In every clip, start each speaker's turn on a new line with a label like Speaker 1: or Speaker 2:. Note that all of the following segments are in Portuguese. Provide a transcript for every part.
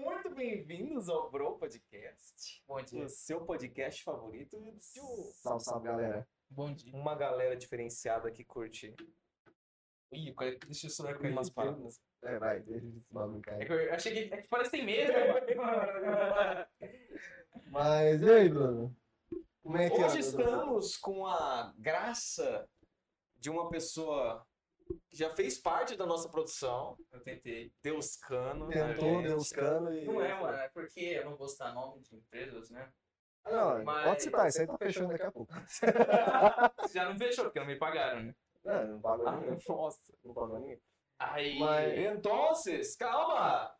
Speaker 1: muito bem-vindos ao Bro Podcast,
Speaker 2: Bom dia.
Speaker 1: o seu podcast favorito de um-
Speaker 3: Salve, salve, galera.
Speaker 2: Bom dia.
Speaker 1: uma galera diferenciada que curte
Speaker 2: Ih, peraí, deixa eu sonar com
Speaker 1: umas
Speaker 2: umas palavras.
Speaker 1: paradas.
Speaker 3: É, vai, deixa esse maluco
Speaker 2: É
Speaker 3: aí.
Speaker 2: que eu achei que, é que parece que tem medo. mano.
Speaker 3: Mas e aí, Bruno? Como é que
Speaker 1: Hoje
Speaker 3: anda, Bruno?
Speaker 1: estamos com a graça de uma pessoa que já fez parte da nossa produção,
Speaker 2: eu tentei.
Speaker 1: Deus Cano. né,
Speaker 3: Tentou,
Speaker 1: gente?
Speaker 3: deu uns canos e.
Speaker 2: Não é, mano, é porque eu não vou citar nome de empresas, né?
Speaker 3: Ah, Não,
Speaker 2: Mas-
Speaker 3: pode citar, isso aí tá fechando daqui a pouco.
Speaker 2: Já não fechou, porque não me pagaram, né?
Speaker 3: Não, não pagou
Speaker 1: Ah,
Speaker 3: ninguém.
Speaker 1: nossa, não falou ninguém.
Speaker 2: Aí,
Speaker 3: Mas-
Speaker 1: Então, calma!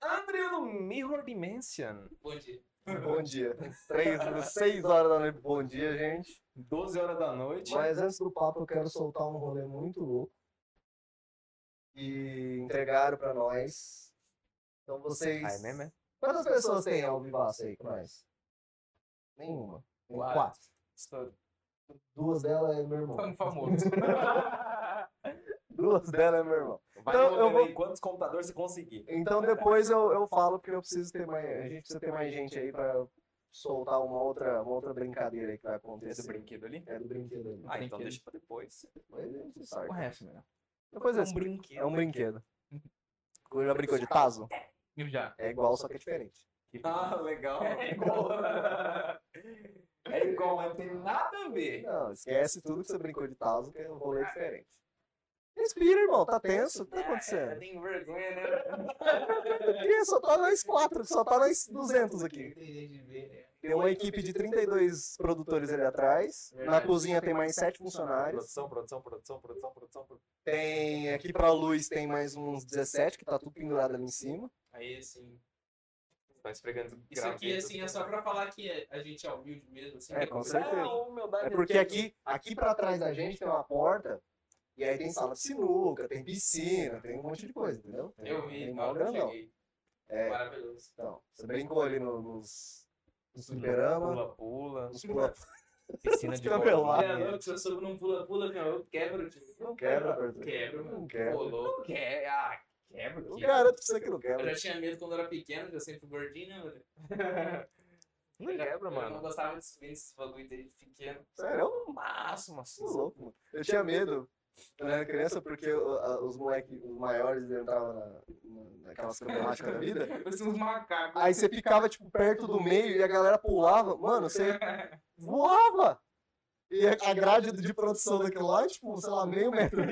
Speaker 1: Adriano Mirror Dimension.
Speaker 2: bom dia.
Speaker 3: Bom dia. Três, seis horas da noite, bom dia, gente.
Speaker 1: 12 horas da noite.
Speaker 3: Mas antes do papo, eu quero soltar um rolê muito louco. E entregaram pra nós. Então vocês.
Speaker 1: Ah, é mesmo, é?
Speaker 3: Quantas pessoas tem ao vivaço aí com nós? Nenhuma. Tem
Speaker 2: Quatro.
Speaker 3: quatro.
Speaker 1: é
Speaker 2: Estou
Speaker 3: Duas delas é meu irmão.
Speaker 2: ficando famoso.
Speaker 3: Duas delas é meu irmão.
Speaker 1: Vai
Speaker 3: Então, eu
Speaker 1: jogando
Speaker 3: vou-
Speaker 1: aí quantos computadores você conseguir.
Speaker 3: Então depois eu, eu falo porque eu preciso ter mais. A gente precisa ter mais gente aí pra soltar uma outra, uma outra brincadeira aí que vai
Speaker 1: Esse
Speaker 3: acontecer.
Speaker 1: brinquedo ali.
Speaker 3: É do brinquedo aí.
Speaker 1: Ah, então
Speaker 2: brinquedo.
Speaker 1: deixa pra depois. Tá
Speaker 3: Depois a gente
Speaker 2: O
Speaker 3: sorte.
Speaker 2: resto, meu.
Speaker 3: Depois
Speaker 1: É
Speaker 3: eu
Speaker 1: um Uhum. brinquedo.
Speaker 3: É um brinquedo. Já brincou de Tazo?
Speaker 2: Eu já.
Speaker 3: É igual, só que é diferente.
Speaker 1: Ah, legal.
Speaker 2: É igual.
Speaker 1: É igual, mas não tem nada a ver.
Speaker 3: Não, esquece tudo que você brincou de Tazo, que é um rolê diferente. Respira, irmão, tá tenso?
Speaker 1: É,
Speaker 3: O que tá
Speaker 2: Eu
Speaker 3: acontecendo?
Speaker 2: tenho vergonha, né?
Speaker 3: Ih, só tá nós quatro, só tá nós 200 aqui.
Speaker 2: Tem gente de ver, né?
Speaker 3: Tem uma equipe de 32 produtores ali atrás. Na
Speaker 2: Verdade.
Speaker 3: cozinha tem mais 7 funcionários.
Speaker 1: Produção, produção, produção, produção, produção, produção.
Speaker 3: Tem aqui pra luz tem mais uns 17, que tá tudo pendurado ali em cima.
Speaker 2: Aí, assim,
Speaker 1: Vai esfregando
Speaker 2: isso aqui,
Speaker 1: gravetos.
Speaker 2: assim, é só pra falar que a gente é humilde mesmo, assim.
Speaker 3: É,
Speaker 2: né?
Speaker 3: com certeza.
Speaker 1: Ah, humildade
Speaker 3: É porque aqui, aqui pra trás da gente tem uma porta. E aí tem sala de sinuca, tem piscina, tem um monte de coisa, entendeu? Tem-
Speaker 2: Ah, Eu vi,
Speaker 3: tem
Speaker 2: na
Speaker 3: mó
Speaker 2: hora que eu
Speaker 3: grandão.
Speaker 2: cheguei.
Speaker 3: É.
Speaker 2: Maravilhoso.
Speaker 3: Então, você brincou ali no- nos, nos fliperama,
Speaker 1: Pula, pula.
Speaker 3: nos pula
Speaker 1: Piscina de
Speaker 3: Escambelado.
Speaker 1: bolinha.
Speaker 2: Você é louco, se eu sou não pula-pula, não, eu quebro. Tipo,
Speaker 3: Não quebra, parceiro.
Speaker 2: Quebro, mano.
Speaker 3: Não
Speaker 2: Pô,
Speaker 3: quebra.
Speaker 2: louco. Quebra, ah, quebra,
Speaker 3: Eu
Speaker 2: quebra.
Speaker 3: garanto pra você que não
Speaker 2: Eu
Speaker 3: quebra.
Speaker 2: já tinha medo quando eu era pequeno, que eu sempre fui gordinho, né, mano?
Speaker 1: Não
Speaker 2: Eu já-
Speaker 1: quebra,
Speaker 2: Eu não
Speaker 1: mano.
Speaker 2: gostava de subir nesses bagulho desde pequeno.
Speaker 3: Sério, é um
Speaker 1: No máximo, assim.
Speaker 3: Tô louco, mano. Eu tinha medo quando eu era criança, porque o- a- os moleques os maiores eles entravam na, na- naquelas problemáticas da vida.
Speaker 2: Parecia uns macacos.
Speaker 3: Aí você ficava, tipo, perto do meio e a galera pulava. Mano, você voava! E a a grade de produção daquilo lá, é, tipo, sei lá, meio metro.
Speaker 1: O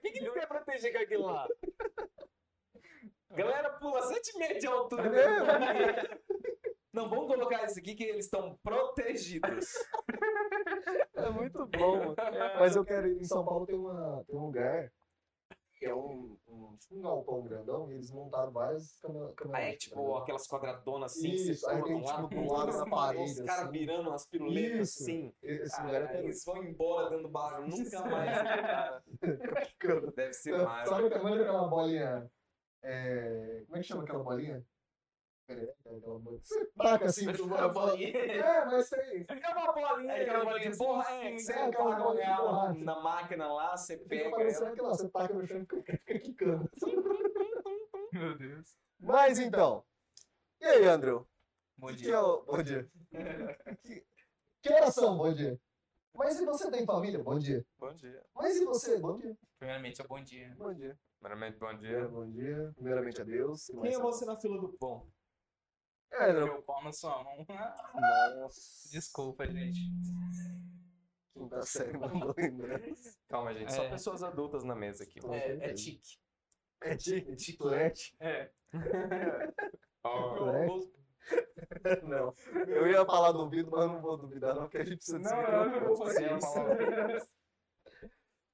Speaker 1: que, que ele quer proteger com aquilo lá? Galera, pula 7 metros de
Speaker 3: É
Speaker 1: altura. né? Não, vamos colocar isso aqui que eles estão protegidos.
Speaker 3: É muito bom, mano. Mas eu quero ir em São Paulo tem, uma, tem um lugar que é um, um, tipo um galpão grandão e eles montaram várias cama-
Speaker 1: Aí,
Speaker 3: caminhonetes, tá
Speaker 1: tipo,
Speaker 3: ligado?
Speaker 1: aquelas quadradonas assim,
Speaker 3: Isso,
Speaker 1: que você
Speaker 3: aí
Speaker 1: pula
Speaker 3: tem,
Speaker 1: de um lado
Speaker 3: tipo,
Speaker 1: pro
Speaker 3: um lado
Speaker 1: outro,
Speaker 3: na
Speaker 1: assim,
Speaker 3: parede,
Speaker 1: Os caras
Speaker 3: assim.
Speaker 1: virando umas piruletas
Speaker 3: Isso.
Speaker 1: assim.
Speaker 3: Esse
Speaker 1: Ah,
Speaker 3: lugar é até
Speaker 1: eles vão embora dando barulho, nunca mais. né, cara. Então,
Speaker 3: louco.
Speaker 1: Deve ser
Speaker 3: Sabe-
Speaker 1: mais.
Speaker 3: Sabe aquela, lembra aquela bolinha? É... Como é que chama aquela bolinha? Perereca, aquela bolinha. Você taca assim, tu vai- É, mas tem.
Speaker 1: É uma bolinha,
Speaker 2: É aquela bolinha de
Speaker 1: porra,
Speaker 2: borracha,
Speaker 1: é,
Speaker 2: assim,
Speaker 1: você
Speaker 3: é aquela
Speaker 1: agarra
Speaker 3: bolinha de
Speaker 1: ela
Speaker 3: borracha.
Speaker 1: na máquina lá, você
Speaker 3: Fica
Speaker 1: pega né?"
Speaker 3: parecendo
Speaker 1: ela.
Speaker 3: aquela, você taca no chão e fica fica quicando.
Speaker 2: Meu Deus.
Speaker 3: Mas então. E aí, Andrew?
Speaker 2: Bom
Speaker 3: Que
Speaker 2: dia.
Speaker 3: que é o- Bom dia. Que- Que horas são? Bom dia. Mas e você tem família? Bom dia.
Speaker 1: Bom dia.
Speaker 3: Mas e você? Bom dia.
Speaker 2: Primeiramente, é bom dia.
Speaker 3: Bom dia.
Speaker 1: Primeiramente, bom
Speaker 3: bom dia. Primeiramente a Deus.
Speaker 1: Quem é você na fila do pão?
Speaker 3: É, Andrew.
Speaker 2: Meu pau na sua mão. Ah,
Speaker 3: Nossa.
Speaker 2: Desculpa, gente.
Speaker 3: Quinta série mandou lembrança.
Speaker 1: Calma, gente, só
Speaker 2: É.
Speaker 1: pessoas adultas na mesa aqui.
Speaker 3: Com
Speaker 2: É, é
Speaker 3: certeza.
Speaker 2: tique.
Speaker 3: É de chiclete?
Speaker 2: É.
Speaker 3: É. Não. Eu ia falar duvido, mas não vou duvidar, não, porque a gente precisa de
Speaker 2: Não, eu não vou fazer
Speaker 1: Sim,
Speaker 2: isso.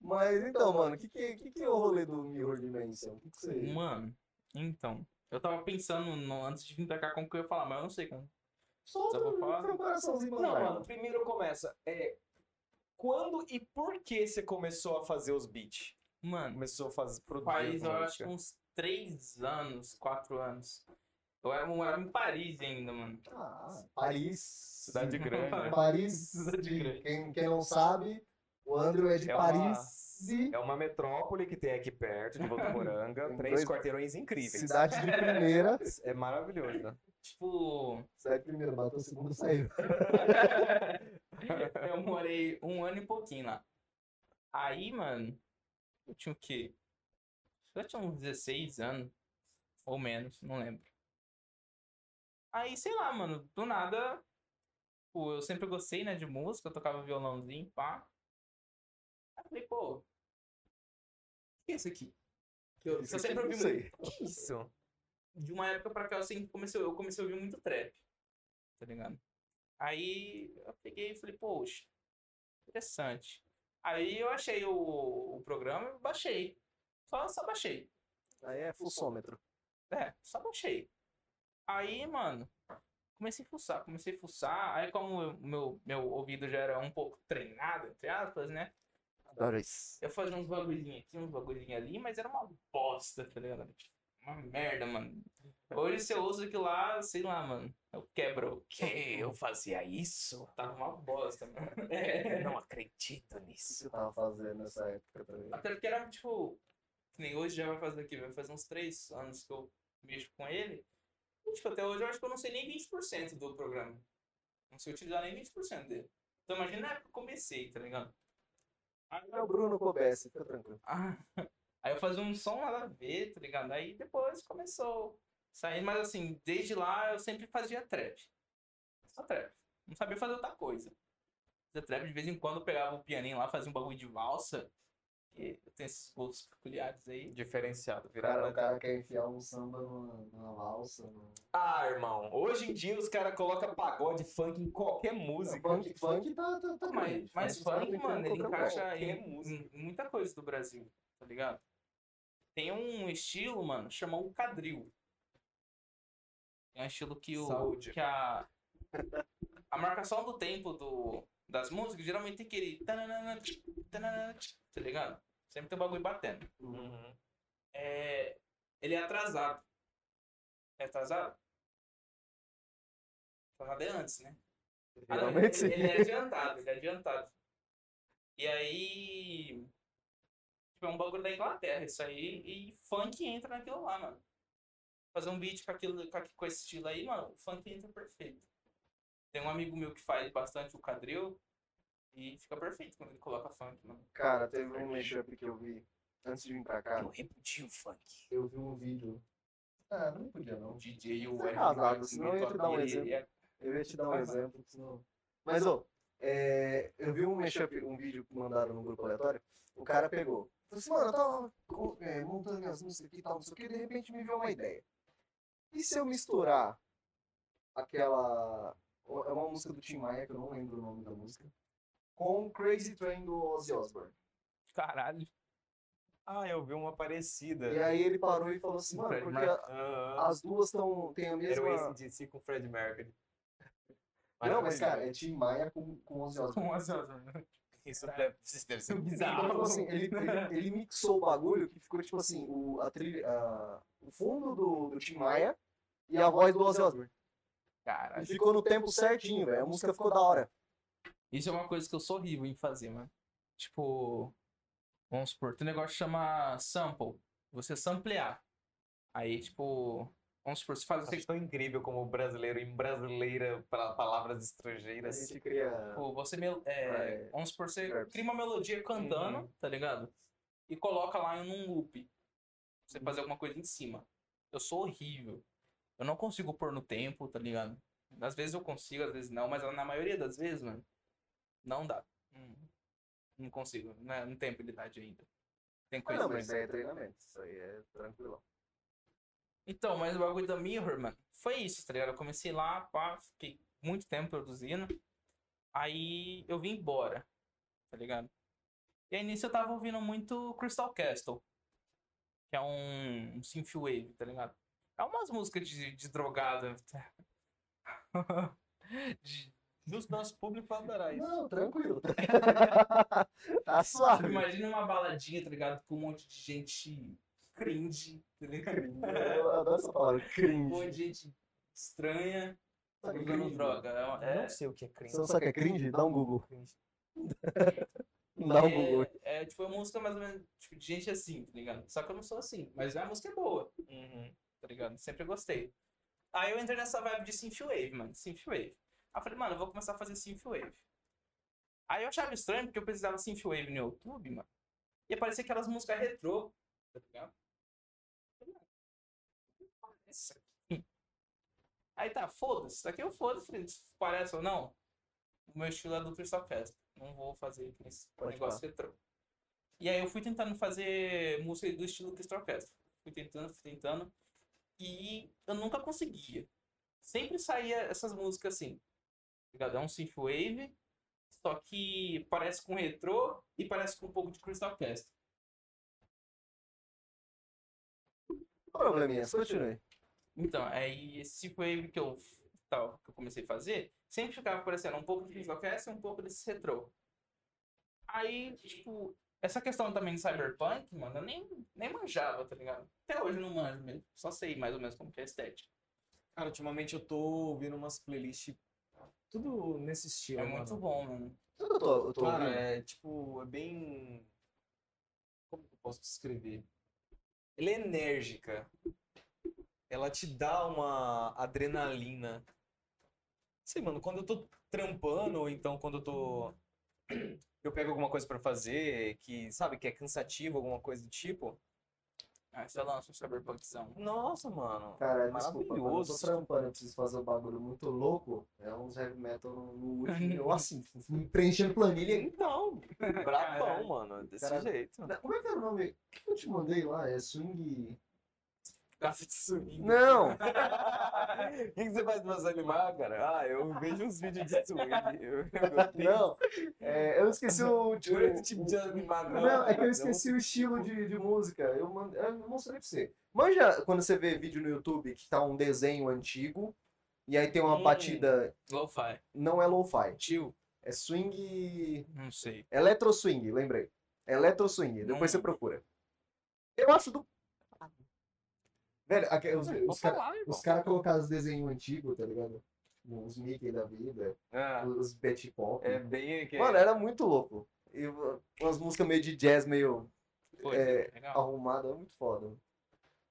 Speaker 3: Mas então, mano, o que, que, que, que é o rolê do Mirror Dimension? O que, que você.
Speaker 2: Mano, então. Eu tava pensando no- antes de vir pra cá como que eu ia falar, mas eu não sei como.
Speaker 3: Só
Speaker 2: Só pra falar?
Speaker 3: um coraçãozinho
Speaker 1: Não, mano, primeiro começa. É, quando e por que você começou a fazer os beats?
Speaker 2: Mano,
Speaker 1: Começou a fazer produzir
Speaker 2: faz eu acho que
Speaker 1: música?
Speaker 2: uns 3 anos, 4 anos. Eu era- eu morava em Paris ainda, mano.
Speaker 3: Ah, Paris.
Speaker 1: Cidade grande. né?
Speaker 3: Paris.
Speaker 2: Cidade grande.
Speaker 3: Quem, quem não sabe, o Andrew é de
Speaker 1: É uma-
Speaker 3: Paris. Se
Speaker 1: É uma metrópole que tem aqui perto, de Votuporanga.
Speaker 3: Tem
Speaker 1: três
Speaker 3: dois-
Speaker 1: quarteirões incríveis.
Speaker 3: cidade de primeira.
Speaker 1: É maravilhoso.
Speaker 2: Tipo,
Speaker 3: Sai primeiro, bateu segundo, saiu.
Speaker 2: eu morei um ano e pouquinho lá. Aí, mano, eu tinha o quê? Eu tinha uns 16 anos, ou menos, não lembro. Aí, sei lá, mano, do nada, pô, eu sempre gostei, né, de música, eu tocava violãozinho, pá. Aí eu falei, pô, o que é isso aqui?
Speaker 4: Que eu-
Speaker 2: Eu sempre ouvi
Speaker 3: Isso aí.
Speaker 1: Que isso?
Speaker 2: de uma época pra cá eu sempre comecei, eu comecei a ouvir muito trap, tá ligado? Aí eu peguei e falei, poxa, interessante. Aí eu achei o, o programa e baixei. Só, só baixei.
Speaker 3: Aí é fussômetro.
Speaker 2: É, só baixei. Aí, mano, comecei a fuçar, comecei a fuçar. Aí como eu- meu, meu ouvido já era um pouco treinado, entre aspas, né?
Speaker 3: Adoro isso.
Speaker 2: Eu fazia uns bagulhinhos aqui, uns bagulhinhos ali, mas era uma bosta, tá ligado? Tipo, Uma merda, mano. Hoje se eu uso aquilo lá, sei lá, mano. Eu quebro. O quê? Eu fazia isso? Tava uma bosta, mano. É.
Speaker 1: não acredito nisso.
Speaker 3: que eu tava fazendo nessa época também.
Speaker 2: Até porque era, tipo, que nem hoje já vai fazer aqui, vai fazer uns três anos que eu mexo com ele. E, tipo, até hoje eu acho que eu não sei nem 20% do programa. Não sei utilizar nem 20% dele. Então imagina na época que eu comecei, tá ligado? Aí eu
Speaker 3: É o Bruno Cobesse, fica tranquilo.
Speaker 2: Ah, Aí eu fazia um som nada a ver, tá ligado? Aí depois começou a sair, mas assim, desde lá eu sempre fazia trap. Só trap. Não sabia fazer outra coisa. Fazia trap, de vez em quando eu pegava o pianinho lá, fazia um bagulho de valsa. Que eu tenho esses gostos peculiares aí.
Speaker 1: Diferenciado,
Speaker 3: Cara,
Speaker 1: virada.
Speaker 3: o cara quer enfiar um samba numa, numa valsa. num-
Speaker 1: Ah, irmão. Hoje em dia os caras colocam pagode funk em qualquer música.
Speaker 3: Funk, funk tá, tá, tá
Speaker 2: Mas,
Speaker 3: bem.
Speaker 2: mas
Speaker 3: Os caras
Speaker 2: funk,
Speaker 3: tão enfiando
Speaker 2: mano, ele
Speaker 3: qualquer coisa.
Speaker 2: encaixa em,
Speaker 1: qualquer é música.
Speaker 2: em muita coisa do Brasil, tá ligado? Tem um estilo, mano, chama o quadril. É um estilo que o.
Speaker 1: Saúde.
Speaker 2: Que a. A marcação do tempo do, das músicas geralmente tem aquele. tananana, tch, tananana, tch, Tá ligado? Sempre tem um bagulho batendo.
Speaker 1: Uhum.
Speaker 2: É, ele é atrasado. É atrasado? Atrasado é antes, né? Ah, não,
Speaker 3: Geralmente sim.
Speaker 2: ele, ele é adiantado, ele é adiantado. E aí. Tipo, é um bagulho da Inglaterra, isso aí. E funk entra naquilo lá, mano. Fazer um beat com, aquilo, com, aqu- com esse estilo aí, mano, o funk entra perfeito. Tem um amigo meu que faz bastante o quadril. E fica perfeito quando ele coloca funk, mano.
Speaker 3: Cara, teve um mashup que eu vi antes de vir pra cá.
Speaker 2: repudio o funk.
Speaker 3: Eu vi um vídeo. Ah, não podia não.
Speaker 2: O DJ e o
Speaker 3: Isso é casado, senão eu ia te dar um
Speaker 2: ele-
Speaker 3: exemplo.
Speaker 2: ele é
Speaker 3: Eu ia te dar um
Speaker 2: Ah.
Speaker 3: exemplo, senão. Mas, ô, é, eu vi um mashup, um vídeo que mandaram no grupo aleatório. O cara pegou. Falou assim, mano, eu tava co- é, montando minhas músicas aqui e tal, não sei o que, de repente me veio uma ideia. E se eu misturar aquela. o- É uma música do Tim Maia, que eu não lembro o nome da música. Com Crazy Train do Ozzy Osbourne.
Speaker 2: Caralho.
Speaker 1: Ah, eu vi uma parecida.
Speaker 3: E aí ele parou e falou assim,
Speaker 1: Com
Speaker 3: mano,
Speaker 1: Fred
Speaker 3: porque
Speaker 1: Mercury.
Speaker 3: a-
Speaker 1: Ah,
Speaker 3: as duas tão, têm a
Speaker 1: Era o
Speaker 3: mesma.
Speaker 1: ACDC com o Fred Mercury.
Speaker 3: Não, mas cara, é Tim Maia com, com Ozzy Osbourne.
Speaker 2: Com as
Speaker 1: Isso deve, isso é deve ser
Speaker 3: Então, tipo
Speaker 2: bizarro.
Speaker 3: assim, ele, ele- ele mixou o bagulho que ficou, tipo assim, o, a trilha, a- o fundo do, do Tim Maia e a voz do Ozzy Osbourne. E
Speaker 2: Caralho.
Speaker 3: ficou no tempo certinho, velho. A música ficou da hora.
Speaker 2: Isso é uma coisa que eu sou horrível em fazer, mano. Tipo, vamos supor, tem um negócio que chama sample. Você samplear. Aí, tipo, vamos supor, você faz
Speaker 1: Acho
Speaker 2: você,
Speaker 1: tão incrível como o brasileiro em brasileira para palavras
Speaker 3: A
Speaker 1: estrangeiras.
Speaker 3: gente cria...
Speaker 2: tipo, você mel- é,
Speaker 3: É.
Speaker 2: vamos supor, você
Speaker 3: Verbs.
Speaker 2: cria uma melodia cantando,
Speaker 3: Uhum.
Speaker 2: tá ligado? E coloca lá em um loop. Pra Você
Speaker 3: Uhum.
Speaker 2: fazer alguma coisa em cima. Eu sou horrível. Eu não consigo pôr no tempo, tá ligado? Às vezes eu consigo, às vezes não, mas na maioria das vezes, mano, não dá. Não, não consigo, né? não tenho habilidade ainda. Tem
Speaker 3: Ah,
Speaker 2: coisa
Speaker 3: não,
Speaker 2: pra
Speaker 3: mas isso
Speaker 2: isso.
Speaker 3: aí é treinamento. Isso aí é tranquilo.
Speaker 2: Então, mas o bagulho da Mirror, mano, foi isso, tá ligado? Eu comecei lá, pá, fiquei muito tempo produzindo. Aí eu vim embora, tá ligado? E aí nisso eu tava ouvindo muito Crystal Castle, que é um, um synthwave, tá ligado? É umas músicas de, de drogado. tá? De-
Speaker 1: Dos nossos públicos adorar
Speaker 3: Não, tranquilo. É tá suave.
Speaker 2: Imagina uma baladinha, tá ligado? Com um monte de gente cringe, tá ligado?
Speaker 3: Eu adoro essa palavra.
Speaker 2: Um monte
Speaker 3: Cringe.
Speaker 2: de gente estranha
Speaker 3: Sabe
Speaker 2: usando
Speaker 3: cringe?
Speaker 2: droga. É,
Speaker 1: sei o que é
Speaker 3: Você
Speaker 1: cringe.
Speaker 3: não sabe o que é cringe? Dá um Google. Dá um
Speaker 2: é,
Speaker 3: Google.
Speaker 2: É, tipo, é música mais ou menos tipo, de gente assim, tá ligado? Só que eu não sou assim, mas a música é boa, tá ligado? Sempre gostei. Aí eu entrei nessa vibe de synthwave, mano, synthwave. Aí eu falei, mano, eu vou começar a fazer synthwave. Aí eu achava estranho porque eu pesquisava synthwave no YouTube, mano, e aparecia aquelas músicas retrô, tá ligado? Eu falei, "Mano, não parece isso aqui." Aí tá, foda-se, isso aqui eu foda-se, falei, "Se parece ou não? O meu estilo é do Crystal Fest, não vou fazer esse
Speaker 3: Pode
Speaker 2: negócio retrô. E aí eu fui tentando fazer música do estilo Crystal Fest. Fui tentando, fui tentando. E eu nunca conseguia. Sempre saía essas músicas assim. ligado? É um synthwave, só que parece com retrô e parece com um pouco de Crystal Cast.
Speaker 3: Probleminha, continue.
Speaker 2: Então, aí esse synthwave que eu, tal, que eu comecei a fazer, sempre ficava parecendo um pouco de Crystal Cast e um pouco desse retrô. Aí, tipo, essa questão também de Cyberpunk, mano, eu nem, nem manjava, tá ligado? Até hoje eu não manjo mesmo. Só sei mais ou menos como que é a estética.
Speaker 1: Cara, ultimamente eu tô ouvindo umas playlists tudo nesse estilo,
Speaker 2: É muito
Speaker 1: mano.
Speaker 2: né? bom, mano.
Speaker 3: Sabe o que eu tô, eu tô
Speaker 1: Cara,
Speaker 3: ouvindo?
Speaker 1: é tipo, é bem. Como que eu posso descrever? Ela é enérgica. Ela te dá uma adrenalina. Não sei, mano, quando eu tô trampando, ou então quando eu tô. Eu pego alguma coisa pra fazer que, sabe, que é cansativo, alguma coisa do tipo.
Speaker 2: Ah, você lança um Cyberpunkzão.
Speaker 1: Nossa, mano.
Speaker 3: Cara, desculpa, mano, eu tô
Speaker 1: maravilhoso.
Speaker 3: trampando, eu preciso fazer um bagulho muito louco. É uns heavy metal no no último. Eu assim, fui preenchendo planilha.
Speaker 1: Então, brabão, mano. Desse
Speaker 3: Cara,
Speaker 1: jeito.
Speaker 3: Como é que era o nome? O que eu te mandei lá? É swing.
Speaker 2: Casa de swing.
Speaker 3: Não!
Speaker 1: O que, que você faz pra se animar, cara? Ah, eu vejo uns vídeos de swing. Eu, eu tenho
Speaker 3: Não! É, eu esqueci o. o-
Speaker 1: Por esse tipo de né? animado.
Speaker 3: Não, é que eu esqueci o estilo de, de música. Eu, mand... eu mostrei pra você. Manja quando você vê vídeo no YouTube que tá um desenho antigo e aí tem uma
Speaker 1: Hum.
Speaker 3: batida.
Speaker 2: Lo-fi.
Speaker 3: Não é lo-fi.
Speaker 2: Tio?
Speaker 3: É swing.
Speaker 2: Não sei.
Speaker 3: Electro swing, lembrei. Electro swing, depois
Speaker 2: Hum.
Speaker 3: você procura. Eu acho do. Velho, aque- os,
Speaker 1: Vou
Speaker 3: os caras
Speaker 1: falar, irmão.
Speaker 3: cara colocaram os desenhos antigos, tá ligado? Os Mickey da vida,
Speaker 1: Ah,
Speaker 3: os Betty Pop.
Speaker 1: É bem que.
Speaker 3: Mano, era muito louco. E uh, umas músicas meio de jazz, meio
Speaker 2: Foi,
Speaker 3: É,
Speaker 2: legal.
Speaker 3: arrumada, é muito foda.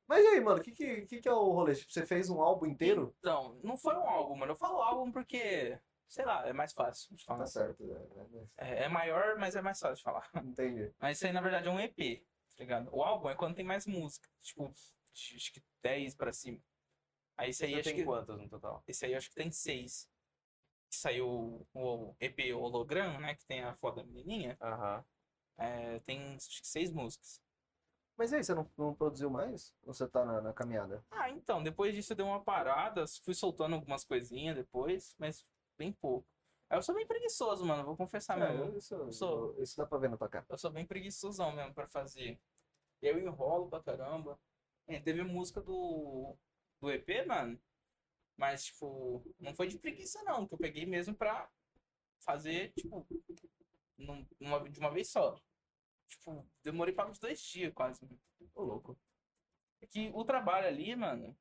Speaker 3: Mas e aí, mano, o que, que, que que é o rolê? Tipo, você fez um álbum inteiro?
Speaker 2: Então, não foi um álbum, mano. Eu falo álbum porque, sei lá, é mais fácil de falar.
Speaker 3: Tá certo, né?
Speaker 2: É, é maior, mas é mais fácil de falar.
Speaker 3: Entendi.
Speaker 2: Mas isso aí, na verdade, é um EP, tá ligado? O álbum é quando tem mais música. Tipo, acho que 10 pra cima. Aí isso aí,
Speaker 1: Você
Speaker 2: acho
Speaker 1: tem
Speaker 2: que...
Speaker 1: quantas no total?
Speaker 2: Esse aí eu acho que tem seis. Que Saiu o EP Holograma, né? Que tem a foto da menininha.
Speaker 1: Aham.
Speaker 2: É, tem acho que seis músicas.
Speaker 3: Mas e aí, você não, não produziu mais? Ou você tá na, na caminhada?
Speaker 2: Ah, então, depois disso eu dei uma parada, fui soltando algumas coisinhas depois, mas bem pouco. Eu sou bem preguiçoso, mano, vou confessar
Speaker 3: É,
Speaker 2: mesmo.
Speaker 3: isso,
Speaker 2: Ah, sou.
Speaker 3: isso dá pra ver na tua cara.
Speaker 2: Eu sou bem preguiçosão mesmo pra fazer. Eu enrolo pra caramba. É, teve música do, do EP, mano, mas, tipo, não foi de preguiça, não, que eu peguei mesmo pra fazer, tipo, num- numa- de uma vez só. Tipo, demorei pra uns dois dias quase,
Speaker 3: Ô, louco.
Speaker 2: é que o trabalho ali, mano,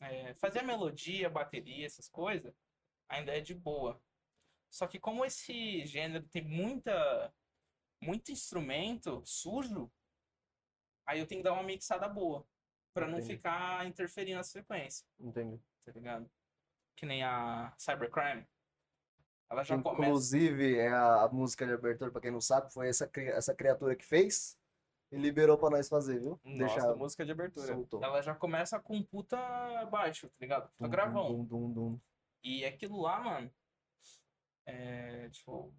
Speaker 2: é, fazer a melodia, a bateria, essas coisas, ainda é de boa. Só que como esse gênero tem muita, muito instrumento sujo, aí eu tenho que dar uma mixada boa, pra não
Speaker 3: Entendi.
Speaker 2: ficar interferindo as frequências,
Speaker 3: Entendi.
Speaker 2: tá ligado? Que nem a Cybercrime. Ela já começa.
Speaker 3: Inclusive, é a, a música de abertura, pra quem não sabe, foi essa, cri- essa criatura que fez e liberou pra nós fazer, viu?
Speaker 1: Nossa,
Speaker 3: Deixar-
Speaker 1: música é de abertura.
Speaker 3: soltou.
Speaker 2: Ela já começa com puta baixo, tá ligado?
Speaker 3: Uhum.
Speaker 2: Puta gravão.
Speaker 3: Dum, dum, dum, dum.
Speaker 2: E aquilo lá, mano, é, tipo,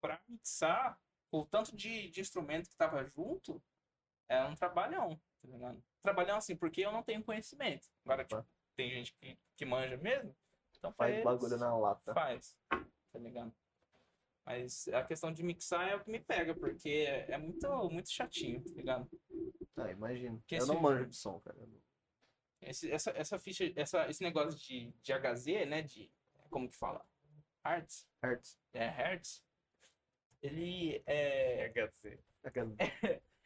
Speaker 2: pra mixar o tanto de, de instrumento que tava junto, é um trabalhão, tá ligado? Trabalhão assim, porque eu não tenho conhecimento. Agora, tipo, tem gente que, que manja mesmo, então pra
Speaker 3: Faz
Speaker 2: eles,
Speaker 3: bagulho na lata.
Speaker 2: Faz, tá ligado? Mas a questão de mixar é o que me pega, porque é, é muito, muito chatinho, tá ligado?
Speaker 3: Ah, imagina.
Speaker 2: Que
Speaker 3: Eu não
Speaker 2: esse-
Speaker 3: manjo de som, cara.
Speaker 2: Esse, essa, essa ficha, essa, esse negócio de, de HZ, né? De, como que fala? Arts?
Speaker 3: Hertz.
Speaker 2: é, Hertz, ele é,
Speaker 1: HC.
Speaker 3: Aquela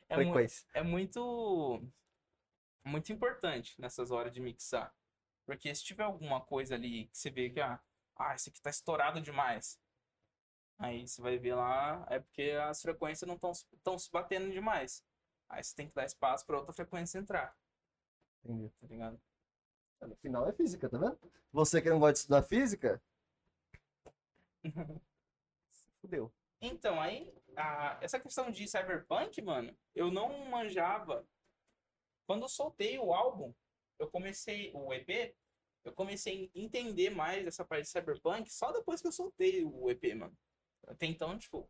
Speaker 2: é, mu-
Speaker 3: frequência.
Speaker 2: é muito muito importante nessas horas de mixar. Porque se tiver alguma coisa ali que você vê que, ah, ah, isso aqui tá estourado demais. Aí você vai ver lá, é porque as frequências não estão se batendo demais. Aí você tem que dar espaço pra outra frequência entrar,
Speaker 3: Entendi.
Speaker 2: tá ligado?
Speaker 3: No final é física, tá vendo? Você que não gosta de estudar física, fudeu.
Speaker 2: Então, aí, a- essa questão de cyberpunk, mano, eu não manjava. Quando eu soltei o álbum, eu comecei, o EP, eu comecei a entender mais essa parte de cyberpunk só depois que eu soltei o EP, mano. Até então, tipo,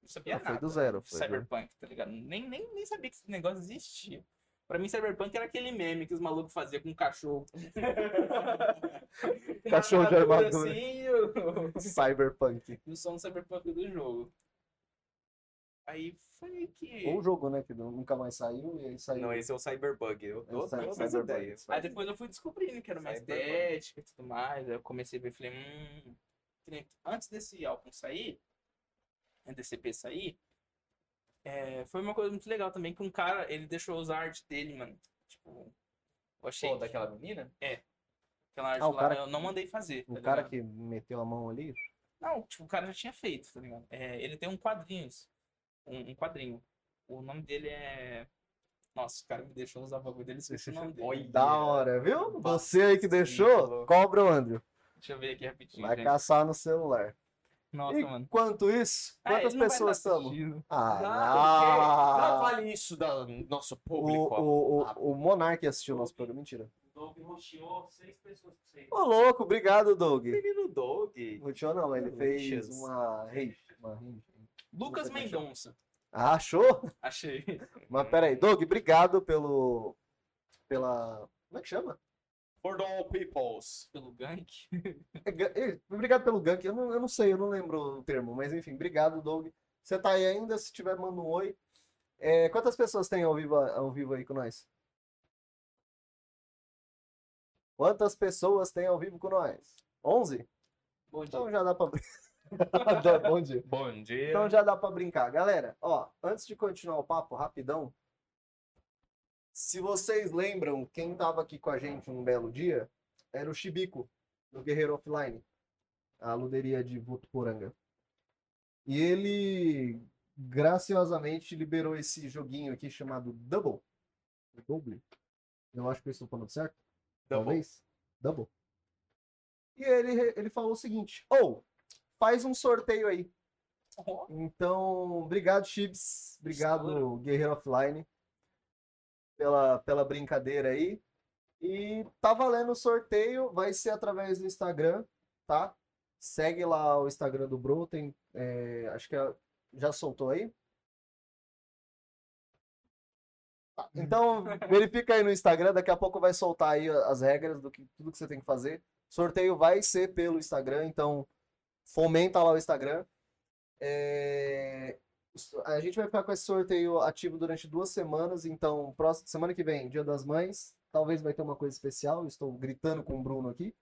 Speaker 2: não sabia
Speaker 3: Ah, foi
Speaker 2: nada
Speaker 3: do zero.
Speaker 2: de
Speaker 3: Foi do...
Speaker 2: cyberpunk, tá ligado? Nem, nem, nem sabia que esse negócio existia. Pra mim, cyberpunk era aquele meme que os malucos faziam com um cachorro. Com uma
Speaker 3: Cachorro de armadura.
Speaker 2: Assim, e o-
Speaker 3: Cyberpunk.
Speaker 2: e o som cyberpunk do jogo. Aí foi que.
Speaker 3: Ou o jogo, né? Que nunca mais saiu e aí saiu.
Speaker 1: Não, esse é o Cyberbug. Eu
Speaker 3: É o
Speaker 1: tô
Speaker 3: cy-
Speaker 1: todas as
Speaker 3: cyberbug.
Speaker 1: ideias.
Speaker 2: Aí depois eu fui descobrindo que era mais
Speaker 1: Cyberpunk.
Speaker 2: estética e tudo mais. Aí eu comecei a ver, falei, hum. que nem- Antes desse álbum sair, antes desse EP sair, é, foi uma coisa muito legal também que um cara, ele deixou eu usar a arte dele, mano. Tipo, eu achei
Speaker 1: Pô,
Speaker 2: que
Speaker 1: daquela menina?
Speaker 2: aquela arte
Speaker 3: Ah, o
Speaker 2: lá
Speaker 3: cara-
Speaker 2: eu não mandei fazer. tá
Speaker 3: O cara
Speaker 2: ligado?
Speaker 3: que meteu a mão ali,
Speaker 2: Não, tipo, o cara já tinha feito, tá ligado? É, ele tem um quadrinho. isso. Um, um quadrinho. O nome dele é. Nossa, o cara me deixou usar o bagulho dele, esqueci o nome dele.
Speaker 1: Olha.
Speaker 3: da hora, viu? Você aí que deixou,
Speaker 1: louco.
Speaker 3: cobra o Andrew.
Speaker 2: Deixa eu ver aqui rapidinho.
Speaker 3: Vai
Speaker 2: gente.
Speaker 3: caçar no celular.
Speaker 2: Nossa, mano.
Speaker 3: Enquanto isso,
Speaker 2: Ah,
Speaker 3: quantas
Speaker 2: ele não vai
Speaker 3: pessoas
Speaker 2: estar
Speaker 3: estamos?
Speaker 2: assistindo.
Speaker 3: Ah,
Speaker 1: Ah,
Speaker 3: não.
Speaker 1: fale isso da nosso
Speaker 3: O,
Speaker 1: público.
Speaker 3: o, o, o Monark assistiu o nosso programa, mentira.
Speaker 5: Doug roxeou seis pessoas por vocês.
Speaker 3: Ô, louco, obrigado, Doug.
Speaker 1: menino Doug.
Speaker 3: Roteou não, ele fez
Speaker 1: Richards.
Speaker 3: uma rage. Uma rage.
Speaker 2: Lucas
Speaker 3: Você vai
Speaker 2: Mendonça.
Speaker 3: Ah, achou?
Speaker 2: Achei.
Speaker 3: Mas peraí, Doug, obrigado pelo. pela. Como é que chama?
Speaker 1: For all peoples.
Speaker 2: Pelo gank.
Speaker 3: É ga- é, Obrigado pelo gank. Eu não, eu não sei, eu não lembro o termo, mas enfim, obrigado, Doug. Você tá aí ainda? Se tiver, manda um oi. É, quantas pessoas tem ao vivo, ao vivo aí com nós? Quantas pessoas tem ao vivo com nós? 11?
Speaker 2: Bom dia.
Speaker 3: Então já dá pra. Adoro, Bom dia.
Speaker 1: Bom dia.
Speaker 3: Então já dá pra brincar. Galera, ó, antes de continuar o papo, rapidão. Se vocês lembram, quem tava aqui com a gente um belo dia era o Chibico, do Guerreiro Offline, a luderia de Votuporanga. E ele, graciosamente, liberou esse joguinho aqui chamado Double. Double? Eu acho que eu estou falando certo?
Speaker 1: Double.
Speaker 3: Talvez. Double. E ele, ele falou o seguinte: ou faz um sorteio aí.
Speaker 2: Ó,
Speaker 3: Então, obrigado, Chips. Obrigado,
Speaker 2: Estouro.
Speaker 3: Guerreiro Offline, pela, pela brincadeira aí. E tá valendo o sorteio, vai ser através do Instagram, tá? Segue lá o Instagram do Bro, tem, é, acho que é- já soltou aí. Tá, Então, verifica aí no Instagram, daqui a pouco vai soltar aí as regras do que tudo que você tem que fazer. Sorteio vai ser pelo Instagram, então fomenta lá o Instagram. É, A gente vai ficar com esse sorteio ativo durante duas semanas, então próxima semana que vem, Dia das Mães, talvez vai ter uma coisa especial. eu Estou gritando com o Bruno aqui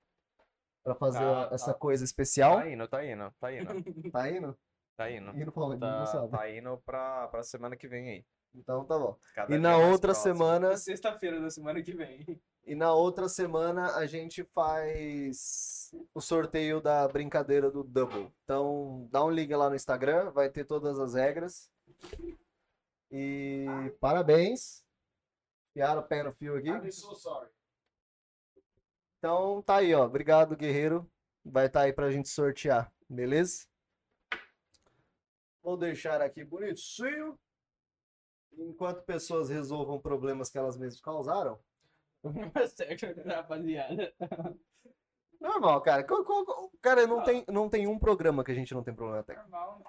Speaker 3: para fazer
Speaker 1: Tá,
Speaker 3: essa
Speaker 1: tá.
Speaker 3: coisa especial.
Speaker 1: Tá indo, tá indo, tá indo,
Speaker 3: Tá indo?
Speaker 1: tá indo.
Speaker 3: Indo pra onde? Não
Speaker 1: Tá,
Speaker 3: sabe.
Speaker 1: tá indo pra, pra semana que vem aí.
Speaker 3: Então tá bom.
Speaker 1: Cada dia
Speaker 3: E na
Speaker 1: mais
Speaker 3: outra
Speaker 1: próximo.
Speaker 3: semana,
Speaker 2: na é Sexta-feira da semana que vem.
Speaker 3: e na outra semana a gente faz o sorteio da brincadeira do Double. Então dá um ligue lá no Instagram, vai ter todas as regras. E parabéns. Piaram o pé no fio aqui.
Speaker 5: I'm so sorry.
Speaker 3: Então tá aí, ó. Obrigado, guerreiro. Vai estar tá aí pra gente sortear, beleza? Vou deixar aqui bonitinho. Enquanto pessoas resolvam problemas que elas mesmas causaram.
Speaker 2: certo, rapaziada.
Speaker 3: Normal, cara. Co- co- co- Cara,
Speaker 2: Ah.
Speaker 3: não tem, não tem um programa que a gente não tem problema até.
Speaker 2: Normal, né?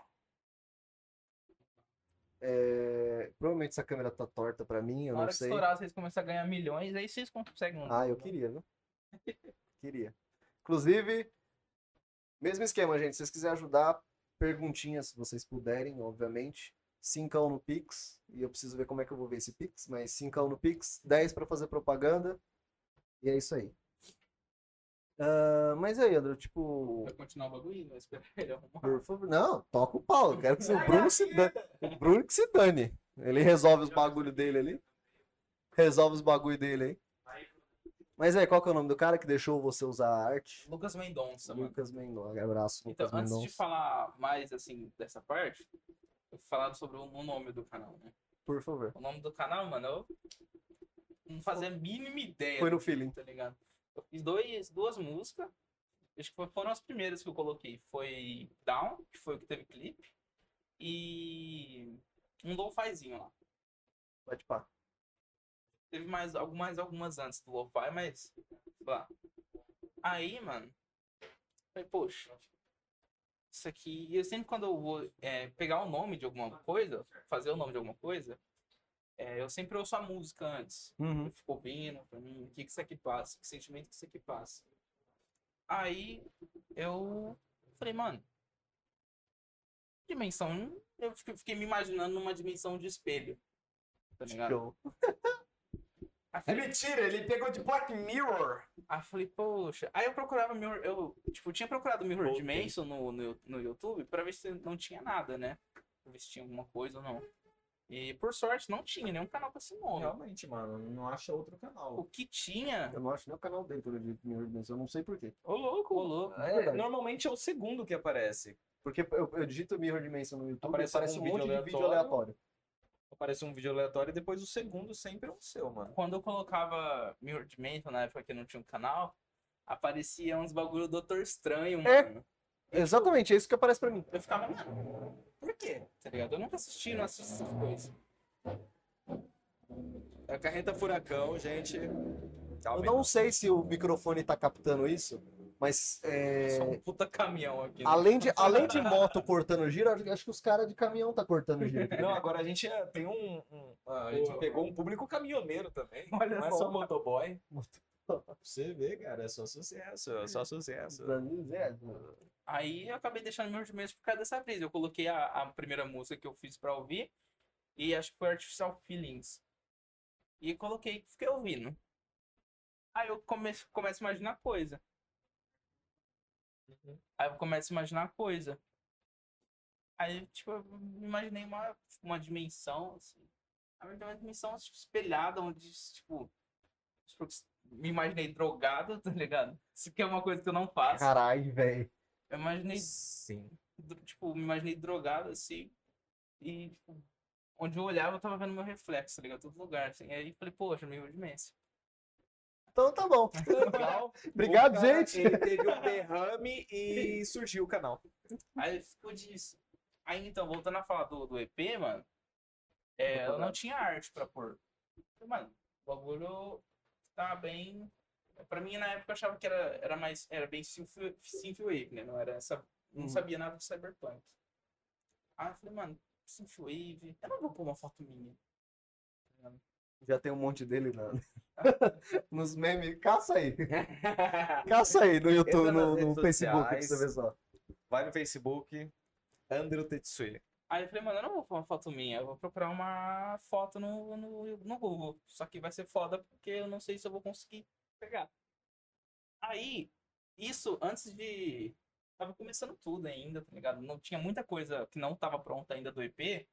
Speaker 3: É, Provavelmente essa câmera tá torta pra mim, eu
Speaker 2: Na hora
Speaker 3: não
Speaker 2: que
Speaker 3: sei.
Speaker 2: estourar, vocês começam a ganhar milhões, aí vocês conseguem. um-
Speaker 3: Ah, eu queria, viu? queria. Inclusive, mesmo esquema, gente. Se vocês quiserem ajudar, perguntinhas, se vocês puderem, obviamente. 5 no Pix, e eu preciso ver como é que eu vou ver esse Pix, mas 5 no Pix, 10 pra fazer propaganda, e é isso aí. Ah, mas aí, André, tipo,
Speaker 2: Vai continuar o bagulho? Vai esperar ele arrumar.
Speaker 3: Por favor. Não, toca o pau. Eu quero que o Bruno se dane. O Bruno que se dane. Ele resolve os bagulho dele ali. Resolve os bagulho dele aí. Mas aí, qual que é o nome do cara que deixou você usar a arte?
Speaker 2: Lucas Mendonça, mano.
Speaker 3: Lucas Mendonça. Abraço,
Speaker 2: Então,
Speaker 3: Lucas
Speaker 2: antes
Speaker 3: Mendonça.
Speaker 2: de falar mais, assim, dessa parte, eu vou falar sobre o o nome do canal, né?
Speaker 3: Por favor.
Speaker 2: O nome do canal, mano, eu não fazia a mínima ideia.
Speaker 3: Foi
Speaker 2: do
Speaker 3: no feeling.
Speaker 2: que, Tá ligado? Eu fiz dois, duas músicas. Acho que foi- foram as primeiras que eu coloquei. Foi Down, que foi o que teve clipe. E um lo-fizinho lá.
Speaker 3: Pode pá.
Speaker 2: Tá Teve mais algumas, algumas antes do lo-fi, mas. sei lá. Aí, mano. Falei, poxa. Isso aqui. Eu sempre quando eu vou é, pegar o nome de alguma coisa, fazer o nome de alguma coisa, é, eu sempre ouço a música antes.
Speaker 3: Uhum.
Speaker 2: Eu fico ouvindo, pra mim, o que que isso aqui passa, que sentimento que isso aqui passa. Aí eu falei, mano, dimensão. Eu fiquei fiquei me imaginando numa dimensão de espelho. Tá ligado?
Speaker 3: Show.
Speaker 2: Aí eu
Speaker 1: É
Speaker 2: falei,
Speaker 1: mentira, ele pegou de Black Mirror.
Speaker 2: Aí eu falei, poxa. Aí eu procurava Mirror. Eu, tipo, tinha procurado Mirror
Speaker 1: Voltei.
Speaker 2: Dimension no, no, no YouTube pra ver se não tinha nada, né? Pra ver se tinha alguma coisa ou não. E por sorte, não tinha nenhum canal com esse nome.
Speaker 1: Realmente, mano, não acha outro canal.
Speaker 2: O que tinha.
Speaker 3: Eu não acho nem o canal dele por de Mirror Dimension, eu não sei porquê.
Speaker 1: Ô, louco.
Speaker 2: Ô, louco.
Speaker 3: É verdade.
Speaker 1: Normalmente é o segundo que aparece.
Speaker 3: Porque eu, eu digito Mirror Dimension no YouTube
Speaker 1: Aparece
Speaker 3: aparece, aparece um
Speaker 1: algum
Speaker 3: monte
Speaker 1: vídeo
Speaker 3: de vídeo
Speaker 1: aleatório.
Speaker 3: aleatório.
Speaker 1: Aparece um vídeo aleatório e depois o segundo sempre é o seu, mano.
Speaker 2: Quando eu colocava Mirror Dimension na época que não tinha um canal, aparecia uns bagulho do Doutor Estranho,
Speaker 3: É.
Speaker 2: mano.
Speaker 3: Exatamente, é isso que aparece pra mim.
Speaker 2: Eu ficava, mano, por quê? Tá ligado? Eu nunca assisti, não assisti essas coisas.
Speaker 1: É a carreta furacão, gente.
Speaker 3: Eu
Speaker 1: Calma aí,
Speaker 3: não sei se o microfone tá captando isso, mas é,
Speaker 2: Só um puta caminhão aqui. né?
Speaker 3: além, de, além de moto cortando giro, acho- acho que os caras de caminhão tá cortando giro.
Speaker 1: Não, agora a gente é, tem um. um- a gente pegou um público caminhoneiro também.
Speaker 2: Olha
Speaker 1: não é
Speaker 2: só.
Speaker 1: só motoboy. Pra você ver, cara, é só sucesso, é só sucesso.
Speaker 3: é,
Speaker 2: Aí eu acabei deixando Mirror Dimension por causa dessa brisa. Eu coloquei a, a primeira música que eu fiz pra ouvir, e acho que foi Artificial Feelings. E coloquei, fiquei ouvindo. Aí eu começo, começo a imaginar coisa. Aí eu começo a imaginar coisa. Aí, tipo, eu imaginei uma, tipo, uma dimensão, assim. Na verdade, uma dimensão tipo, espelhada, onde, tipo, tipo, me imaginei drogado, tá ligado? Isso que é uma coisa que eu não faço.
Speaker 3: Caralho, velho.
Speaker 2: Eu imaginei
Speaker 1: Sim.
Speaker 2: dro- tipo, me imaginei drogado, assim. E, tipo, onde eu olhava, eu tava vendo meu reflexo, tá ligado? Todo lugar, assim. Aí eu falei, poxa, meio dimensão.
Speaker 3: Então tá bom.
Speaker 1: Legal.
Speaker 3: Obrigado,
Speaker 1: O cara,
Speaker 3: gente.
Speaker 1: Ele teve um derrame e surgiu o canal.
Speaker 2: Aí ficou disso. Aí, então, voltando a falar do, do EP, mano, é, eu não tinha arte pra pôr. Falei, Mano, o bagulho tá bem... Pra mim, na época, eu achava que era, era mais... Era bem synth- synthwave, né? Não era essa... Não
Speaker 3: Uhum.
Speaker 2: sabia nada de cyberpunk. Aí eu falei, mano, synthwave... Eu não vou pôr uma foto minha.
Speaker 3: Já tem um monte dele na... nos memes. Caça aí. Caça aí no YouTube,
Speaker 1: Entra nas
Speaker 3: no, no
Speaker 1: redes
Speaker 3: Facebook pra
Speaker 1: sociais.
Speaker 3: você ver só.
Speaker 1: Vai no Facebook, Andrew Tetsui.
Speaker 2: Aí eu falei, mano, eu não vou pôr uma foto minha, eu vou procurar uma foto no, no, no Google. Só que vai ser foda porque eu não sei se eu vou conseguir pegar. Aí, isso antes de. Tava começando tudo ainda, tá ligado? Não tinha muita coisa que não tava pronta ainda do EP. E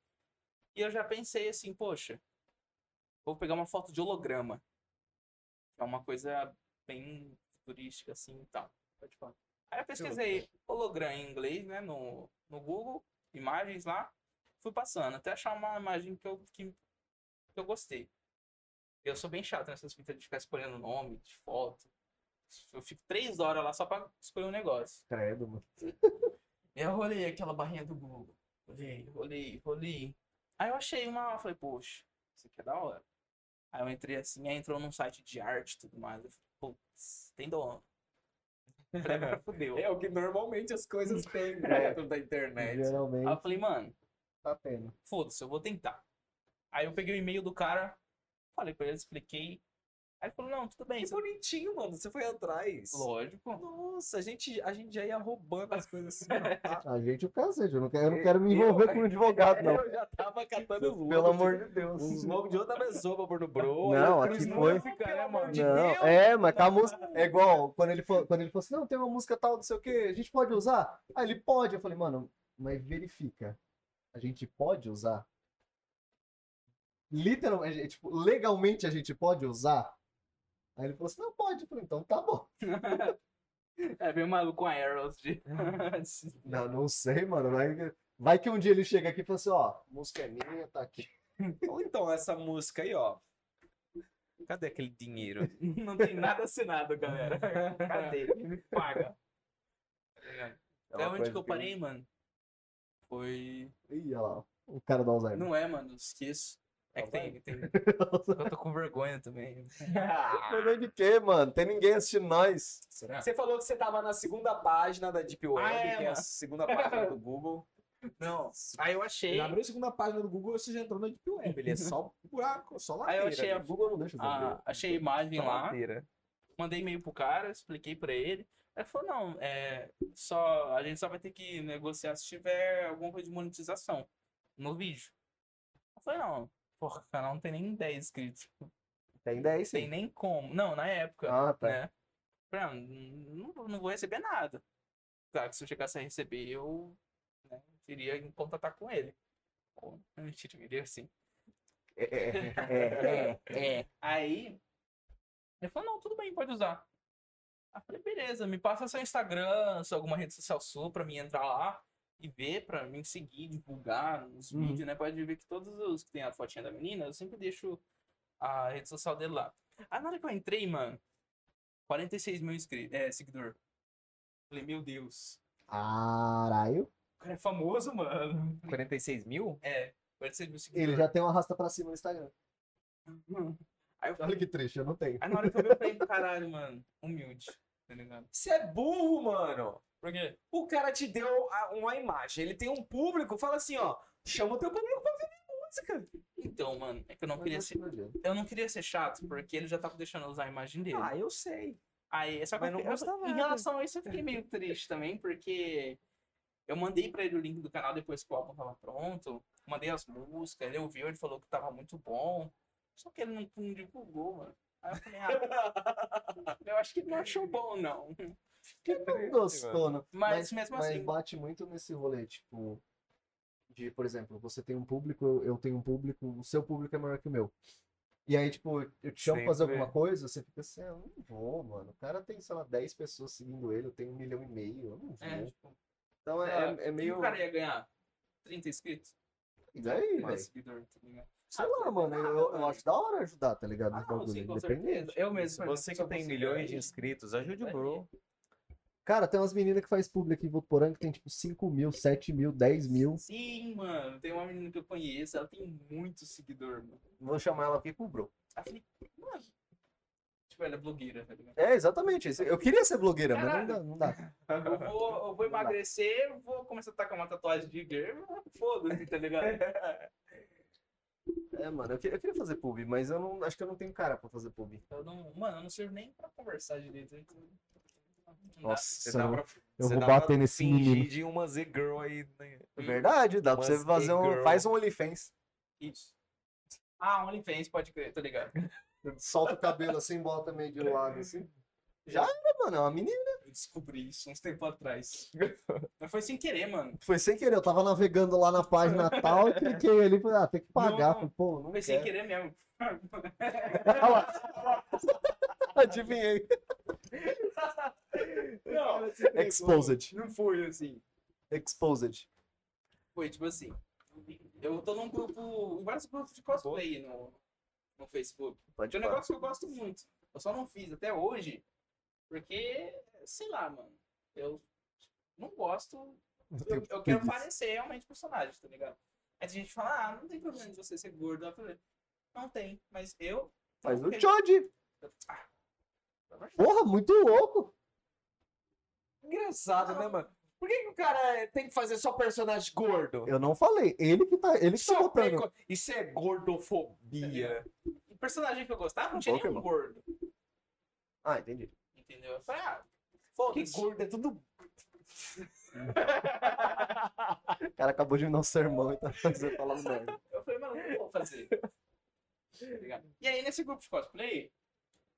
Speaker 2: eu já pensei assim, poxa, vou pegar uma foto de holograma. É uma coisa bem futurística assim e tal. Pode falar. Aí eu pesquisei holograma em inglês, né, no, no Google imagens lá, fui passando, até achar uma imagem que eu, que, que eu gostei. Eu sou bem chato nessas fitas de ficar escolhendo nome, de foto. Eu fico três horas lá só pra escolher um negócio.
Speaker 3: Credo, mano.
Speaker 2: E eu rolei aquela barrinha do Google. Rolei, rolei, rolei. Aí eu achei uma, eu falei, poxa, isso aqui é da hora. Aí eu entrei assim, aí entrou num site de arte e tudo mais. Eu falei, putz, tem dono. Falei, agora fudeu. Aí
Speaker 1: É o que normalmente as coisas têm dentro da internet.
Speaker 3: Geralmente
Speaker 2: eu falei, mano,
Speaker 3: tá tendo.
Speaker 2: foda-se, eu vou tentar. Aí eu peguei o e-mail do cara, falei pra ele, expliquei. Aí ele falou, não, tudo bem,
Speaker 1: Que
Speaker 2: você...
Speaker 1: bonitinho, mano. Você foi atrás.
Speaker 2: lógico.
Speaker 1: Nossa, a gente, a gente já ia roubando as coisas assim.
Speaker 3: A gente é o cacete, eu não quero, eu não quero me
Speaker 1: Eu-
Speaker 3: envolver com um advogado, não.
Speaker 1: Eu já tava catando logo.
Speaker 3: É, Pelo amor de Deus.
Speaker 1: Os logos de outra pessoa pra pôr no bro.
Speaker 3: Não,
Speaker 1: aí o
Speaker 3: aqui
Speaker 1: Cruz
Speaker 3: foi-
Speaker 1: Nunca, né, mano?
Speaker 3: não, é, mas com a música. É igual quando ele, falou, quando ele falou assim: não, tem uma música tal, não sei o que, a gente pode usar? Aí ele pode. Eu falei, mano, mas verifica. A gente pode usar? Literalmente, é, tipo, legalmente a gente pode usar? Aí ele falou assim, não pode. Eu falei, então tá bom.
Speaker 2: É bem maluco com Arrows de.
Speaker 3: Não, não sei, mano. Vai, que- vai que um dia ele chega aqui e fala assim, ó, a música é minha, tá aqui.
Speaker 4: Ou então essa música aí, ó. Cadê aquele dinheiro?
Speaker 2: Não tem nada assinado, galera. Cadê? Me paga. Até
Speaker 1: É
Speaker 3: uma
Speaker 2: É onde
Speaker 3: coisa
Speaker 2: que eu
Speaker 3: que eu-
Speaker 2: parei, mano? Foi.
Speaker 3: Ih, olha lá, o cara do Alzheimer.
Speaker 2: Não é, mano, esqueço. É que tem, tem. Eu tô com vergonha também.
Speaker 3: Vergonha de quê, mano? Tem ninguém assistindo nós.
Speaker 2: Será?
Speaker 4: Você falou que você tava na segunda página da Deep Web,
Speaker 2: Ah, é,
Speaker 4: que é a
Speaker 2: mano.
Speaker 4: segunda página do Google.
Speaker 2: Não. Aí eu achei.
Speaker 4: Ele abriu a segunda página do Google, você já entrou na Deep Web. Ele é só buraco, só
Speaker 2: Aí
Speaker 4: ladeira.
Speaker 2: eu achei a,
Speaker 3: O Google não deixa você
Speaker 2: a- achei a imagem
Speaker 1: Então,
Speaker 4: Só
Speaker 2: lá.
Speaker 4: ladeira.
Speaker 2: mandei e-mail pro cara, expliquei pra ele. Ele falou, não, é, só, a gente só vai ter que negociar se tiver alguma coisa de monetização no vídeo. Eu falei, não, porra, o canal não tem nem 10 inscritos.
Speaker 3: Tem 10,
Speaker 2: Tem
Speaker 3: sim.
Speaker 2: nem como. Não, na época,
Speaker 3: Ah, tá.
Speaker 2: né? Falei, ah, não, não- não vou receber nada. Claro que se eu chegasse a receber, eu né, iria em contatar com ele. Ou, não, mentira, eu iria assim.
Speaker 3: É, é, é, é, é.
Speaker 2: Aí ele falou, não, tudo bem, pode usar. Aí eu falei, beleza, me passa seu Instagram, sua alguma rede social sua pra mim entrar lá e ver, pra mim seguir, divulgar nos
Speaker 3: Uhum.
Speaker 2: vídeos, né? Pode ver que todos os que tem a fotinha da menina, eu sempre deixo a rede social dele lá. Aí na hora que eu entrei, mano, 46 mil inscritos, é, seguidor. Falei, meu Deus,
Speaker 3: Caralho.
Speaker 2: o cara é famoso, mano.
Speaker 4: 46 mil?
Speaker 2: É, 46 mil seguidores.
Speaker 3: Ele já tem uma rasta pra cima no Instagram.
Speaker 2: Aí eu
Speaker 3: Olha
Speaker 2: falei,
Speaker 3: que triste, eu não tenho.
Speaker 2: aí na hora que eu vi, eu falei, caralho, mano, humilde, tá ligado?
Speaker 4: Você é burro, mano.
Speaker 2: Por quê?
Speaker 4: O cara te deu a- uma imagem, ele tem um público, fala assim, ó, chama o teu público pra ouvir minha música.
Speaker 2: Então, mano, é que eu não queria ser.
Speaker 3: adianta.
Speaker 2: Eu não queria ser chato, porque ele já tava deixando eu usar a imagem dele.
Speaker 4: Ah, eu sei.
Speaker 2: Aí, só que
Speaker 4: mas
Speaker 2: eu
Speaker 4: não
Speaker 2: fiquei- eu-
Speaker 4: gostava
Speaker 2: em
Speaker 4: nada.
Speaker 2: relação a isso, eu fiquei meio triste também, porque eu mandei pra ele o link do canal depois que o álbum tava pronto. Mandei as músicas, ele ouviu, ele falou que tava muito bom. Só que ele não, não divulgou, mano. Aí eu falei, ah, eu acho que ele não achou bom, não.
Speaker 3: Que não gostou, não.
Speaker 2: Mas, mesmo
Speaker 3: mas
Speaker 2: Tipo assim,
Speaker 3: bate muito nesse rolê, tipo. De, por exemplo, você tem um público, eu- eu tenho um público, o seu público é maior que o meu. E aí, tipo, eu te chamo pra fazer
Speaker 1: Sempre.
Speaker 3: alguma coisa, você fica assim, ah, eu não vou, mano. O cara tem, sei lá, 10 pessoas seguindo ele, eu tenho um milhão e meio, eu não vou.
Speaker 2: é, tipo,
Speaker 3: Então é,
Speaker 2: é,
Speaker 3: é, é meio.
Speaker 2: o cara ia ganhar 30 inscritos?
Speaker 3: E daí,
Speaker 2: Mais
Speaker 3: velho?
Speaker 2: seguidor, tá ligado?
Speaker 3: Sei
Speaker 2: Ah,
Speaker 3: lá, mano, eu, eu
Speaker 2: mano.
Speaker 3: acho da hora ajudar, tá ligado?
Speaker 2: Ah,
Speaker 3: Nos
Speaker 2: não,
Speaker 3: bagulho,
Speaker 2: sim, com
Speaker 3: independente.
Speaker 2: certeza. Eu mesmo. por
Speaker 1: Você que
Speaker 2: exemplo, se
Speaker 1: tem
Speaker 2: eu
Speaker 1: milhões
Speaker 2: conseguir
Speaker 1: de inscritos, ajude o
Speaker 2: aí,
Speaker 1: bro.
Speaker 3: Cara, tem umas meninas que faz público em Votoporã que tem tipo 5 mil, 7 mil, 10 mil.
Speaker 2: Sim, mano. Tem uma menina que eu conheço, ela tem muito seguidor, mano.
Speaker 3: Vou chamar ela aqui pro bro.
Speaker 2: Aí eu falei, mano. Tipo, ela é blogueira, tá ligado?
Speaker 3: É, exatamente. isso. Eu queria ser blogueira, mas não
Speaker 2: Caralho.
Speaker 3: dá. Não dá.
Speaker 2: Eu vou, eu vou
Speaker 3: Não dá.
Speaker 2: emagrecer, vou começar a tacar uma tatuagem de girl, foda-se, tá ligado?
Speaker 3: É, mano, eu, que- eu queria fazer pub, mas eu não acho que eu não tenho cara pra fazer pub.
Speaker 2: Eu não, mano, eu não sirvo nem pra conversar direito. né? Não dá.
Speaker 3: Nossa,
Speaker 1: Você dá pra
Speaker 3: mano, eu
Speaker 1: você
Speaker 3: vou
Speaker 1: dá
Speaker 3: bater
Speaker 1: pra
Speaker 3: nesse
Speaker 1: fingir
Speaker 3: menino.
Speaker 1: de uma Z-Girl aí. né?
Speaker 3: É Verdade, dá pra
Speaker 1: Mas
Speaker 3: você fazer
Speaker 1: e
Speaker 3: um.
Speaker 1: girl?
Speaker 3: Faz um OnlyFans.
Speaker 2: Isso. Ah, OnlyFans, pode crer, tá ligado?
Speaker 3: Solta o cabelo assim, bota meio de lado assim. Já era, mano, é uma menina.
Speaker 2: Eu descobri isso uns tempos atrás. Mas foi sem querer, mano.
Speaker 3: Foi sem querer, eu tava navegando lá na página tal, eu cliquei ali e falei, ah, tem que pagar.
Speaker 2: Não,
Speaker 3: Falei, Pô, não
Speaker 2: Foi sem
Speaker 3: quero.
Speaker 2: querer mesmo.
Speaker 3: Olha lá. Adivinhei.
Speaker 4: É
Speaker 2: Não,
Speaker 3: Exposed.
Speaker 2: não foi assim.
Speaker 3: Exposed.
Speaker 2: Foi tipo assim. Eu tô num grupo. Em vários grupos de cosplay no, no Facebook.
Speaker 3: Pode
Speaker 2: Que é um
Speaker 3: falar.
Speaker 2: negócio que eu gosto muito. Eu só não fiz até hoje. Porque, sei lá, mano. Eu não gosto. Eu, eu quero parecer realmente personagem, tá ligado? Aí tem gente que fala, ah, não tem problema de você ser gordo. Eu falei, não tem, mas eu.
Speaker 3: Faz o
Speaker 2: eu-
Speaker 3: Jodie.
Speaker 2: Ah, pelo amor de Deus.
Speaker 3: Porra, muito louco.
Speaker 4: Engraçado, né, mano? Por que, que o cara é- tem que fazer só personagem gordo?
Speaker 3: Eu não falei. Ele que tá, ele que
Speaker 2: um
Speaker 3: tá
Speaker 4: Só
Speaker 3: botando. É,
Speaker 4: preco- Isso é gordofobia.
Speaker 2: O personagem que é eu gostava não tinha nenhum
Speaker 3: Pokémon.
Speaker 2: gordo.
Speaker 3: Ah, entendi.
Speaker 2: Entendeu? Eu falei, ah,
Speaker 4: Que
Speaker 2: foda-se.
Speaker 4: gordo é tudo.
Speaker 3: O cara acabou de me dar um sermão e tá fazendo falando merda.
Speaker 2: Eu falei, mano, eu não vou fazer. Tá ligado? e aí, nesse grupo de cosplay,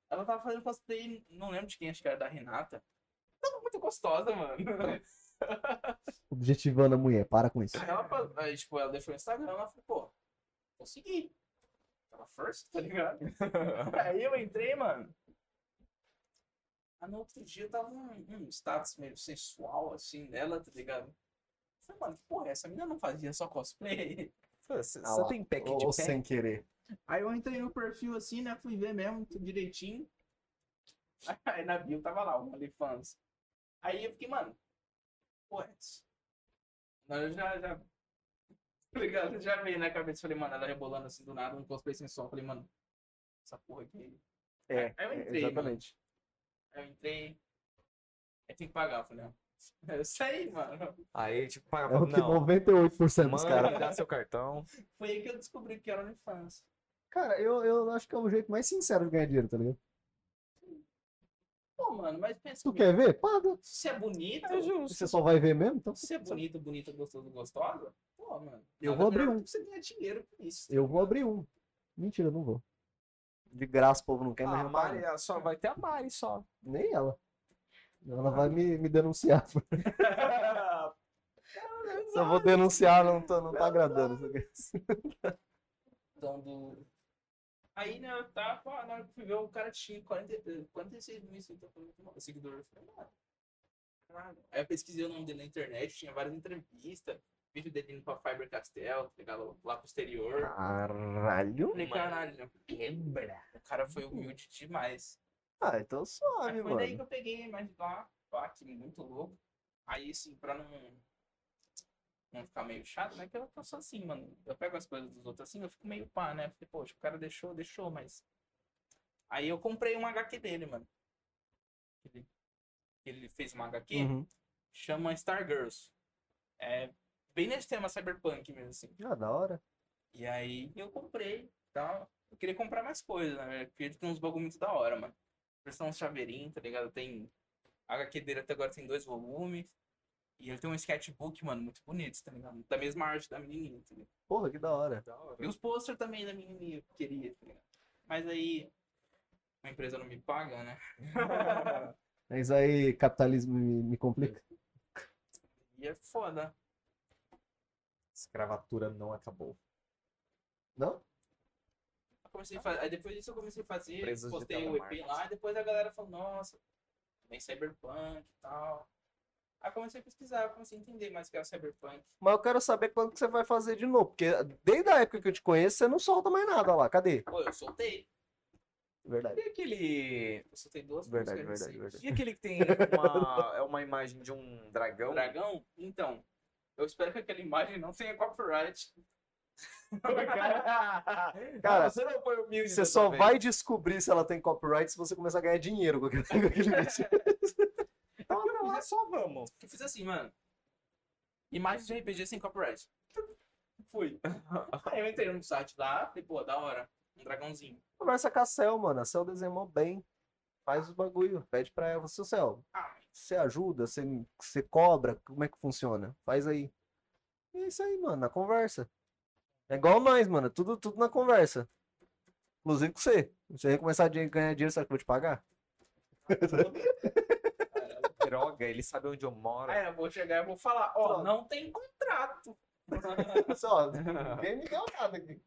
Speaker 2: ela tava fazendo cosplay, não lembro de quem, acho que era da Renata. Tava muito gostosa, mano.
Speaker 3: Objetivando a mulher, para com isso.
Speaker 2: Ela, fa- aí, tipo, ela deixou o Instagram, ela falou, pô, consegui. Tava first, tá ligado? aí eu entrei, mano. Aí no outro dia tava um, um status meio sensual, assim, nela, tá ligado? Eu Falei, mano, que porra é essa? A menina não fazia só cosplay?
Speaker 4: Você
Speaker 3: Ah lá.
Speaker 4: tem
Speaker 2: É
Speaker 4: pack de
Speaker 3: Ou,
Speaker 2: tipo,
Speaker 3: ou
Speaker 4: pé?
Speaker 3: sem querer.
Speaker 2: Aí eu entrei no perfil assim, né? Fui ver mesmo, tudo direitinho. Aí na bio tava lá, o OnlyFans. Aí eu fiquei, mano, pô, é isso. Aí eu já, já, tá ligado? Já veio na cabeça, falei, mano, ela rebolando assim do nada, um cosplay sensual. Falei, mano, essa porra aqui.
Speaker 3: É,
Speaker 2: Aí eu
Speaker 3: é,
Speaker 2: entrei,
Speaker 3: exatamente.
Speaker 2: Aí eu entrei, aí tem que pagar, eu falei, não. Eu saí, mano.
Speaker 1: Aí, tipo,
Speaker 2: Tá
Speaker 1: paga
Speaker 3: É o que
Speaker 1: não,
Speaker 3: 98% dos
Speaker 1: manda
Speaker 3: caras.
Speaker 1: me dá seu cartão.
Speaker 2: Foi aí que eu descobri que era OnlyFans.
Speaker 3: Cara, eu, eu acho que é o jeito mais sincero de ganhar dinheiro, tá ligado?
Speaker 2: Pô, mano, mas pensa
Speaker 3: Tu
Speaker 2: comigo,
Speaker 3: quer ver? Paga.
Speaker 2: se é bonito,
Speaker 3: Você só vai ver mesmo? Então,
Speaker 2: se é bonito, bonita, gostoso, gostosa, pô, mano.
Speaker 3: Eu
Speaker 2: nada
Speaker 3: vou abrir
Speaker 2: melhor
Speaker 3: um.
Speaker 2: do que Você ganha dinheiro com isso.
Speaker 3: eu vou abrir um. Mentira, eu não vou. De graça, o povo não quer, né? mas
Speaker 4: Ah,
Speaker 3: eu
Speaker 4: Mari,
Speaker 3: um pago.
Speaker 4: ah, só vai ter a Mari só.
Speaker 3: Nem ela. Ela vai me, me denunciar. Só vou denunciar, não, tô, não tá agradando.
Speaker 2: Então, do... Aí, né, eu tava, pô, na hora que eu fui ver, o cara tinha 40, 46 mil seguidores. seguidores. Eu falei, mano, caralho. Aí eu pesquisei o nome dele na internet, tinha várias entrevistas, vídeo dele indo pra Fiber Castel, tá ligado? Lá pro exterior. Eu
Speaker 3: Caralho.
Speaker 2: falei,
Speaker 1: Mano.
Speaker 2: caralho, quebra. O cara foi humilde demais.
Speaker 3: Ah, então
Speaker 2: Aí
Speaker 3: suave,
Speaker 2: foi daí que
Speaker 3: mano.
Speaker 2: eu peguei, mas lá, pá, que muito louco. Aí, assim, pra não, não ficar meio chato, né? Que eu eu sou assim, mano. Eu pego as coisas dos outros assim, eu fico meio pá, né? Falei, poxa, o cara deixou, deixou, mas. Aí eu comprei um HQ dele, mano. Ele, ele fez uma HQ,
Speaker 3: Uhum.
Speaker 2: chama Stargirls. É bem nesse tema cyberpunk mesmo, assim.
Speaker 3: Ah, da hora.
Speaker 2: E aí eu comprei, tá? Eu queria comprar mais coisas, né? velho? Porque ele tem uns bagulho muito da hora, mano. Versão chaveirinho, tá ligado? Tem. A HQ dele até agora tem dois volumes. E ele tem um sketchbook, mano, muito bonito, tá ligado? Da mesma arte da menininha, tá ligado?
Speaker 3: Porra, que da hora.
Speaker 2: E os pôster também da menininha que eu queria, tá ligado? Mas aí. A empresa não me paga, né?
Speaker 3: Mas aí, capitalismo me, me complica.
Speaker 2: E é foda.
Speaker 1: Escravatura não acabou.
Speaker 3: Não?
Speaker 2: Eu comecei a fazer. Aí depois disso eu comecei a fazer,
Speaker 1: Empresas de
Speaker 2: postei o EP
Speaker 1: telemarketing.
Speaker 2: lá, e depois a galera falou, nossa, bem cyberpunk e tal. Aí comecei a pesquisar, comecei a entender mais o que é o cyberpunk.
Speaker 3: Mas eu quero saber quando que você vai fazer de novo. Porque desde a época que eu te conheço, você não solta mais nada. Olha lá, cadê?
Speaker 2: Pô, eu soltei.
Speaker 3: Verdade.
Speaker 4: E aquele.
Speaker 2: Eu soltei duas
Speaker 3: Verdade,
Speaker 2: músicas
Speaker 3: verdade,
Speaker 2: recentes.
Speaker 3: verdade.
Speaker 4: E aquele que tem
Speaker 1: Uma- é uma imagem de um dragão.
Speaker 2: Dragão? Então, eu espero que aquela imagem não tenha copyright.
Speaker 4: Cara,
Speaker 3: Cara,
Speaker 4: você não foi humilde.
Speaker 3: Você
Speaker 4: dessa
Speaker 3: só
Speaker 4: vez.
Speaker 3: vai descobrir se ela tem copyright se você começar a ganhar dinheiro com aquele, com aquele vídeo.
Speaker 4: Então, pra lá só vamos.
Speaker 2: Eu fiz assim, mano. Imagem de RPG sem copyright. Fui. Aí eu entrei no site lá, falei, pô, da hora. Um dragãozinho.
Speaker 3: Conversa com a Cel, mano. A Cel desenhou bem. Faz os bagulho. Pede pra ela. Seu Cel,
Speaker 2: Ah,
Speaker 3: você ajuda? Você, você cobra? Como é que funciona? Faz aí. E é isso aí, mano. Na conversa. É igual nós, mano. Tudo, tudo na conversa. Inclusive com você. Se você começar a din- ganhar dinheiro, será que eu vou te pagar?
Speaker 1: Droga, ele sabe onde eu moro.
Speaker 2: Aí eu vou chegar e vou falar, ó,
Speaker 3: Pronto.
Speaker 2: não tem contrato.
Speaker 3: Só, ninguém me deu nada aqui.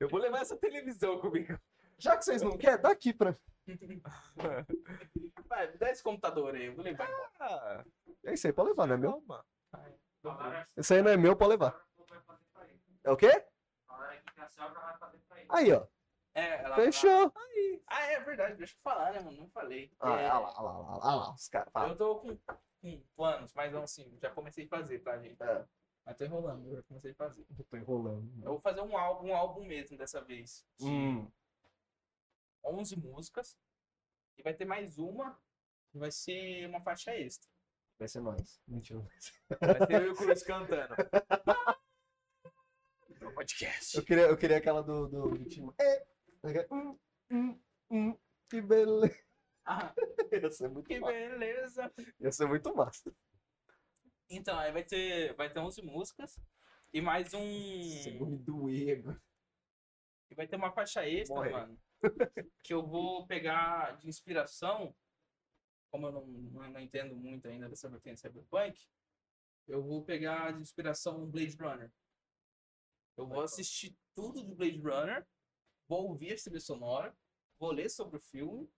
Speaker 1: Eu vou levar essa televisão comigo.
Speaker 3: Já que vocês não querem, dá aqui pra mim.
Speaker 2: Vai, me dá esse computador aí, eu vou levar.
Speaker 1: Ah,
Speaker 3: É isso aí, pode levar, não é meu?
Speaker 1: calma.
Speaker 5: Falaram assim,
Speaker 3: Isso aí não é meu, pode
Speaker 5: a
Speaker 3: levar.
Speaker 5: Globo vai fazer pra ele.
Speaker 3: É o quê?
Speaker 5: Falaram aqui que a Selva vai fazer pra ele.
Speaker 3: Aí, ó.
Speaker 2: É, ela
Speaker 3: Fechou.
Speaker 2: Ah, é verdade, deixa eu falar, né, mano? Não falei.
Speaker 3: Ah,
Speaker 2: É,
Speaker 3: ah lá, ah lá, ah lá, ah lá, os caras falam.
Speaker 2: eu tô com, com planos, mas não assim, já comecei a fazer, tá, gente?
Speaker 3: É.
Speaker 2: Mas tô enrolando, eu já comecei a fazer.
Speaker 3: Eu tô enrolando.
Speaker 2: Eu vou fazer um álbum, um álbum mesmo dessa vez. de
Speaker 3: Hum,
Speaker 2: 11 músicas. E vai ter mais uma, que vai ser uma faixa extra.
Speaker 3: vai ser nóis. Mentira.
Speaker 1: Vai ter eu e o Cruz cantando. No podcast.
Speaker 3: Eu queria, eu queria aquela do, do, do time. É. Hum, hum, hum, que beleza.
Speaker 2: Ah,
Speaker 3: Ia ser muito
Speaker 2: que
Speaker 3: massa.
Speaker 2: beleza!
Speaker 3: Ia ser muito massa.
Speaker 2: Então, aí vai ter, vai ter 11 músicas e mais um.
Speaker 3: Chegou a me doer agora.
Speaker 2: E vai ter uma faixa extra,
Speaker 3: Morre.
Speaker 2: mano. Que eu vou pegar de inspiração. Como eu não, não, não entendo muito ainda dessa vertente cyberpunk, eu vou pegar de inspiração um Blade Runner. Eu vou assistir tudo de Blade Runner, vou ouvir a trilha sonora, vou ler sobre o filme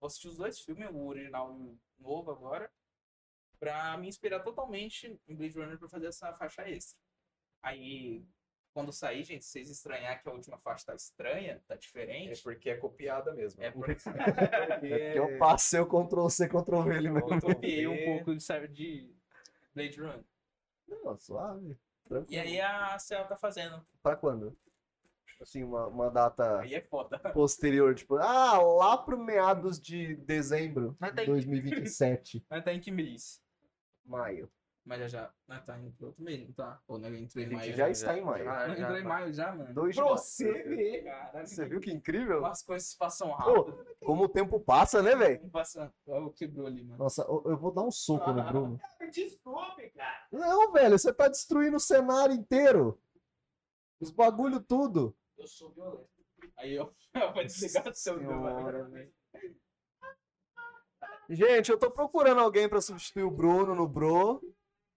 Speaker 2: Vou assistir os dois filmes, o original e o novo agora, pra me inspirar totalmente em Blade Runner pra fazer essa faixa extra. Aí, quando sair, gente, se vocês estranhar que a última faixa tá estranha, tá
Speaker 1: É
Speaker 2: diferente,
Speaker 1: porque é copiada mesmo.
Speaker 2: é porque
Speaker 3: É porque eu passei o Ctrl C, Ctrl V ali mesmo.
Speaker 2: eu copiei um pouco de, sabe, de Blade Runner.
Speaker 3: Não, suave.
Speaker 2: E aí a Cell tá fazendo.
Speaker 3: Pra quando? Assim, uma, uma data
Speaker 2: Aí é foda.
Speaker 3: posterior, tipo, ah, lá pro meados de dezembro
Speaker 2: Mas
Speaker 3: de
Speaker 2: tem-
Speaker 3: 2027,
Speaker 2: Nós tá em que mês?
Speaker 3: maio.
Speaker 2: Mas já já. Nós tá indo pro outro mês, não tá? Ou nós entrou
Speaker 3: A
Speaker 2: em
Speaker 3: gente
Speaker 2: maio.
Speaker 3: já está em maio.
Speaker 2: Nós entrou em maio já, mano.
Speaker 3: Dois de
Speaker 2: Pra
Speaker 3: maio.
Speaker 2: você ver, caralho.
Speaker 3: Você viu que incrível?
Speaker 2: Como As coisas passam rápido.
Speaker 3: Pô, como o tempo passa, né, velho?
Speaker 2: Não passa. Olha o quebrou ali, mano.
Speaker 3: Nossa, eu eu vou dar um soco no Bruno.
Speaker 5: Desculpe, cara.
Speaker 3: Não, velho, você tá destruindo o cenário inteiro. Os bagulho tudo.
Speaker 2: Eu sou violento. Aí eu. Vai desligar o seu
Speaker 3: Senhora,
Speaker 2: violão.
Speaker 3: Gente, eu tô procurando alguém pra substituir o Bruno no Bro,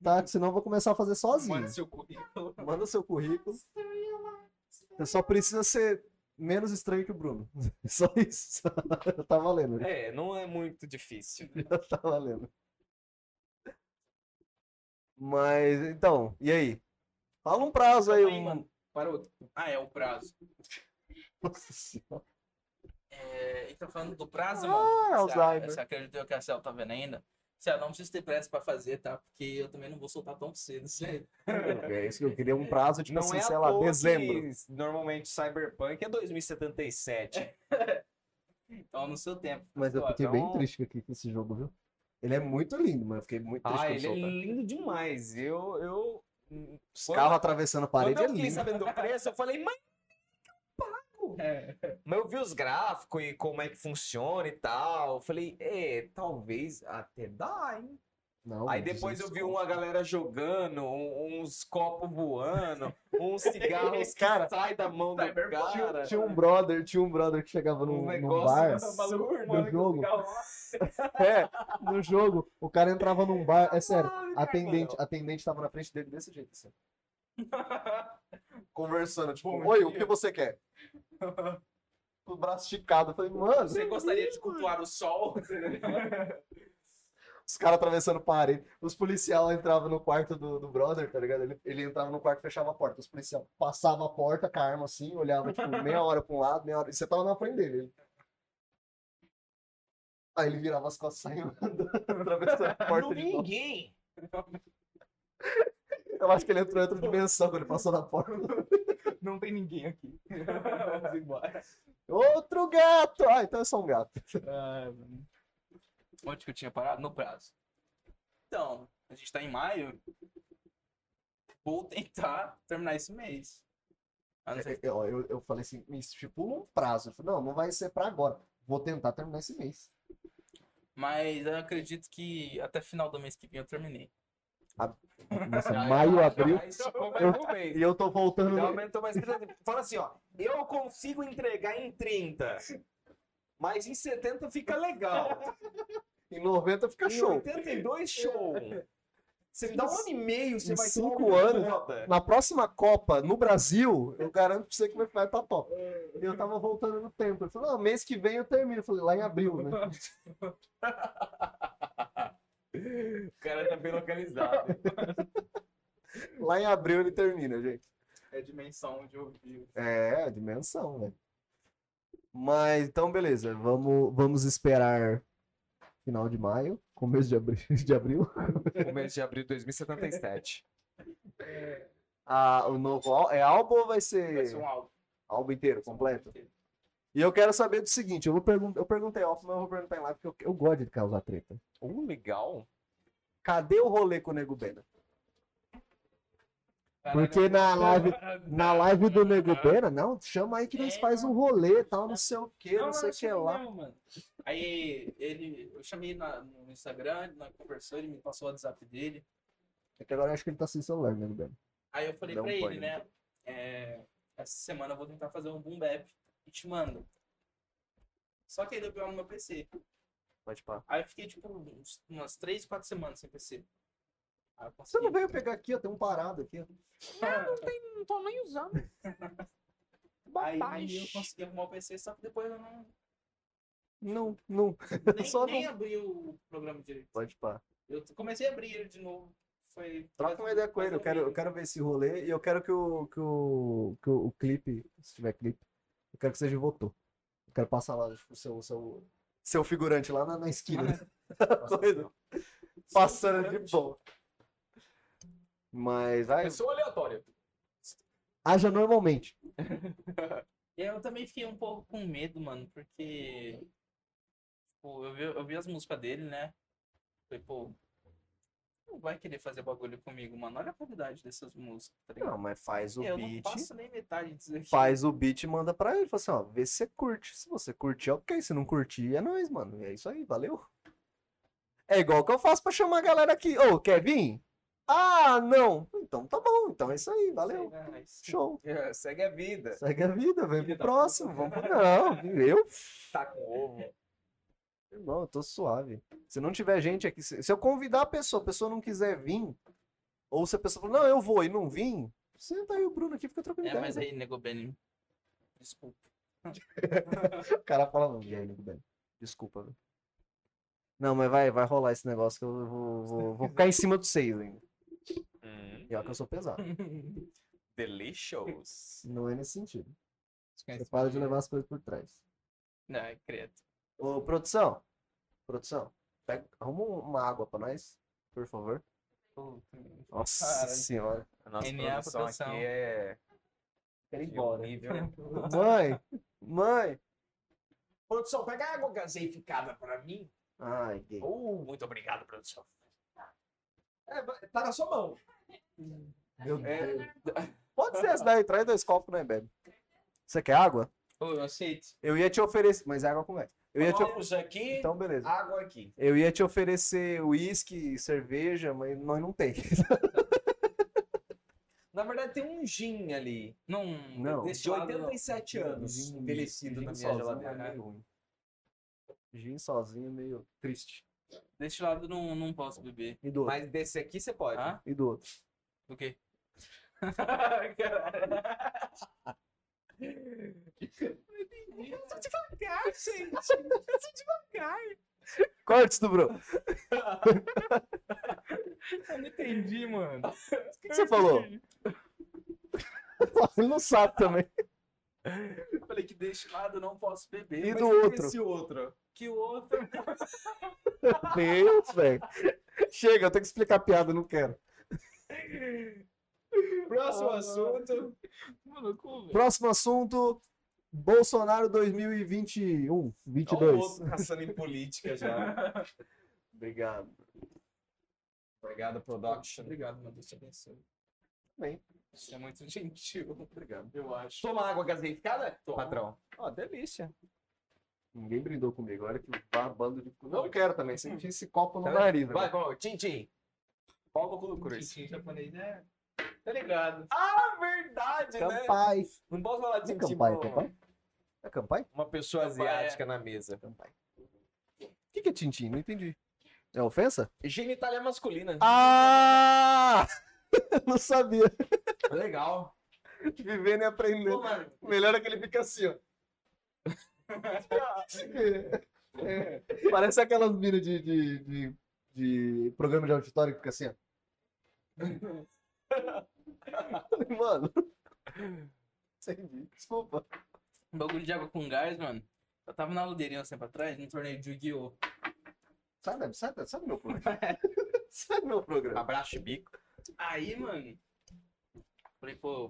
Speaker 3: tá? Que senão eu vou começar a fazer sozinho.
Speaker 2: Manda seu currículo.
Speaker 3: Manda seu currículo. Você só precisa ser menos estranho que o Bruno. Só isso. tá valendo, já
Speaker 1: É, não é muito difícil.
Speaker 3: tá valendo. Mas, então, e aí? Fala um prazo aí,
Speaker 2: Calma aí,
Speaker 3: um...
Speaker 2: mano. Para outro. Ah, é o prazo.
Speaker 3: Nossa senhora.
Speaker 2: É, e tá falando do prazo,
Speaker 3: Ah,
Speaker 2: mano.
Speaker 3: Alzheimer.
Speaker 2: Você acreditou que a Cel tá vendo ainda? Cel, não precisa ter pressa pra fazer, tá? Porque eu também não vou soltar tão cedo. Assim.
Speaker 3: É isso que eu queria, um prazo, tipo
Speaker 1: Não
Speaker 3: assim,
Speaker 1: é à
Speaker 3: sei lá,
Speaker 1: toa
Speaker 3: dezembro.
Speaker 1: que normalmente Cyberpunk é 2077.
Speaker 2: Então, no seu tempo.
Speaker 3: Mas eu
Speaker 2: Pô,
Speaker 3: fiquei bem
Speaker 1: então-
Speaker 3: triste aqui com esse jogo, viu? Ele é muito lindo, mas eu fiquei muito triste
Speaker 1: ah,
Speaker 3: com
Speaker 1: ele é
Speaker 3: soltar.
Speaker 1: lindo demais. Eu, eu... hum,
Speaker 3: Os carros atravessando a
Speaker 1: Quando
Speaker 3: parede é
Speaker 1: eu fiquei
Speaker 3: lindo.
Speaker 1: sabendo do preço, eu falei, mas,
Speaker 2: É.
Speaker 1: mas eu vi os gráficos e como é que funciona e tal. Eu falei, é, talvez até dá, hein?
Speaker 3: Não,
Speaker 1: Aí
Speaker 3: mas
Speaker 1: depois eu
Speaker 3: isso-
Speaker 1: vi um uma galera jogando, um- uns copos voando, uns cigarros que
Speaker 3: Cara,
Speaker 1: saem da mão do
Speaker 2: Cyberpunk
Speaker 1: cara.
Speaker 3: Tinha um brother, tinha um brother que chegava num,
Speaker 1: Um
Speaker 3: num
Speaker 1: negócio
Speaker 3: bar.
Speaker 1: absurdo,
Speaker 3: no
Speaker 1: mano, que
Speaker 3: jogo.
Speaker 1: legal.
Speaker 3: É, no jogo, o cara entrava num bar. É sério,
Speaker 1: Caralho,
Speaker 3: a
Speaker 1: cara,
Speaker 3: atendente,
Speaker 1: mano.
Speaker 3: a atendente tava na frente dele desse jeito. assim. Conversando, tipo, oi, o que você quer? Com o braço esticado. Eu falei, mano,
Speaker 2: Você gostaria de cultuar o sol?
Speaker 3: os caras atravessando parede. Os policiais entravam no quarto do, do brother, tá ligado? Ele, ele entrava no quarto e fechava a porta. Os policiais passavam a porta com a arma assim, olhava, tipo, meia hora pra um lado, meia hora. E você tava na frente dele. Ele- Aí ele virava as costas e saía andando, atravessando a porta
Speaker 1: Não
Speaker 3: de
Speaker 1: vi
Speaker 3: volta.
Speaker 1: ninguém.
Speaker 3: Eu acho que ele entrou em outra dimensão quando ele passou na porta.
Speaker 2: Não tem ninguém aqui. Vamos embora.
Speaker 3: Outro gato! Ah, então é só um gato.
Speaker 1: Ah,
Speaker 2: Onde que eu tinha parado? No prazo. Então, a gente tá em maio. Vou tentar terminar esse mês. A não ser
Speaker 3: Eu, eu, eu falei assim, me estipula um prazo. Eu falei, não, não vai ser pra agora. Vou tentar terminar esse mês.
Speaker 2: Mas eu acredito que até final do mês que vem eu terminei.
Speaker 3: Nossa, maio, abril.
Speaker 1: Mas ficou mais um mês.
Speaker 3: E eu tô voltando.
Speaker 1: Ele
Speaker 3: no-
Speaker 1: aumentou mais 30. Fala assim, ó. Eu consigo entregar em 30. Mas em 70 fica legal.
Speaker 3: Em 90 fica
Speaker 1: Em
Speaker 3: show.
Speaker 1: 82, show. Você me dá um ano e meio, você
Speaker 3: Em
Speaker 1: vai ter
Speaker 3: cinco
Speaker 1: uma
Speaker 3: anos.
Speaker 1: roda.
Speaker 3: Na próxima Copa, no Brasil, eu garanto pra você que vai estar top. E eu tava voltando no tempo. Eu falei, não, mês que vem eu termino. Eu falei, lá em abril, né?
Speaker 1: O cara tá bem localizado.
Speaker 3: Lá em abril ele termina, gente.
Speaker 2: É a dimensão de um, ouvir.
Speaker 3: É, a dimensão, velho. Mas então, beleza. Vamos, vamos esperar final de maio, começo de abril. De abril.
Speaker 1: O mês de abril de 2077.
Speaker 3: Ah, o novo álbum. É álbum ou vai ser,
Speaker 2: Vai ser um álbum.
Speaker 3: álbum inteiro, completo? E eu quero saber do seguinte: eu, vou pergun eu perguntei off, mas eu vou perguntar em live, porque eu, eu gosto de causar treta.
Speaker 1: Um legal.
Speaker 3: Cadê o rolê com o Nego Bena?
Speaker 2: Caralho,
Speaker 3: Porque na live, na live do Nego Bena, não, chama aí que nós
Speaker 2: É,
Speaker 3: faz um rolê tal, não sei o que,
Speaker 2: Não,
Speaker 3: não
Speaker 2: não,
Speaker 3: sei o
Speaker 2: eu
Speaker 3: que
Speaker 2: chamei
Speaker 3: lá.
Speaker 2: mesmo, mano. Aí ele, eu chamei na- no Instagram, ele nós conversou, ele me passou o WhatsApp dele.
Speaker 3: É que agora eu acho que ele tá sem celular, Nego Bena.
Speaker 2: Aí eu falei
Speaker 3: Dá um
Speaker 2: pra
Speaker 3: banho.
Speaker 2: ele, né? é, essa semana eu vou tentar fazer um boom bap e te mando. Só que aí deu problema no meu PC.
Speaker 3: Pode pá.
Speaker 2: Aí eu fiquei tipo uns- umas 3, 4 semanas sem PC. Aí eu
Speaker 3: Você não
Speaker 2: consegui.
Speaker 3: veio pegar aqui, ó, tem um parado aqui, ó.
Speaker 1: Não tô nem usando.
Speaker 3: tá
Speaker 2: Aí eu consegui arrumar o PC, só que depois eu não.
Speaker 3: Não, não.
Speaker 2: Nem,
Speaker 3: Só
Speaker 2: nem
Speaker 3: não.
Speaker 2: abri o programa direito.
Speaker 3: Pode pá.
Speaker 2: Eu comecei a abrir ele de novo. Foi.
Speaker 3: Troca uma ideia com
Speaker 2: um
Speaker 3: ele. Eu quero, eu quero ver esse rolê e eu quero que o, que o, que o, o clipe, se tiver clipe, eu quero que seja votou. Eu quero passar lá, tipo, seu, seu, seu figurante lá na, na esquina.
Speaker 2: Ah, é.
Speaker 3: Coisa. Passando de bom. Mas ai,
Speaker 1: Pessoa aleatória.
Speaker 3: haja normalmente.
Speaker 2: E eu também fiquei um pouco com medo, mano, porque. Tipo, eu vi, eu vi as músicas dele, né? Falei, pô. Não vai querer fazer bagulho comigo, mano. Olha a qualidade dessas músicas, tá ligado?
Speaker 3: Não, mas faz o
Speaker 2: eu não
Speaker 3: beat.
Speaker 2: faço nem metade disso aqui.
Speaker 3: Faz o beat e manda pra ele. Fala assim, ó, vê se você curte. Se você curtir, é ok. Se não curtir, é nóis, mano. É isso aí, valeu. É igual que eu faço pra chamar a galera aqui. Ô, quer vir? Ah, não. Então tá bom. Então é isso aí, valeu.
Speaker 2: Sei, né? Isso.
Speaker 3: Show.
Speaker 1: É, segue a vida.
Speaker 3: Segue a vida, vem
Speaker 1: Filho
Speaker 3: pro
Speaker 1: da
Speaker 3: próximo. Vamos pro... Não, eu
Speaker 1: Tá com
Speaker 3: Uhum.
Speaker 1: ovo.
Speaker 3: Irmão, eu tô suave. Se não tiver gente aqui, se se eu convidar a pessoa, a pessoa não quiser vir, ou se a pessoa falar, não, eu vou e não vim, senta aí o Bruno aqui, fica trocando
Speaker 2: É,
Speaker 3: ideia.
Speaker 2: mas aí, nego Benny. Desculpa.
Speaker 3: O cara fala, não, e aí, nego Belo? Desculpa, velho. Não, mas vai, vai rolar esse negócio que eu vou, vou, vou ficar em cima dos seis ainda.
Speaker 1: Hum,
Speaker 3: E olha que eu sou pesado.
Speaker 1: delicious.
Speaker 3: Não é nesse sentido. Você para de levar as coisas por trás.
Speaker 2: Não, é credo.
Speaker 3: Ô, produção. Produção, pega, arruma uma água pra nós, por favor.
Speaker 2: Puta,
Speaker 3: Nossa
Speaker 2: Cara,
Speaker 3: senhora.
Speaker 1: A nossa
Speaker 2: NA
Speaker 1: produção
Speaker 2: produção.
Speaker 1: aqui é
Speaker 3: Quero ir
Speaker 1: de um
Speaker 3: embora.
Speaker 1: nível
Speaker 3: Mãe, mãe.
Speaker 1: Produção, pega a água gaseificada pra mim.
Speaker 3: Ai, gay.
Speaker 1: Uh, muito obrigado, produção.
Speaker 4: É, vai- tá na sua mão.
Speaker 3: Meu
Speaker 1: É.
Speaker 3: Deus. Pode ser essa daí, traz dois copos, né, bebe? Você quer água?
Speaker 2: Ô, eu aceito.
Speaker 3: Eu ia te oferecer. Mas é água com gás. Eu ia te of-
Speaker 1: Vamos aqui,
Speaker 3: Então, beleza.
Speaker 1: água aqui.
Speaker 3: Eu ia te oferecer uísque, cerveja, mas nós não tem.
Speaker 1: Na verdade, tem um gin ali.
Speaker 2: Não.
Speaker 3: Não.
Speaker 1: Desse de
Speaker 4: lado,
Speaker 1: 87 anos,
Speaker 3: Gin-
Speaker 1: envelhecido
Speaker 3: gin
Speaker 1: na minha
Speaker 3: sozinho
Speaker 1: geladeira.
Speaker 3: é meio ruim. Gin sozinho é meio triste.
Speaker 2: Deste lado não, não posso beber.
Speaker 3: E do outro.
Speaker 1: Mas desse aqui você pode.
Speaker 2: Ah?
Speaker 3: E do outro.
Speaker 2: Do quê?
Speaker 1: Ah,
Speaker 3: Cortes do Bruno.
Speaker 2: Eu não entendi, mano.
Speaker 3: O que, que você falou? Ele não sabe também.
Speaker 2: Eu falei que deste lado eu não posso beber.
Speaker 3: E
Speaker 2: mas
Speaker 3: do outro.
Speaker 4: Esse outro.
Speaker 2: Que o outro.
Speaker 3: Meu Deus, velho. Chega, eu tenho que explicar a piada, eu não quero.
Speaker 4: Próximo
Speaker 3: Ah,
Speaker 4: assunto.
Speaker 2: Mano, como, velho?
Speaker 3: Próximo assunto: Bolsonaro 2021,
Speaker 4: Olha
Speaker 3: 22.
Speaker 4: O outro caçando em política já.
Speaker 3: Obrigado.
Speaker 1: Obrigado, production.
Speaker 2: Obrigado, mano. Deus te abençoe.
Speaker 3: Bem.
Speaker 2: Você é muito gentil.
Speaker 3: Obrigado.
Speaker 2: Eu acho.
Speaker 1: Toma água gaseificada,
Speaker 2: Toma.
Speaker 1: patrão?
Speaker 4: Ó, delícia.
Speaker 3: Ninguém brindou comigo. Olha que bando de. Não quero também. Senti esse copo no
Speaker 1: Tá
Speaker 3: nariz.
Speaker 1: Vai,
Speaker 3: agora.
Speaker 1: vamos. Tchim, tchim. Pau no cu do cruz. Ah,
Speaker 2: Tintim japonês é. Tá ligado?
Speaker 1: Verdade, né?
Speaker 3: Campai.
Speaker 1: Não posso falar
Speaker 3: Não é
Speaker 1: tchim, tchim
Speaker 3: campai, é
Speaker 1: pra
Speaker 3: campai? É campai?
Speaker 1: uma pessoa
Speaker 2: Campai,
Speaker 1: asiática na mesa.
Speaker 3: Campai. O que que é tintim? Não entendi. É ofensa?
Speaker 1: Genitalia masculina.
Speaker 3: Ah! não sabia.
Speaker 1: Tá Legal.
Speaker 3: Vivendo e aprendendo.
Speaker 2: Pô, mano.
Speaker 3: Melhor é que ele fica assim, ó. É. Parece aquelas minas de, de, de, de programa de auditório que fica assim, ó. Mano. Entendi. Desculpa.
Speaker 2: Um bagulho de água com gás, mano. Eu tava na loderia um tempo atrás, num torneio de Yu-Gi-Oh!
Speaker 3: Sai, da- sai, da- sai do meu programa. sai do meu programa.
Speaker 1: Abraço e bico.
Speaker 2: Aí, mano. Falei, pô,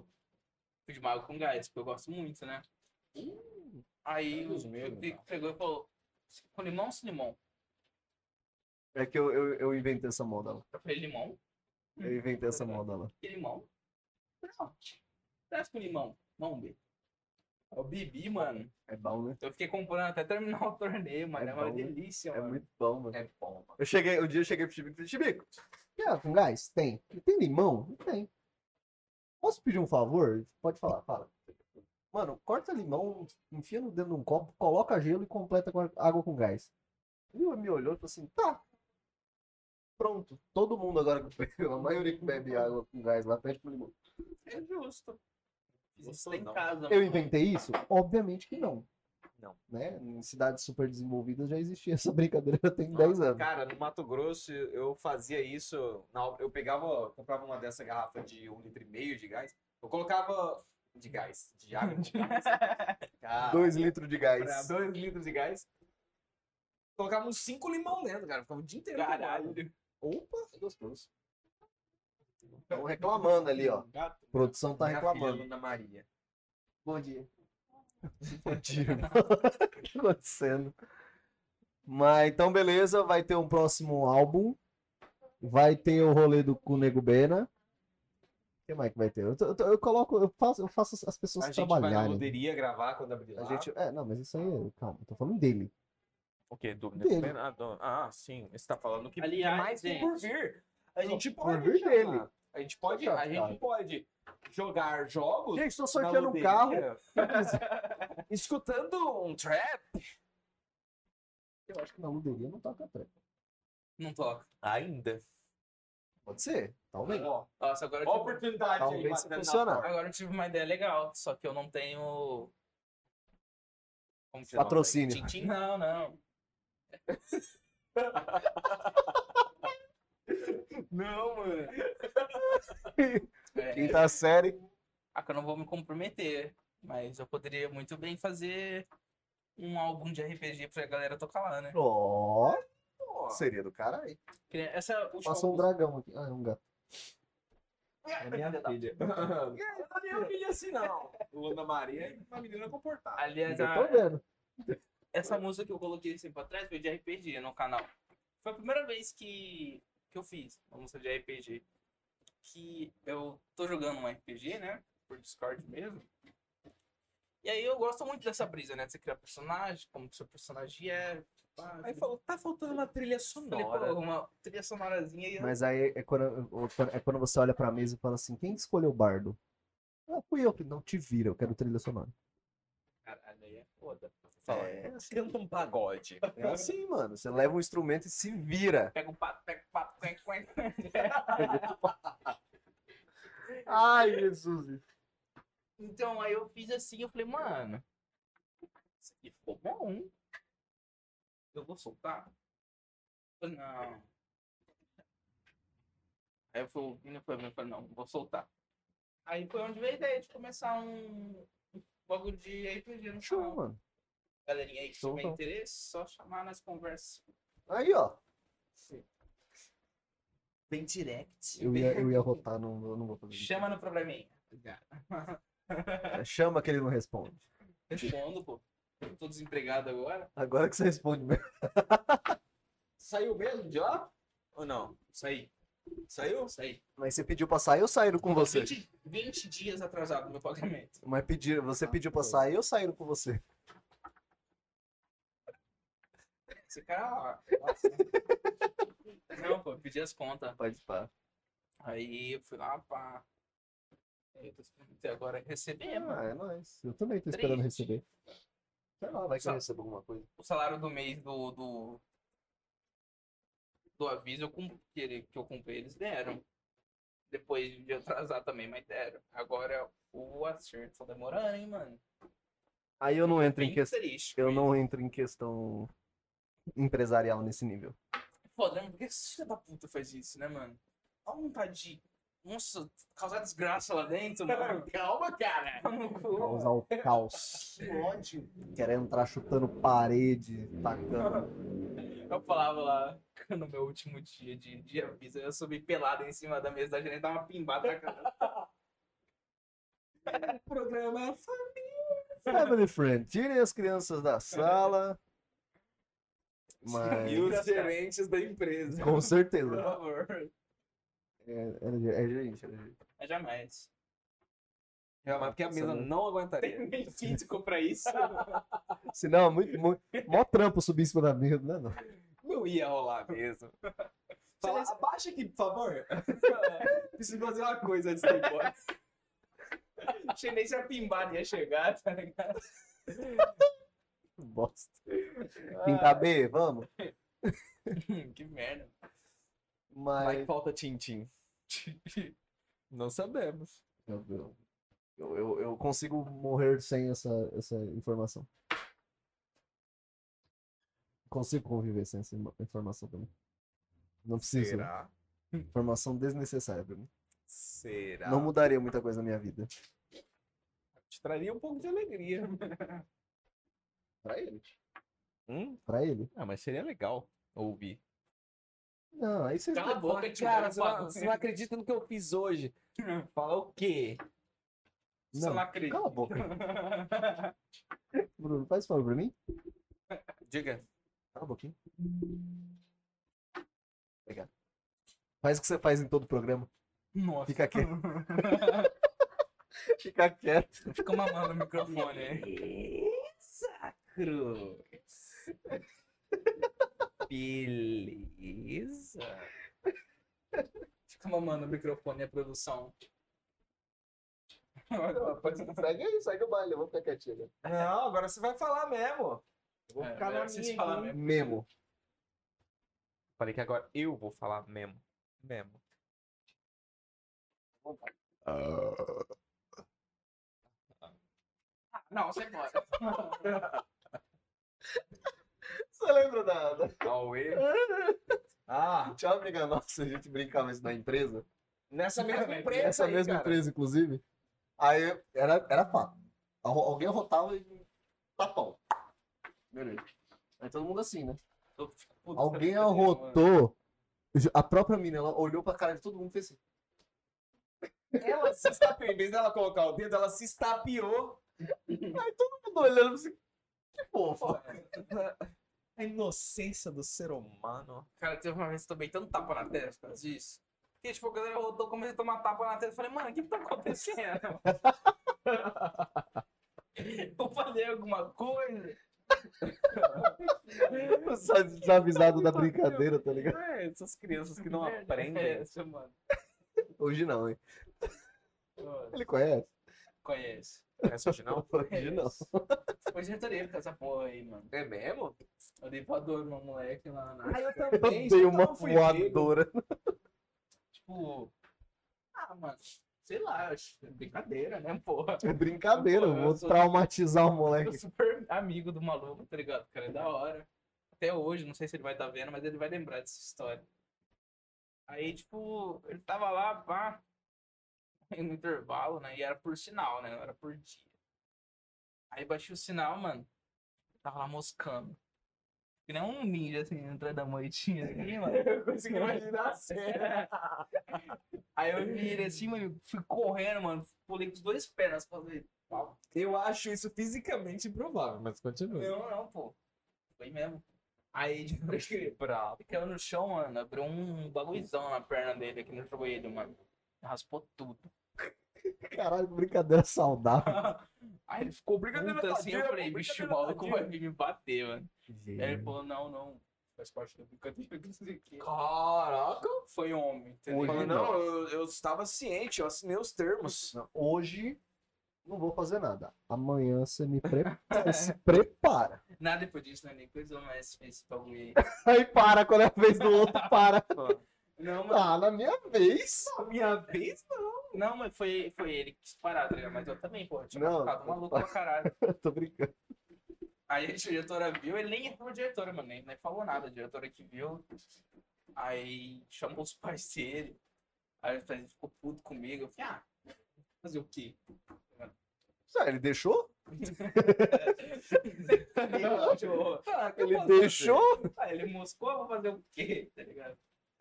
Speaker 2: fui de mago com gás, porque eu gosto muito, né? Uh, Aí o
Speaker 1: Deus mesmo,
Speaker 2: Pico pegou e falou: com limão ou sem limão?
Speaker 3: É que eu, eu, eu inventei essa moda lá.
Speaker 2: Eu falei, limão?
Speaker 3: Eu inventei essa moda lá.
Speaker 2: Que limão? Não. Traz com limão. Vamos ver. Eu bebi, mano.
Speaker 3: É bom, né?
Speaker 2: Eu fiquei comprando até terminar o torneio, mano.
Speaker 3: É
Speaker 2: É, uma
Speaker 3: bom, né?
Speaker 2: delícia,
Speaker 3: É
Speaker 2: mano.
Speaker 3: muito bom, mano.
Speaker 1: É bom.
Speaker 3: Eu cheguei, um dia eu cheguei pro Chibico e falei, Chibico, quer água com gás? Tem. Tem limão? Não Tem. Posso pedir um favor? Pode falar, fala. Mano, corta limão, enfia no dedo num copo, coloca gelo e completa com a- água com gás. E ele me olhou e falou assim, tá. Pronto. Todo mundo agora que bebe, a maioria que bebe água com gás lá pede pro limão.
Speaker 2: É justo. Fiz isso
Speaker 1: Gostou,
Speaker 2: lá em
Speaker 1: não?
Speaker 2: casa,
Speaker 3: Eu
Speaker 2: mano.
Speaker 3: inventei isso? Obviamente que não.
Speaker 1: Não.
Speaker 3: Né? Em cidades super desenvolvidas já existia essa brincadeira tem 10 anos.
Speaker 1: Cara, no Mato Grosso eu- eu fazia isso. na- eu pegava, comprava uma dessa garrafa de um litro e meio de gás. Eu colocava de gás, de água. com gás. Cara,
Speaker 3: 2 litros de gás.
Speaker 1: pra dois litros de gás. Colocava uns cinco limão dentro, cara. Ficava o dia inteiro. tomando.
Speaker 2: Caralho.
Speaker 1: Opa,
Speaker 3: é
Speaker 1: que gostoso.
Speaker 3: Estão reclamando ali, ó.
Speaker 2: Gato.
Speaker 3: produção tá
Speaker 1: Minha
Speaker 3: reclamando.
Speaker 1: filha, Ana Maria.
Speaker 3: Bom dia. Bom dia, irmão. O que tá acontecendo? Mas então, beleza. Vai ter um próximo álbum. Vai ter o rolê do Cunego Bena. O que mais que vai ter? Eu, tô- eu tô- eu coloco, eu faço, eu faço as pessoas
Speaker 1: A gente vai na
Speaker 3: trabalharem.
Speaker 1: loderia gravar quando abrir lá.
Speaker 3: A gente. É, não, mas isso aí, calma, eu tô falando dele.
Speaker 1: O quê? Do
Speaker 3: Dele.
Speaker 1: Neto Plena? Ah, do- Ah, sim. Você tá falando que
Speaker 2: Aliás,
Speaker 1: mais tem por vir. A gente
Speaker 3: por
Speaker 1: pode
Speaker 3: vir
Speaker 1: chamar.
Speaker 3: dele.
Speaker 1: A gente pode,
Speaker 3: Tá,
Speaker 1: a gente
Speaker 3: cara.
Speaker 1: pode jogar jogos
Speaker 3: Gente, tô
Speaker 1: na
Speaker 3: sorteando um
Speaker 1: loteria,
Speaker 3: carro.
Speaker 1: escutando um trap.
Speaker 3: Eu acho que na luderia não toca trap.
Speaker 2: Não toca.
Speaker 1: Ainda.
Speaker 3: Pode ser, talvez.
Speaker 1: Ó,
Speaker 2: Nossa, agora eu
Speaker 1: ó a
Speaker 2: tive-
Speaker 1: oportunidade aí,
Speaker 3: Talvez se
Speaker 1: batendo na
Speaker 3: funcionar.
Speaker 1: porta.
Speaker 2: Agora eu tive uma ideia legal, só que eu não tenho. Como que chama?
Speaker 3: Patrocínio.
Speaker 2: Tintim? Não, não. não, mano. É,
Speaker 3: Quinta série.
Speaker 2: ah, que eu não vou me comprometer, mas eu poderia muito bem fazer um álbum de RPG pra galera tocar lá, né?
Speaker 3: Ó,
Speaker 1: Pô,
Speaker 3: seria do caralho.
Speaker 2: Que nem Essa última
Speaker 3: Passou um
Speaker 2: música-
Speaker 3: dragão aqui. Ah, é um gato.
Speaker 2: É minha filha.
Speaker 1: Eu não tenho filha assim, não. Luna Maria é uma menina comportada.
Speaker 2: Aliás,
Speaker 3: tá? Eu
Speaker 2: a-
Speaker 3: tô vendo.
Speaker 2: essa música que eu coloquei assim pra trás foi de RPG no canal. Foi a primeira vez que, que eu fiz uma música de RPG. Que eu tô jogando um RPG, né? Por Discord mesmo. E aí eu gosto muito dessa brisa, né? De você criar personagem, como que seu personagem é. pá,
Speaker 1: Aí
Speaker 2: falei,
Speaker 1: falou, tá faltando uma trilha
Speaker 2: falei,
Speaker 1: sonora.
Speaker 2: pô, uma trilha sonorazinha e eu-
Speaker 3: Mas aí é quando, é quando você olha pra mesa e fala assim, quem que escolheu o bardo? Ah, fui eu. Não te vira, eu quero trilha sonora.
Speaker 2: Caralho, aí é foda.
Speaker 1: Fala, Canta um pagode.
Speaker 3: É assim, mano. Você leva um instrumento e se vira.
Speaker 2: Pega um pato, pega um pato, quen, quen.
Speaker 3: Ai, Jesus.
Speaker 2: Então aí eu fiz assim, eu falei, mano, isso aqui ficou bom. Eu vou soltar? Eu falei, não. Aí eu fui ouvindo, eu falei, eu falei, não, vou soltar. Aí foi onde veio a ideia de começar um um bagulho de RPG no
Speaker 3: Show,
Speaker 2: canal.
Speaker 3: mano.
Speaker 2: Galerinha aí que
Speaker 3: Show,
Speaker 2: tiver
Speaker 3: então.
Speaker 2: interesse, só chamar nas conversas.
Speaker 3: Aí, ó.
Speaker 2: Bem direct.
Speaker 3: Eu ia, eu ia rotar, não, eu não vou fazer. isso.
Speaker 2: Chama no probleminha.
Speaker 3: É, Chama que ele não responde.
Speaker 2: Respondo, pô. Eu tô desempregado agora.
Speaker 3: Agora que você responde mesmo.
Speaker 1: Saiu mesmo de lá? Ou não?
Speaker 2: Saí,
Speaker 1: Saiu?
Speaker 2: saí.
Speaker 3: Mas você pediu pra sair, eu saíram com você.
Speaker 2: 20, 20 dias atrasado meu pagamento.
Speaker 3: Mas pedir, você pediu pra sair, eu saíram com você.
Speaker 2: Esse cara. Não, pô, eu pedi as contas.
Speaker 3: Participar.
Speaker 2: Aí eu fui lá, pá. Aí Eu tô esperando até agora receber, mano.
Speaker 3: Ah, é nóis. Eu também tô esperando
Speaker 2: Triste.
Speaker 3: receber. Sei lá, vai que eu
Speaker 2: Só-
Speaker 3: recebo alguma coisa.
Speaker 2: O salário do mês do. do, do aviso eu cum- que, ele- que eu comprei, eles deram. Depois de atrasar também, mas deram. Agora o acerto tá demorando, hein, mano.
Speaker 3: Aí eu não entro em
Speaker 2: Bem
Speaker 3: questão.
Speaker 2: triste.
Speaker 3: Eu não entro em questão empresarial nesse nível.
Speaker 2: Foda, né? Por que esse filho da puta faz isso, né, mano? Dá uma vontade de. Nossa, causar desgraça lá dentro, mano.
Speaker 1: Calma, cara.
Speaker 2: Tá no cu.
Speaker 3: Causar o caos.
Speaker 1: Que ódio.
Speaker 3: Querer entrar chutando parede, tacando.
Speaker 2: Eu falava lá no meu último dia de, de aviso, eu subi pelado em cima da mesa da gerente, dava uma pimbada na cara.
Speaker 1: Programa é
Speaker 3: Family friend, tirem as crianças da sala.
Speaker 1: E
Speaker 3: Mas.
Speaker 1: os gerentes da empresa.
Speaker 3: Com
Speaker 2: Por
Speaker 3: certeza.
Speaker 2: favor.
Speaker 3: É, é, é gerente, é gerente.
Speaker 2: Mas jamais.
Speaker 1: É, mas porque a mesa não aguentaria.
Speaker 2: Nem físico pra isso.
Speaker 3: Se não, muito, muito. Mó trampo subir em cima da mesa, né? Não.
Speaker 1: Não ia rolar mesmo. Fala, abaixa aqui, por favor. Preciso fazer uma coisa antes de ir embora.
Speaker 2: Achei nem se a pimbada ia chegar, tá ligado?
Speaker 3: Bosta. Pintar B, vamos.
Speaker 2: Hum, que merda.
Speaker 1: Vai
Speaker 3: Mas.
Speaker 1: que falta tintim. Não sabemos.
Speaker 3: Meu Deus. Eu, eu, eu consigo morrer sem essa, essa informação. consigo conviver sem essa inma- informação também. Não preciso.
Speaker 1: Será?
Speaker 3: Informação desnecessária pra mim.
Speaker 1: Será?
Speaker 3: Não mudaria muita coisa na minha vida.
Speaker 1: Te traria um pouco de alegria.
Speaker 3: Pra ele?
Speaker 1: Hum?
Speaker 3: Pra ele?
Speaker 1: Ah, mas seria legal ouvir.
Speaker 3: Não, aí você.
Speaker 4: Cala a boca, Timóteo.
Speaker 1: Cara, você não, você não acredita no que eu fiz hoje. Fala o quê?
Speaker 2: Você não
Speaker 3: Não,
Speaker 2: acredita.
Speaker 3: cala a boca. Bruno, faz favor pra mim?
Speaker 1: Diga.
Speaker 3: Cala a boquinha. Obrigado. Faz o que você faz em todo o programa.
Speaker 2: Nossa.
Speaker 3: Fica quieto. Fica quieto.
Speaker 2: Fica mamando o microfone aí.
Speaker 1: Cruz. Beleza.
Speaker 2: Fica mamando o microfone e a produção. É,
Speaker 3: Segue aí, segue o baile. Eu vou ficar quietinho. né?
Speaker 1: Não, agora você vai falar mesmo. Eu vou
Speaker 2: É,
Speaker 1: ficar na
Speaker 2: melhor vocês
Speaker 1: minha
Speaker 3: Tá
Speaker 2: falar
Speaker 1: aqui.
Speaker 2: mesmo.
Speaker 3: Memo.
Speaker 1: Falei que agora eu vou falar mesmo. Mesmo.
Speaker 3: Ah.
Speaker 2: Não, sai embora.
Speaker 3: Você lembra da, da-
Speaker 1: Cauê. Ah,
Speaker 3: Tinha uma amiga nossa, a gente brincava isso na empresa.
Speaker 1: é nessa mesma empresa.
Speaker 3: Essa
Speaker 1: aí,
Speaker 3: mesma
Speaker 1: cara.
Speaker 3: empresa, inclusive. Aí era, era fato. Al- Alguém rotava e tapão. Beleza. Aí todo mundo assim, né?
Speaker 2: Puta,
Speaker 3: Alguém
Speaker 2: tá brincadeira, mano.
Speaker 3: arrotou. A própria mina, ela olhou pra cara de todo mundo e fez assim.
Speaker 1: Ela se estapeou. Em vez dela colocar o dedo, ela se estapeou.
Speaker 3: Todo mundo olhando assim. Que fofa.
Speaker 1: A inocência do ser humano.
Speaker 2: Cara, teve uma vez que eu tomei tanto tapa na testa disso. Porque, tipo, a galera rodou, comecei a tomar tapa na testa. Eu Falei, mano, o que que tá acontecendo? eu falei alguma coisa?
Speaker 3: Só desavisado da brincadeira, tá ligado?
Speaker 1: É, essas crianças que não
Speaker 2: Merda é
Speaker 1: aprendem.
Speaker 2: Essa, mano.
Speaker 3: Hoje não, hein?
Speaker 2: Eu
Speaker 3: Ele conhece?
Speaker 2: Conheço.
Speaker 1: Essa hoje não?
Speaker 3: Hoje não.
Speaker 2: Foi diretoria com essa porra aí, mano.
Speaker 1: É mesmo?
Speaker 2: Eu dei voador no moleque lá né? na.
Speaker 1: Ah, eu
Speaker 3: Eu
Speaker 1: também.
Speaker 3: dei
Speaker 1: só que eu
Speaker 3: uma
Speaker 1: não fui pego.
Speaker 3: voadora.
Speaker 2: Tipo. Ah, mano. Sei lá, eu acho- é brincadeira, né, porra?
Speaker 3: É brincadeira, eu
Speaker 2: Pô, eu
Speaker 3: vou
Speaker 2: sou-
Speaker 3: traumatizar o
Speaker 2: Eu
Speaker 3: moleque.
Speaker 2: sou super amigo do maluco, tá ligado? Cara, é da hora. Até hoje, não sei se ele vai estar vendo, mas ele vai lembrar dessa história. Aí, tipo, ele tava lá, pá, no intervalo, né? E era por sinal, né? Não era por dia. Aí baixei o sinal, mano. Tava lá moscando. Que nem um ninja, assim, atrás da moitinha, assim, mano.
Speaker 1: Eu consegui imaginar a cena.
Speaker 2: Aí eu virei assim, mano, fui correndo, mano. Pulei com os dois pernas pra fazer pau.
Speaker 1: Eu acho isso fisicamente improvável, mas continua.
Speaker 2: Não, não, pô. Foi mesmo. Aí, tipo, bravo. Caiu no chão, mano. Abriu um bagulhozão na perna dele aqui no joelho, mano. Raspou tudo.
Speaker 3: Caralho, brincadeira saudável.
Speaker 2: Aí ele ficou
Speaker 1: Brincadeira
Speaker 2: puto assim, eu
Speaker 1: sadia,
Speaker 2: falei,
Speaker 1: pô,
Speaker 2: bicho, o
Speaker 1: brincadeira
Speaker 2: maluco
Speaker 1: sadia."
Speaker 2: vai vir me bater, mano. Aí
Speaker 3: É,
Speaker 2: ele falou, não, não. Faz parte da brincadeira que não sei o quê.
Speaker 1: Caraca!
Speaker 2: Foi homem, entendeu?
Speaker 3: Hoje
Speaker 1: Falou,
Speaker 3: não.
Speaker 1: não, eu, eu estava ciente, eu assinei os termos.
Speaker 3: Não, Hoje não vou fazer nada. Amanhã você me prepara. se prepara.
Speaker 2: Nada depois disso, né? Nem coisa mais fez esse bagulho aí.
Speaker 3: Aí para, quando é a vez do outro, para.
Speaker 2: Não, mano.
Speaker 3: Ah, na minha vez.
Speaker 1: Minha vez?
Speaker 2: Não, mas foi, foi ele que quis parar, tá ligado? Mas eu também, porra. Tinha
Speaker 3: Não,
Speaker 2: ficado maluco pra caralho.
Speaker 3: Tô brincando.
Speaker 2: Aí a diretora viu, ele nem entrou a diretora, mano, nem, nem falou nada. A diretora que viu, aí chamou os pais dele, aí os pais dele ficou puto comigo. Eu falei, ah, fazer o quê?
Speaker 3: Sério, ele deixou?
Speaker 2: Ele, "Tipo,
Speaker 3: Ele deixou?
Speaker 2: Ah, ele moscou, eu vou fazer o quê? Tá ligado?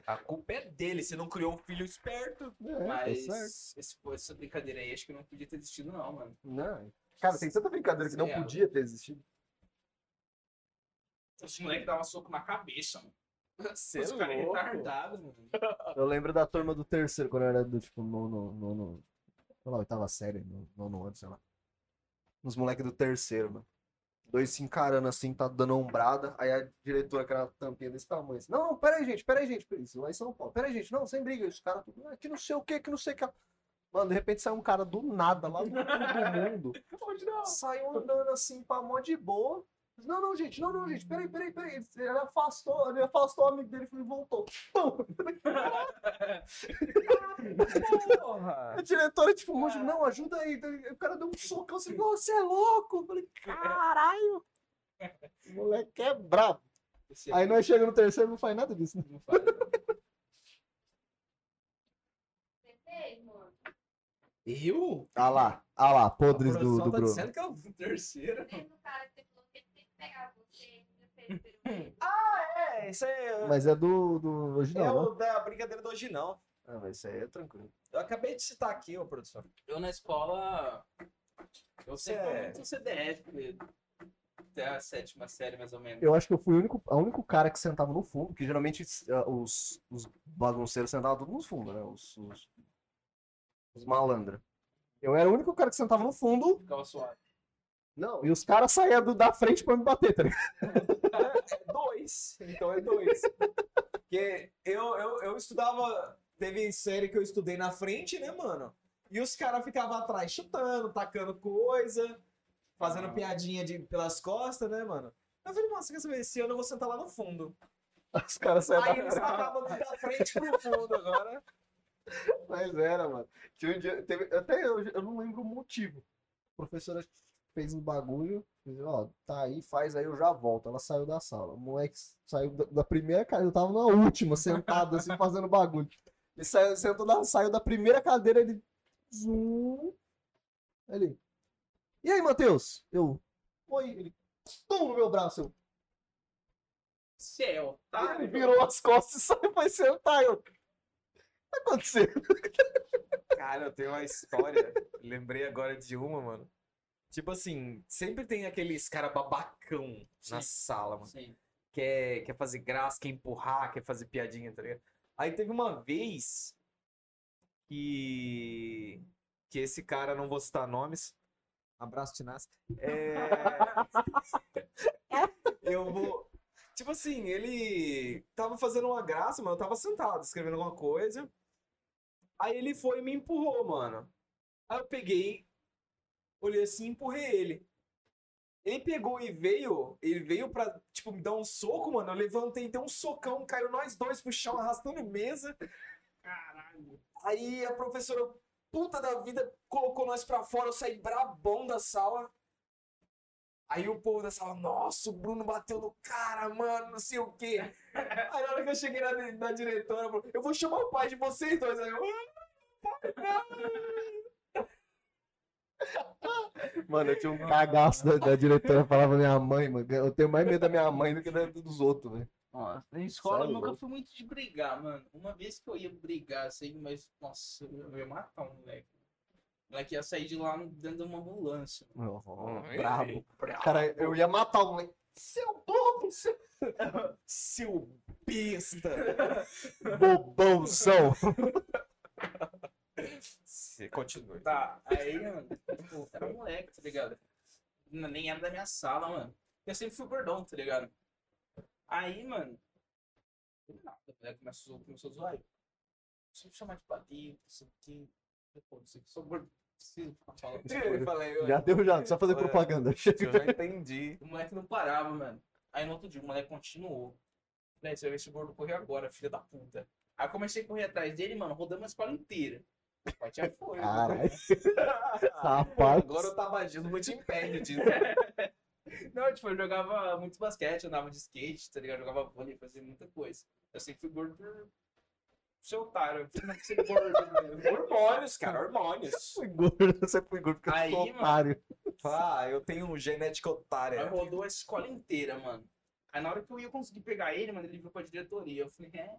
Speaker 1: A culpa é dele, você não criou um filho esperto.
Speaker 3: É,
Speaker 2: Mas
Speaker 3: tá certo.
Speaker 2: esse, pô, essa brincadeira aí, acho que não podia ter existido, não, mano.
Speaker 3: Não. Cara, tem tanta brincadeira que não
Speaker 2: Sim, é.
Speaker 3: podia ter existido.
Speaker 2: Esse moleque dava soco na cabeça, mano.
Speaker 1: Você
Speaker 2: Esse cara é retardado, mano.
Speaker 3: Eu lembro da turma do terceiro, quando eu era do tipo nono. nono sei lá, oitava série, no- nono ano, sei lá. Uns moleques do terceiro, mano. Dois se encarando assim, tá dando ombrada. Aí a diretora, aquela tampinha desse tamanho, assim: Não, não, pera aí, gente, pera aí, gente. Isso lá em São Paulo. Pera aí, gente, não, sem briga. Os caras, tudo, "Ah, que não sei o que, que não sei o que. Mano, de repente sai um cara do nada, lá do todo mundo.
Speaker 1: Onde não?
Speaker 3: Saiu andando assim, pra mó de boa. Não, não, gente, não, não, gente, peraí, peraí, peraí. Ele afastou, ele afastou o amigo dele e voltou. Pum!
Speaker 2: é
Speaker 1: Porra!
Speaker 3: A diretora, tipo, hoje,
Speaker 6: Ah.
Speaker 3: não, ajuda aí. Daí O cara deu um socão assim, "Ô, você é louco? Eu falei, caralho! O moleque é brabo.
Speaker 7: Esse
Speaker 3: Aí nós chegamos no terceiro e não faz nada disso. né?
Speaker 2: Não faz.
Speaker 8: Fez, mano.
Speaker 7: Eu?
Speaker 3: Ah lá, ah lá, podres
Speaker 7: a
Speaker 3: do,
Speaker 7: produção
Speaker 3: do
Speaker 7: tá
Speaker 3: Bruno.
Speaker 7: dizendo que é o terceiro.
Speaker 8: Mesmo cara que você falou que ele tem que pegar você. você fez pelo menos.
Speaker 1: É, isso é,
Speaker 3: Mas é do, do
Speaker 1: é
Speaker 6: né?
Speaker 3: original, não? né?
Speaker 1: o da brincadeira do hoje não.
Speaker 6: Ah, mas isso aí é tranquilo.
Speaker 1: Eu acabei de citar aqui, ô produção.
Speaker 2: Eu na escola. Eu sempre fui
Speaker 1: É.
Speaker 2: muito CDF, porque até a sétima série, mais ou menos.
Speaker 6: Eu acho que eu fui o único, a único cara que sentava no fundo, porque geralmente ah, os, os bagunceiros sentavam todos nos fundos, né? Os, os, os malandra. Eu era o único cara que sentava no fundo,
Speaker 2: Ficava suave.
Speaker 6: não,
Speaker 3: E os caras saíam do- da frente pra me bater, tá ligado?
Speaker 1: Dois. Então é dois. Porque eu, eu, eu estudava. Teve série que eu estudei na frente, né, mano? E os caras ficavam atrás chutando, tacando coisa, fazendo
Speaker 2: Ah.
Speaker 1: piadinha de, pelas costas, né, mano? Eu falei, nossa, quer saber? Esse ano eu vou sentar lá no fundo.
Speaker 3: Os caras saíam
Speaker 1: Aí eles
Speaker 3: da frente.
Speaker 1: tacavam da frente pro fundo agora.
Speaker 3: Mas era, mano.
Speaker 6: Tinha um dia- teve- até eu, eu não lembro o motivo.
Speaker 3: A professora fez um bagulho, fez, ó, tá aí, faz aí, eu já volto. Ela saiu da sala. O moleque saiu da, da primeira cadeira, eu tava na última, sentado assim, fazendo bagulho. Ele saiu, sentou na- saiu da primeira cadeira, ele. Zoom. Ele. E aí, Matheus? Eu. Oi, ele. Tum no meu braço. Eu,
Speaker 2: Céu,
Speaker 3: Aí
Speaker 2: tá?
Speaker 3: ele virou as costas e saiu, foi sentar. Eu. O que tá acontecendo?
Speaker 1: Cara, eu tenho uma história. Lembrei agora de uma, mano. Tipo assim, sempre tem aqueles cara babacão na
Speaker 2: Sim.
Speaker 1: sala, mano.
Speaker 2: Sim.
Speaker 1: quer, quer fazer graça, quer empurrar, quer fazer piadinha, tá ligado? Aí teve uma vez que. que esse cara, não vou citar nomes. Abraço, Tinasca. É... eu vou. Tipo assim, ele tava fazendo uma graça, mano. Eu tava sentado, escrevendo alguma coisa. Aí ele foi e me empurrou, mano. Aí eu peguei, olhei assim e empurrei ele. Ele pegou e veio, ele veio pra, tipo, me dar um soco, mano. Eu levantei, dei um socão, caiu nós dois pro chão, arrastando mesa.
Speaker 9: Caralho.
Speaker 1: Aí a professora, puta da vida, colocou nós pra fora, eu saí brabão da sala. Aí o povo da sala, nossa, o Bruno bateu no cara, mano, não sei o quê. Aí na hora que eu cheguei na, na diretora, ela falou, eu vou chamar o pai de vocês dois. Aí eu, "Ah,
Speaker 6: Mano, eu tinha um
Speaker 3: Cagaço da, da diretora falava minha mãe, mano. Eu tenho mais medo da minha mãe do que da- dos outros, velho.
Speaker 2: Nossa, na escola
Speaker 3: Cê é
Speaker 2: eu nunca
Speaker 3: louco.
Speaker 2: fui muito de brigar, mano. Uma vez que eu ia brigar, assim, mas, nossa, eu ia matar um moleque. O moleque ia sair de lá dentro de uma ambulância.
Speaker 3: Brabo.
Speaker 2: Brabo.
Speaker 3: Cara, eu ia matar um.
Speaker 1: seu bobo, seu, seu besta.
Speaker 3: Bobãozão.
Speaker 1: Você continua.
Speaker 2: Tá, aí, mano, tipo, era um moleque, tá ligado? N- Nem era da minha sala, mano. Eu sempre fui gordão, tá ligado? Aí, mano, do nada, o moleque começou, começou a zoar eu. Sempre chamar de palito, não sei o quê. Eu, Pô, não sei o que, sou gordo, preciso ficar falando.
Speaker 1: Eu falei, eu-
Speaker 3: Já deu, já. Não precisa fazer
Speaker 1: Ué.
Speaker 3: propaganda.
Speaker 1: eu já entendi.
Speaker 2: O moleque não parava, mano. Aí no outro dia o moleque continuou. Falei, você vai ver esse gordo correr agora, filha da puta. Aí eu comecei a correr atrás dele, mano, rodamos a escola inteira. O pai tinha foi.
Speaker 3: Caralho. Rapaz.
Speaker 1: Agora o tabagismo não te impede disso.
Speaker 2: Não, tipo, eu jogava muito basquete, andava de skate, tá ligado? Jogava vôlei, fazia muita coisa. Eu sempre fui gordo por ser otário. Eu fui não ser gordo. né?
Speaker 1: Hormônios, cara, hormônios.
Speaker 3: Fui gordo, você foi gordo porque eu
Speaker 2: Aí,
Speaker 3: sou
Speaker 2: mano.
Speaker 3: otário.
Speaker 1: Ah, eu tenho genética
Speaker 2: Aí
Speaker 1: otária.
Speaker 2: rodou a escola inteira, mano. Aí na hora que eu ia conseguir pegar ele, mano, ele veio pra diretoria. Eu falei, é.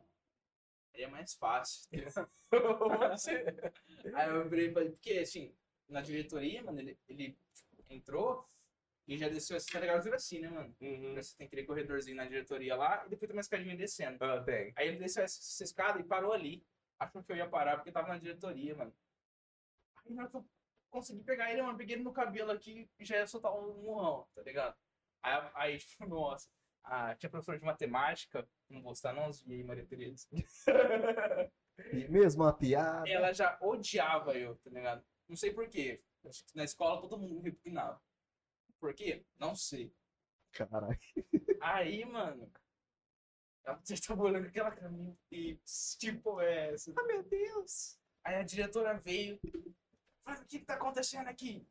Speaker 2: Aí é mais fácil. tá ligado? Aí eu virei pra ele, porque assim, na diretoria, mano, ele, ele tipo, entrou e já desceu assim, tá ligado? Vira assim, né, mano?
Speaker 1: Uhum.
Speaker 2: Você tem aquele corredorzinho na diretoria lá e depois tem uma escadinha descendo.
Speaker 1: Ah, tem.
Speaker 2: Aí ele desceu essa, essa escada e parou ali. Achou que eu ia parar porque tava na diretoria, mano. Aí na hora que eu consegui pegar ele, mano, peguei ele no cabelo aqui e já ia soltar um murrão, tá ligado? Aí, a- aí tipo, nossa. Ah, tinha professor de matemática, não vou citar não, e aí, Maria Tereza.
Speaker 3: E mesmo a piada.
Speaker 2: Ela já odiava eu, tá ligado? Não sei por quê. Acho que na escola todo mundo me repugnava. Por quê? Não sei.
Speaker 3: Caralho.
Speaker 2: Aí, mano. Ela já tava olhando aquela caminho e tipo é essa. Ah, meu Deus! Aí a diretora veio. Falando, o que que tá acontecendo aqui?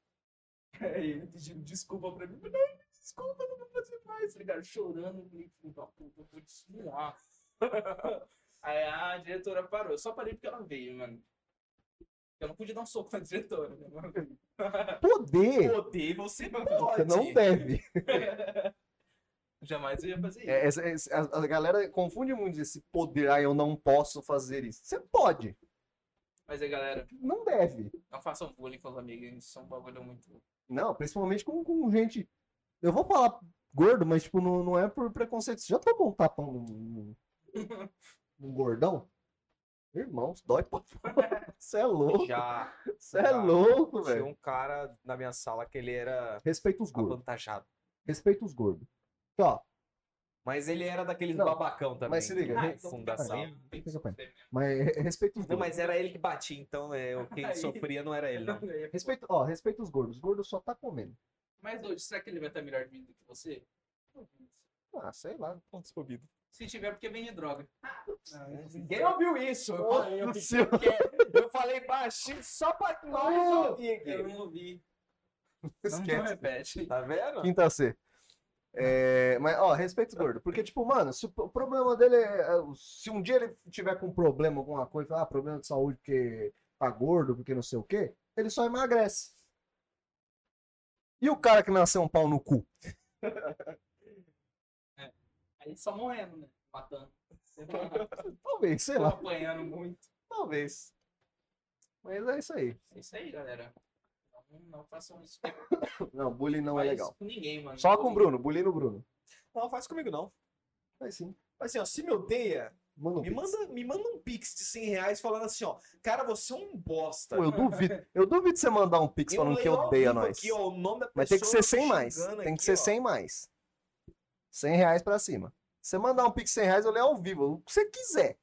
Speaker 2: Aí ele pedindo desculpa pra mim. Não, desculpa, não vou fazer mais. Tá ligado? Chorando, eu falei, filho da puta, eu vou desfilar. Aí a diretora parou. Eu só parei porque ela veio, mano. Eu não podia dar um soco na diretora, né, mano?
Speaker 3: Poder!
Speaker 1: Poder você
Speaker 3: Você
Speaker 1: pode.
Speaker 3: não deve.
Speaker 2: Jamais eu ia fazer isso.
Speaker 3: É, essa- essa- a, a galera confunde muito esse poder. Ah, eu não posso fazer isso. Você pode,
Speaker 2: Mas aí, galera,
Speaker 3: não deve.
Speaker 2: não façam bullying com os amigos. Isso é um bagulho muito.
Speaker 3: Não, principalmente com, com gente. Eu vou falar gordo, mas tipo, não, não é por preconceito. Você já tomou um tapão num, num, num gordão? Irmão, isso dói pra fora. Você é louco.
Speaker 1: Já.
Speaker 3: Você é
Speaker 1: já.
Speaker 3: louco,
Speaker 1: Tinha
Speaker 3: velho.
Speaker 1: um cara na minha sala que ele era
Speaker 3: Respeita os gordos.
Speaker 1: avantajado.
Speaker 3: Respeita os gordos. Então, ó,
Speaker 1: Mas ele era daquele
Speaker 3: Não,
Speaker 1: babacão também.
Speaker 3: mas se liga,
Speaker 1: Ah,
Speaker 3: re-
Speaker 1: então fundo da sala.
Speaker 3: fica bem. mas re- respeita os
Speaker 1: Não,
Speaker 3: gordos.
Speaker 1: mas era ele que batia, então é, o quem
Speaker 2: Aí.
Speaker 1: sofria não
Speaker 3: É,
Speaker 1: era ele, não.
Speaker 3: Respeita, ó, respeita os gordos. Os gordos só tá comendo.
Speaker 2: Mas hoje, será que ele vai estar melhor de mim do que você?
Speaker 3: Ah, sei lá.
Speaker 2: Se tiver, porque vende droga.
Speaker 1: Ninguém ouviu isso. Eu falei, eu
Speaker 3: Seu-
Speaker 1: fiquei- eu falei baixinho só pra nós ouvir
Speaker 2: Eu
Speaker 1: aqui.
Speaker 2: não ouvi. Não, é não
Speaker 3: Esquece.
Speaker 2: repete.
Speaker 1: Tá vendo?
Speaker 3: Quinta C. É, mas, ó, respeito os gordos. Porque, tipo, mano, se o o problema dele é. é, Se um dia ele tiver com problema, alguma coisa, fala, ah, problema de saúde porque tá gordo, porque não sei o quê, ele só emagrece. E o cara que nasceu um pau no cu?
Speaker 2: Aí só morrendo, né? Matando.
Speaker 3: Talvez, sei
Speaker 2: Tô
Speaker 3: lá,
Speaker 2: apanhando muito.
Speaker 3: talvez. Mas é isso aí.
Speaker 2: É isso aí, galera. Não, não façam isso.
Speaker 3: Não, bullying não é
Speaker 2: Faz
Speaker 3: legal.
Speaker 2: com ninguém, mano.
Speaker 3: Só com o Bruno, bullying no Bruno.
Speaker 1: Não, faz comigo não.
Speaker 3: Mas sim.
Speaker 1: Assim, ó, se me odeia,
Speaker 3: Manda um
Speaker 1: me
Speaker 3: pix.
Speaker 1: manda, me manda um pix de 100 reais falando assim, ó. Cara, você é um bosta.
Speaker 3: Pô, eu duvido. Eu duvido você mandar um pix falando que
Speaker 1: leio ao
Speaker 3: odeia
Speaker 1: vivo
Speaker 3: nós.
Speaker 1: Aqui, ó, o nome da
Speaker 3: Mas tem que ser
Speaker 1: pessoa, eu
Speaker 3: 100
Speaker 1: tô
Speaker 3: mais.
Speaker 1: xingando
Speaker 3: Tem que
Speaker 1: aqui,
Speaker 3: ser
Speaker 1: ó.
Speaker 3: 100 mais. 100 reais pra cima. Se você mandar um pix 100 reais, eu leio ao vivo. O que você quiser.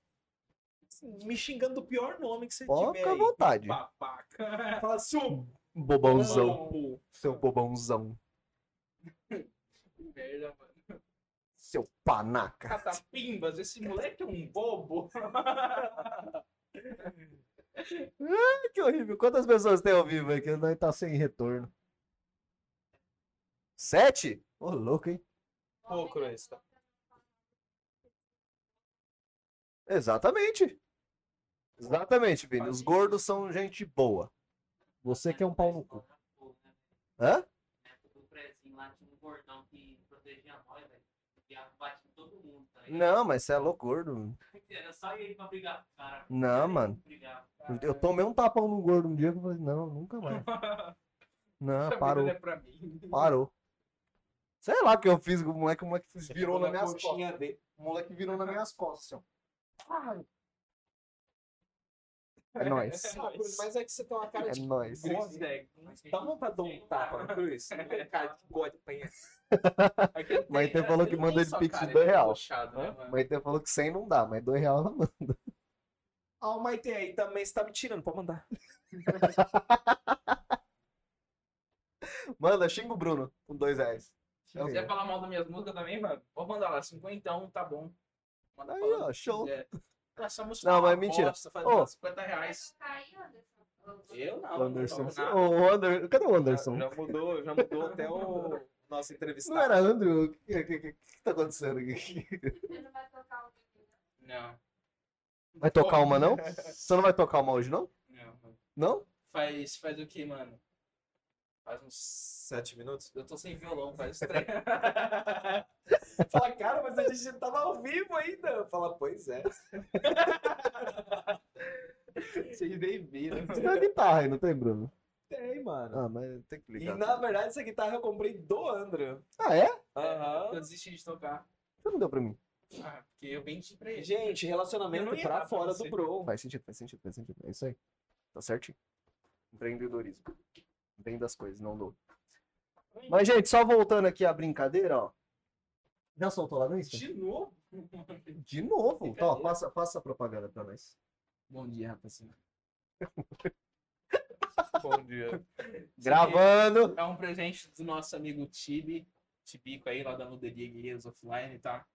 Speaker 1: Assim, Me xingando do pior nome que você
Speaker 3: Pode
Speaker 1: tiver
Speaker 3: ficar à
Speaker 1: aí.
Speaker 3: vontade.
Speaker 2: Babaca.
Speaker 1: Fala assim, ô,
Speaker 3: Bobãozão.
Speaker 2: Não,
Speaker 3: Seu bobãozão.
Speaker 2: merda, mano.
Speaker 3: Seu panaca.
Speaker 2: Catapimbas, esse moleque é um bobo.
Speaker 3: Ai, Que horrível. Quantas pessoas tem ao vivo aqui? Nós tá sem retorno. Sete? Ô, louco, hein?
Speaker 1: Ô, Croesta.
Speaker 3: Exatamente. Exatamente, Vini. Os gordos são gente boa. Você que é um pau no cu. Hã?
Speaker 10: do prézinho lá tinha um gordão que protegia nós, velho. E batia em todo mundo, tá ligado?
Speaker 3: Não, mas você é louco gordo.
Speaker 10: Era só ele pra brigar com o cara.
Speaker 3: Não,
Speaker 10: Ele
Speaker 3: mano.
Speaker 10: brigava.
Speaker 3: Eu tomei um tapão no gordo um dia que eu falei, não, nunca mais. Não, Ah, parou,
Speaker 2: Não é pra mim.
Speaker 3: parou. Sei lá o que eu fiz com o moleque, o moleque virou
Speaker 1: Ficou
Speaker 3: nas minhas costas.
Speaker 1: coxinha dele.
Speaker 3: O moleque virou nas minhas costas, assim, ó. É nóis.
Speaker 1: Mas é que você tem uma cara
Speaker 3: É
Speaker 1: de
Speaker 3: nóis.
Speaker 2: Consegue.
Speaker 1: Dá vontade de dar um tapa na cruz. Cara de bigode apanhando.
Speaker 3: Maite falou que manda ele pix de dois real.
Speaker 2: né, mano?
Speaker 3: Mas ele falou que 100 não dá, mas 2 real ela manda.
Speaker 1: Ah, o Maite aí também, você tá me tirando, pode mandar.
Speaker 3: Manda, xinga o Bruno com 2 reais.
Speaker 2: Se quiser falar mal das minhas músicas também, mano, pode mandar lá, 50, tá bom. Manda
Speaker 3: Aí,
Speaker 2: falando
Speaker 3: ó,
Speaker 2: o que
Speaker 3: show.
Speaker 2: quiser. Essa música
Speaker 3: Não,
Speaker 2: é uma
Speaker 3: mas mentira.
Speaker 2: bosta, fazendo
Speaker 3: Ô.
Speaker 2: 50 reais. Eu não.
Speaker 3: Ah, Anderson. Ah,
Speaker 2: não, não.
Speaker 3: Ô, Ander... Cadê o Anderson?
Speaker 1: Já mudou, já mudou até o nosso entrevistado.
Speaker 3: Não era Andrew? O que, o que, o que, o que tá acontecendo aqui?
Speaker 8: né?
Speaker 2: Não,
Speaker 3: Vai tocar uma, não? Você não vai tocar uma hoje, não?
Speaker 2: não, mano.
Speaker 3: Não?
Speaker 2: Faz, faz o que, mano? Faz uns.
Speaker 1: Sete minutos?
Speaker 2: Eu tô sem violão, faz três.
Speaker 1: Fala, cara, mas a gente tava ao vivo ainda. Fala, pois é. Vocês nem viram.
Speaker 3: Você tem uma guitarra aí, não tem, Bruno?
Speaker 1: Tem, mano.
Speaker 3: Ah, mas tem que
Speaker 1: E
Speaker 3: ligar.
Speaker 1: na verdade, essa guitarra eu comprei do André.
Speaker 3: Ah, é?
Speaker 1: Aham.
Speaker 2: Eu desisti de tocar.
Speaker 3: Você não deu pra mim.
Speaker 2: Ah, porque eu vendi pra ele.
Speaker 1: Gente,
Speaker 2: Eu
Speaker 1: relacionamento
Speaker 2: não ia dar
Speaker 1: pra
Speaker 2: pra
Speaker 1: fora
Speaker 2: você.
Speaker 1: do bro.
Speaker 3: Faz sentido, faz sentido, faz sentido. É isso aí. Tá certinho. Empreendedorismo. Vem das coisas, não dou. Mas, gente, só voltando aqui à brincadeira, ó. Já soltou lá no Insta?
Speaker 2: De novo?
Speaker 3: De novo. Tá, ó, passa, passa a propaganda pra nós.
Speaker 2: Bom dia, rapaziada.
Speaker 1: Bom dia.
Speaker 3: Gravando.
Speaker 2: É um presente do nosso amigo Tibi, Tibico aí, lá da Luderia Guerreiros Offline, tá?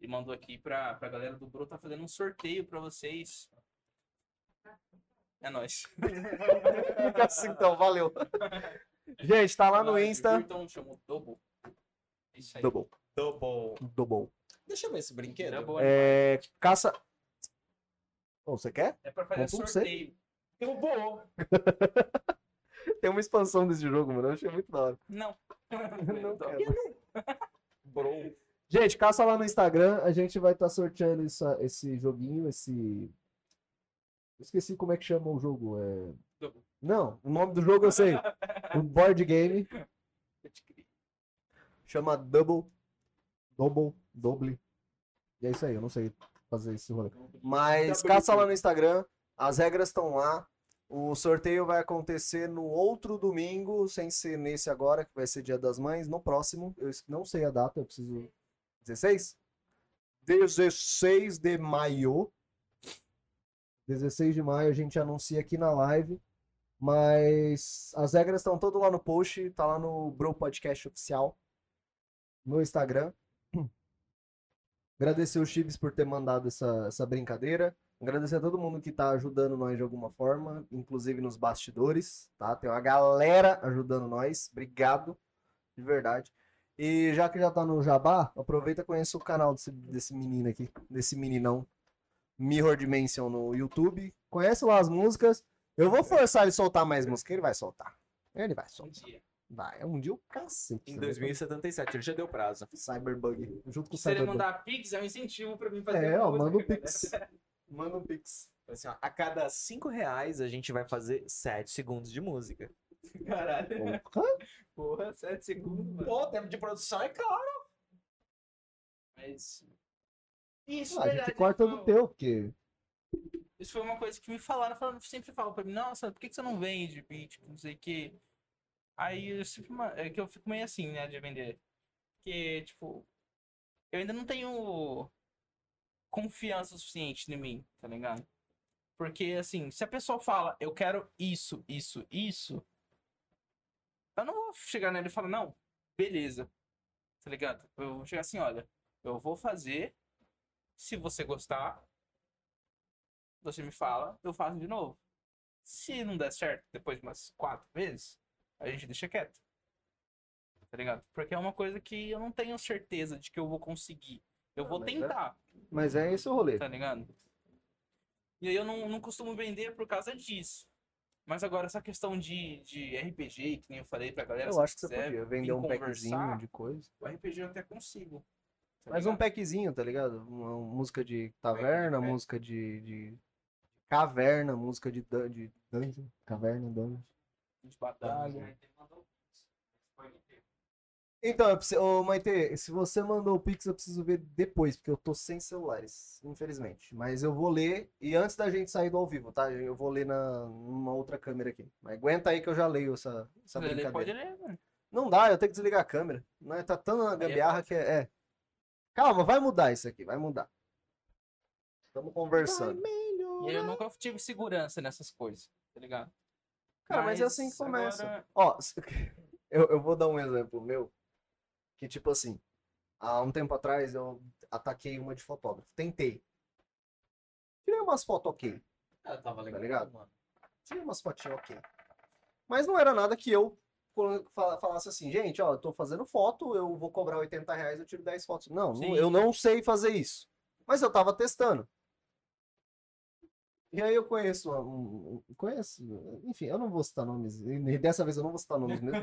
Speaker 2: Ele mandou aqui pra, pra galera do Bro, tá fazendo um sorteio pra vocês. É nóis.
Speaker 3: Fica assim, então. Valeu. Gente, tá lá no
Speaker 2: Live,
Speaker 3: Insta.
Speaker 2: Virton chamou então, Dobo. Isso aí.
Speaker 3: Double.
Speaker 1: Double.
Speaker 3: Double.
Speaker 1: Deixa eu ver esse brinquedo.
Speaker 2: Era boa demais.
Speaker 3: É, caça. Ô, você quer?
Speaker 2: É pra fazer
Speaker 3: bom pra você.
Speaker 2: sorteio.
Speaker 1: Double.
Speaker 3: Tem uma expansão desse jogo, mano. Eu achei muito da hora.
Speaker 2: Não.
Speaker 3: Não quero.
Speaker 1: Bro.
Speaker 3: Gente, caça lá no Instagram. A gente vai estar sorteando essa- esse joguinho, esse. Eu Esqueci como é que chama o jogo. É...
Speaker 2: Double.
Speaker 3: Não, o nome do jogo eu sei. O board game chama Double. Double. Double. E é isso aí, eu não sei fazer esse rolê. Mas caça lá no Instagram. As regras estão lá. O sorteio vai acontecer no outro domingo, sem ser nesse agora, que vai ser Dia das Mães, no próximo. Eu es- não sei a data, eu preciso. 16? 16 de maio. 16 de maio a gente anuncia aqui na live. Mas as regras estão todas lá no post, tá lá no Bro Podcast Oficial, no Instagram. Agradecer o Chibs por ter mandado essa, essa brincadeira. Agradecer a todo mundo que tá ajudando nós de alguma forma, inclusive nos bastidores, tá? Tem uma galera ajudando nós. Obrigado, de verdade. E já que já tá no Jabá, aproveita e conheça o canal desse, desse menino aqui, desse meninão. Mirror Dimension no YouTube. Conhece lá as músicas. Eu vou forçar ele a soltar mais música, ele vai soltar. Ele vai
Speaker 2: Um
Speaker 3: soltar.
Speaker 2: dia.
Speaker 3: Vai, um dia o cacete.
Speaker 1: Em
Speaker 3: né?
Speaker 1: 2077, ele já deu prazo.
Speaker 3: Cyberbug. Junto com o
Speaker 2: Se ele
Speaker 3: Cyberbug.
Speaker 2: mandar Pix, é um incentivo pra mim fazer
Speaker 3: É, ó,
Speaker 2: música,
Speaker 3: manda um
Speaker 2: galera.
Speaker 3: pix. Manda um pix.
Speaker 1: Assim, ó, a cada 5 reais a gente vai fazer 7 segundos de música.
Speaker 2: Caralho.
Speaker 3: Porra.
Speaker 2: Porra, 7 segundos, mano.
Speaker 1: Pô, tempo de produção é caro.
Speaker 2: Mas. então. Isso,
Speaker 3: Ah, a
Speaker 2: verdade,
Speaker 3: gente corta
Speaker 2: foi-
Speaker 3: do teu, porque.
Speaker 2: Isso foi uma coisa que me falaram, falaram sempre falam pra mim, nossa, por que, que você não vende, Bi? tipo, não sei o quê. Aí eu sempre, ma- é que eu fico meio assim, né, de vender. Porque, tipo, eu ainda não tenho confiança suficiente em mim, tá ligado? Porque, assim, se a pessoa fala, eu quero isso, isso, isso, eu não vou chegar nele e falar, não, beleza, tá ligado? Eu vou chegar assim, olha, eu vou fazer, se você gostar, você me fala, eu faço de novo. Se não der certo depois de umas quatro vezes, a gente deixa quieto. Tá ligado? Porque é uma coisa que eu não tenho certeza de que eu vou conseguir. Eu vou
Speaker 3: mas é-
Speaker 2: tentar,
Speaker 3: Mas é esse o rolê.
Speaker 2: tá ligado? E aí eu não, não costumo vender por causa disso. Mas agora essa questão de, de RPG, que nem eu falei pra galera,
Speaker 3: Eu
Speaker 2: se
Speaker 3: acho que você
Speaker 2: quiser
Speaker 3: podia
Speaker 2: vir
Speaker 3: vender um
Speaker 2: conversar,
Speaker 3: packzinho de coisa. tá
Speaker 2: O RPG eu até consigo. tá
Speaker 3: Mas um
Speaker 2: ligado?
Speaker 3: packzinho, tá ligado? Uma uma música de taverna,
Speaker 2: pack.
Speaker 3: música de, de caverna, música de, dun de dungeon. Caverna, dungeon.
Speaker 2: de batalha.
Speaker 3: Tá, né? Então, eu preciso... Ô, Maite, se você mandou o Pix, eu preciso ver depois, porque eu tô sem celulares, infelizmente. Mas eu vou ler, e antes da gente sair do ao vivo, tá? Eu vou ler na... numa outra câmera aqui. Mas aguenta aí que eu já leio essa, essa
Speaker 2: Ele
Speaker 3: brincadeira.
Speaker 2: pode ler, né? mano.
Speaker 3: Não dá, eu tenho que desligar a câmera. Não, tá tão na gambiarra que é, é. Calma, vai mudar isso aqui, vai mudar. Estamos conversando.
Speaker 2: E eu nunca tive segurança nessas coisas, tá ligado?
Speaker 3: Cara, mas é assim que começa.
Speaker 2: agora-
Speaker 3: Ó, se- eu, eu vou dar um exemplo meu. Que tipo assim, há um tempo atrás eu ataquei uma de fotógrafo. Tentei. Tirei umas fotos ok.
Speaker 1: Ah, tava legal.
Speaker 3: ligado?
Speaker 1: mano.
Speaker 3: Tirei umas fotinhas ok. Mas não era nada que eu colo- fala- falasse assim, gente, ó, eu tô fazendo foto, eu vou cobrar 80 reais, eu tiro 10 fotos. Não, não-
Speaker 2: Sim.
Speaker 3: eu não sei fazer isso. Mas eu tava testando. E aí eu conheço, uma- um, um- conheço, enfim, eu não vou citar nomes, e dessa vez eu não vou citar nomes mesmo.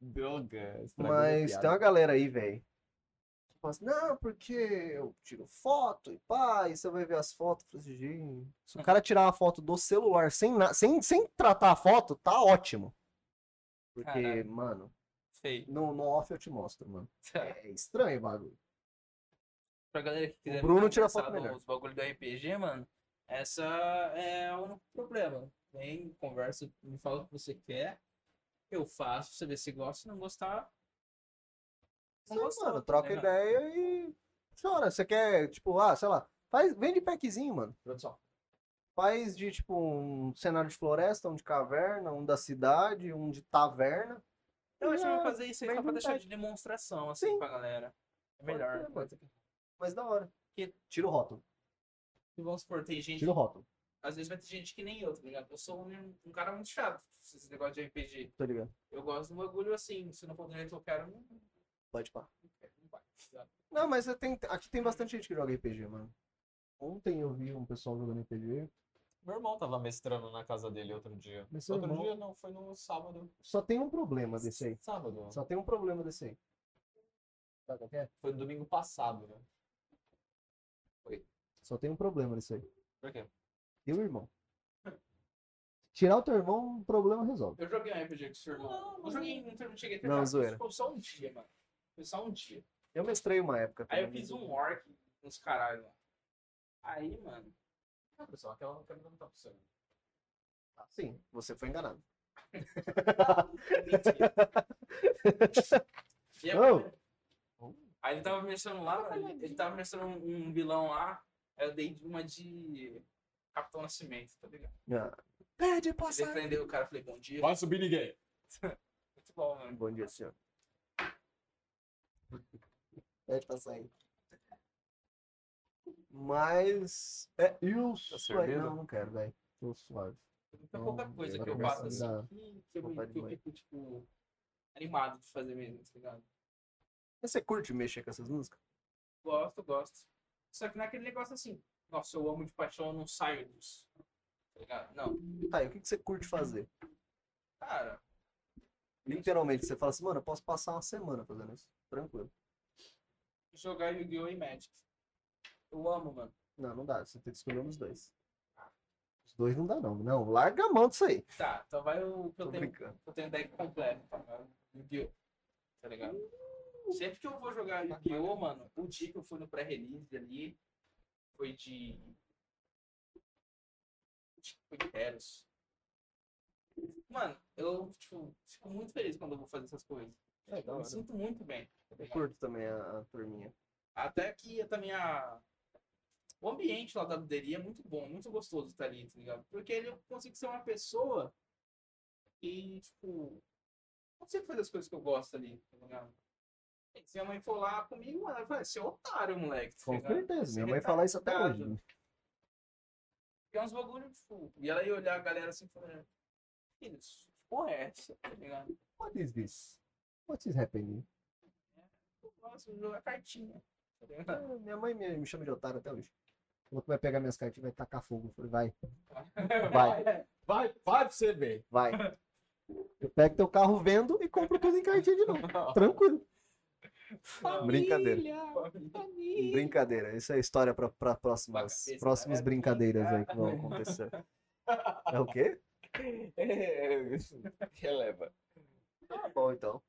Speaker 1: Droga. estragou minha
Speaker 3: Mas
Speaker 1: piada.
Speaker 3: tem uma galera aí, velho. que fala assim, Não, porque eu tiro foto e pá, e você vai ver as fotos. Eu falei assim, "Gente, Se o cara tirar a foto do celular sem, na- sem, sem tratar a foto, tá ótimo. Porque,
Speaker 2: Caralho.
Speaker 3: mano,
Speaker 2: Feio.
Speaker 3: no, no off eu te mostro, mano.
Speaker 2: tá
Speaker 3: É estranho o bagulho.
Speaker 2: pra galera que quiser
Speaker 3: Bruno tira
Speaker 2: conversar
Speaker 3: foto melhor.
Speaker 2: dos bagulho do RPG, mano, essa é o único problema. Vem, conversa, me fala o que você quer, eu faço, você vê se gosta, se não gostar, não
Speaker 3: Sim,
Speaker 2: gostou,
Speaker 3: mano,
Speaker 2: tá
Speaker 3: troca
Speaker 2: ligado?
Speaker 3: ideia e chora. Você quer, tipo, ah, sei lá, faz, vende packzinho, mano.
Speaker 1: Produção.
Speaker 3: Faz de, tipo, um cenário de floresta, um de caverna, um da cidade, um de taverna.
Speaker 2: Eu acho que eu
Speaker 3: É,
Speaker 2: vou fazer isso aí
Speaker 3: bem
Speaker 2: só pra deixar
Speaker 3: vontade.
Speaker 2: de demonstração, assim,
Speaker 3: Sim.
Speaker 2: pra galera. É
Speaker 3: Pode
Speaker 2: melhor.
Speaker 3: ser, pode Mas da hora.
Speaker 2: Que-
Speaker 3: Tira o rótulo.
Speaker 2: E vamos supor, tem gente
Speaker 3: Tira o rótulo.
Speaker 2: às vezes vai ter gente que nem eu, tá ligado? Eu sou um, um cara muito chato, esse negócio de RPG.
Speaker 3: Tô tá ligado.
Speaker 2: Eu gosto de um bagulho assim, se não for do jeito que eu quero, não
Speaker 3: Pode pá. Não, mas eu tenho- aqui tem bastante gente que joga RPG, mano. Ontem eu vi um pessoal jogando RPG.
Speaker 1: Meu irmão tava mestrando na casa dele outro dia.
Speaker 3: Mas seu
Speaker 1: Outro
Speaker 3: irmão-
Speaker 1: dia não, foi no sábado.
Speaker 3: Só tem um problema desse aí.
Speaker 1: Sábado.
Speaker 3: Só tem um problema desse aí. Sabe qual que é?
Speaker 1: Foi domingo passado, né?
Speaker 3: Só tem um problema desse aí.
Speaker 1: Por quê?
Speaker 3: Teu irmão. Tirar o teu irmão, o problema resolve.
Speaker 2: Eu joguei um RPG com o seu irmão. Eu joguei, não, não cheguei a
Speaker 3: Não,
Speaker 2: terminar,
Speaker 3: zoeira.
Speaker 2: Ficou só um dia, mano. Foi só um dia.
Speaker 3: Eu mestrei uma época.
Speaker 2: Aí eu
Speaker 3: também.
Speaker 2: fiz um orc uns caralho lá. Aí, mano. Não, pessoal, aquela câmera não tá funcionando.
Speaker 3: Ah, Sim, você foi enganado.
Speaker 2: Mentira. E
Speaker 3: Oh.
Speaker 2: aí, aí ele tava mexendo lá, ele, ele tava mexendo um, um vilão lá, aí eu dei uma de Capitão Nascimento, tá ligado?
Speaker 3: Ah,
Speaker 2: Ele prendeu o cara, eu falei, bom dia.
Speaker 1: Vai subir ninguém.
Speaker 2: Muito bom, mano.
Speaker 3: bom dia, senhor. É, tá saindo. Mas. É, e o suave?
Speaker 1: servido?
Speaker 3: Não, não quero, velho. Tô suave.
Speaker 2: Tem pouca coisa Então, que eu
Speaker 3: Agora
Speaker 2: faço
Speaker 3: Então, começa
Speaker 2: assim
Speaker 3: a me
Speaker 2: que, que, eu,
Speaker 3: vontade
Speaker 2: que eu
Speaker 3: de
Speaker 2: fico, tipo, animado de fazer mesmo, tá ligado?
Speaker 3: Você curte mexer com essas músicas?
Speaker 2: Gosto, gosto. Só que não é aquele negócio assim, nossa, eu amo de paixão, eu não saio disso. Tá ligado? Não.
Speaker 3: Tá, e o que que você curte fazer?
Speaker 2: Cara,
Speaker 3: Literalmente, você fala assim, mano, eu posso passar uma semana fazendo isso. Tranquilo.
Speaker 2: jogar Yu-Gi-Oh! e Magic. Eu amo, mano.
Speaker 3: Não, não dá. Você tem que escolher um dos dois. Os dois não dá, não. Não, larga a mão disso aí.
Speaker 2: Tá, então vai o que eu
Speaker 3: Tô
Speaker 2: tenho.
Speaker 3: brincando.
Speaker 2: Eu tenho deck completo, tá ligado? Yu-Gi-Oh! Tá ligado? Sempre que eu vou jogar Yu-Gi-Oh! mano, o dia que eu fui no pré-release ali foi de. Acho que Foi de Eros. Mano, eu tipo, fico muito feliz quando eu vou fazer essas coisas.
Speaker 3: É, da
Speaker 2: Eu me
Speaker 3: hora.
Speaker 2: sinto muito bem. tá
Speaker 3: Eu
Speaker 2: ligado?
Speaker 3: curto também a, a turminha.
Speaker 2: Até que eu também a. O ambiente lá da luderia é muito bom, muito gostoso estar ali, tá ligado? Porque ele eu consigo ser uma pessoa e, tipo, consigo fazer as coisas que eu gosto ali, tá ligado? E se minha mãe for lá comigo, mano, ela vai ser otário, moleque. tá
Speaker 3: Com
Speaker 2: ligado?
Speaker 3: certeza.
Speaker 2: Você
Speaker 3: Minha mãe
Speaker 2: tá
Speaker 3: fala isso até
Speaker 2: ligado?
Speaker 3: hoje. né?
Speaker 2: Porque é uns bagulho, tipo, e ela ia olhar a galera assim, falando, filho, isso porra é essa, tá ligado?
Speaker 3: What is this? What is happening?
Speaker 2: Eu gosto de jogar é cartinha, tá ligado?
Speaker 3: Ah, Minha mãe me, me chama de otário até hoje. Falou que vai pegar minhas cartas e vai tacar fogo. Eu falei, vai, Vai.
Speaker 1: Vai, vai pra você ver.
Speaker 3: vai. Eu pego teu carro, vendo e compro tudo em cartinha de novo. Tranquilo. Brincadeira. Brincadeira. Isso é história pra, pra próximas,
Speaker 2: Bagaceira,
Speaker 3: próximas
Speaker 2: é
Speaker 3: brincadeiras aí que vão acontecer. É o quê?
Speaker 1: É, Releva.
Speaker 3: Tá bom, então.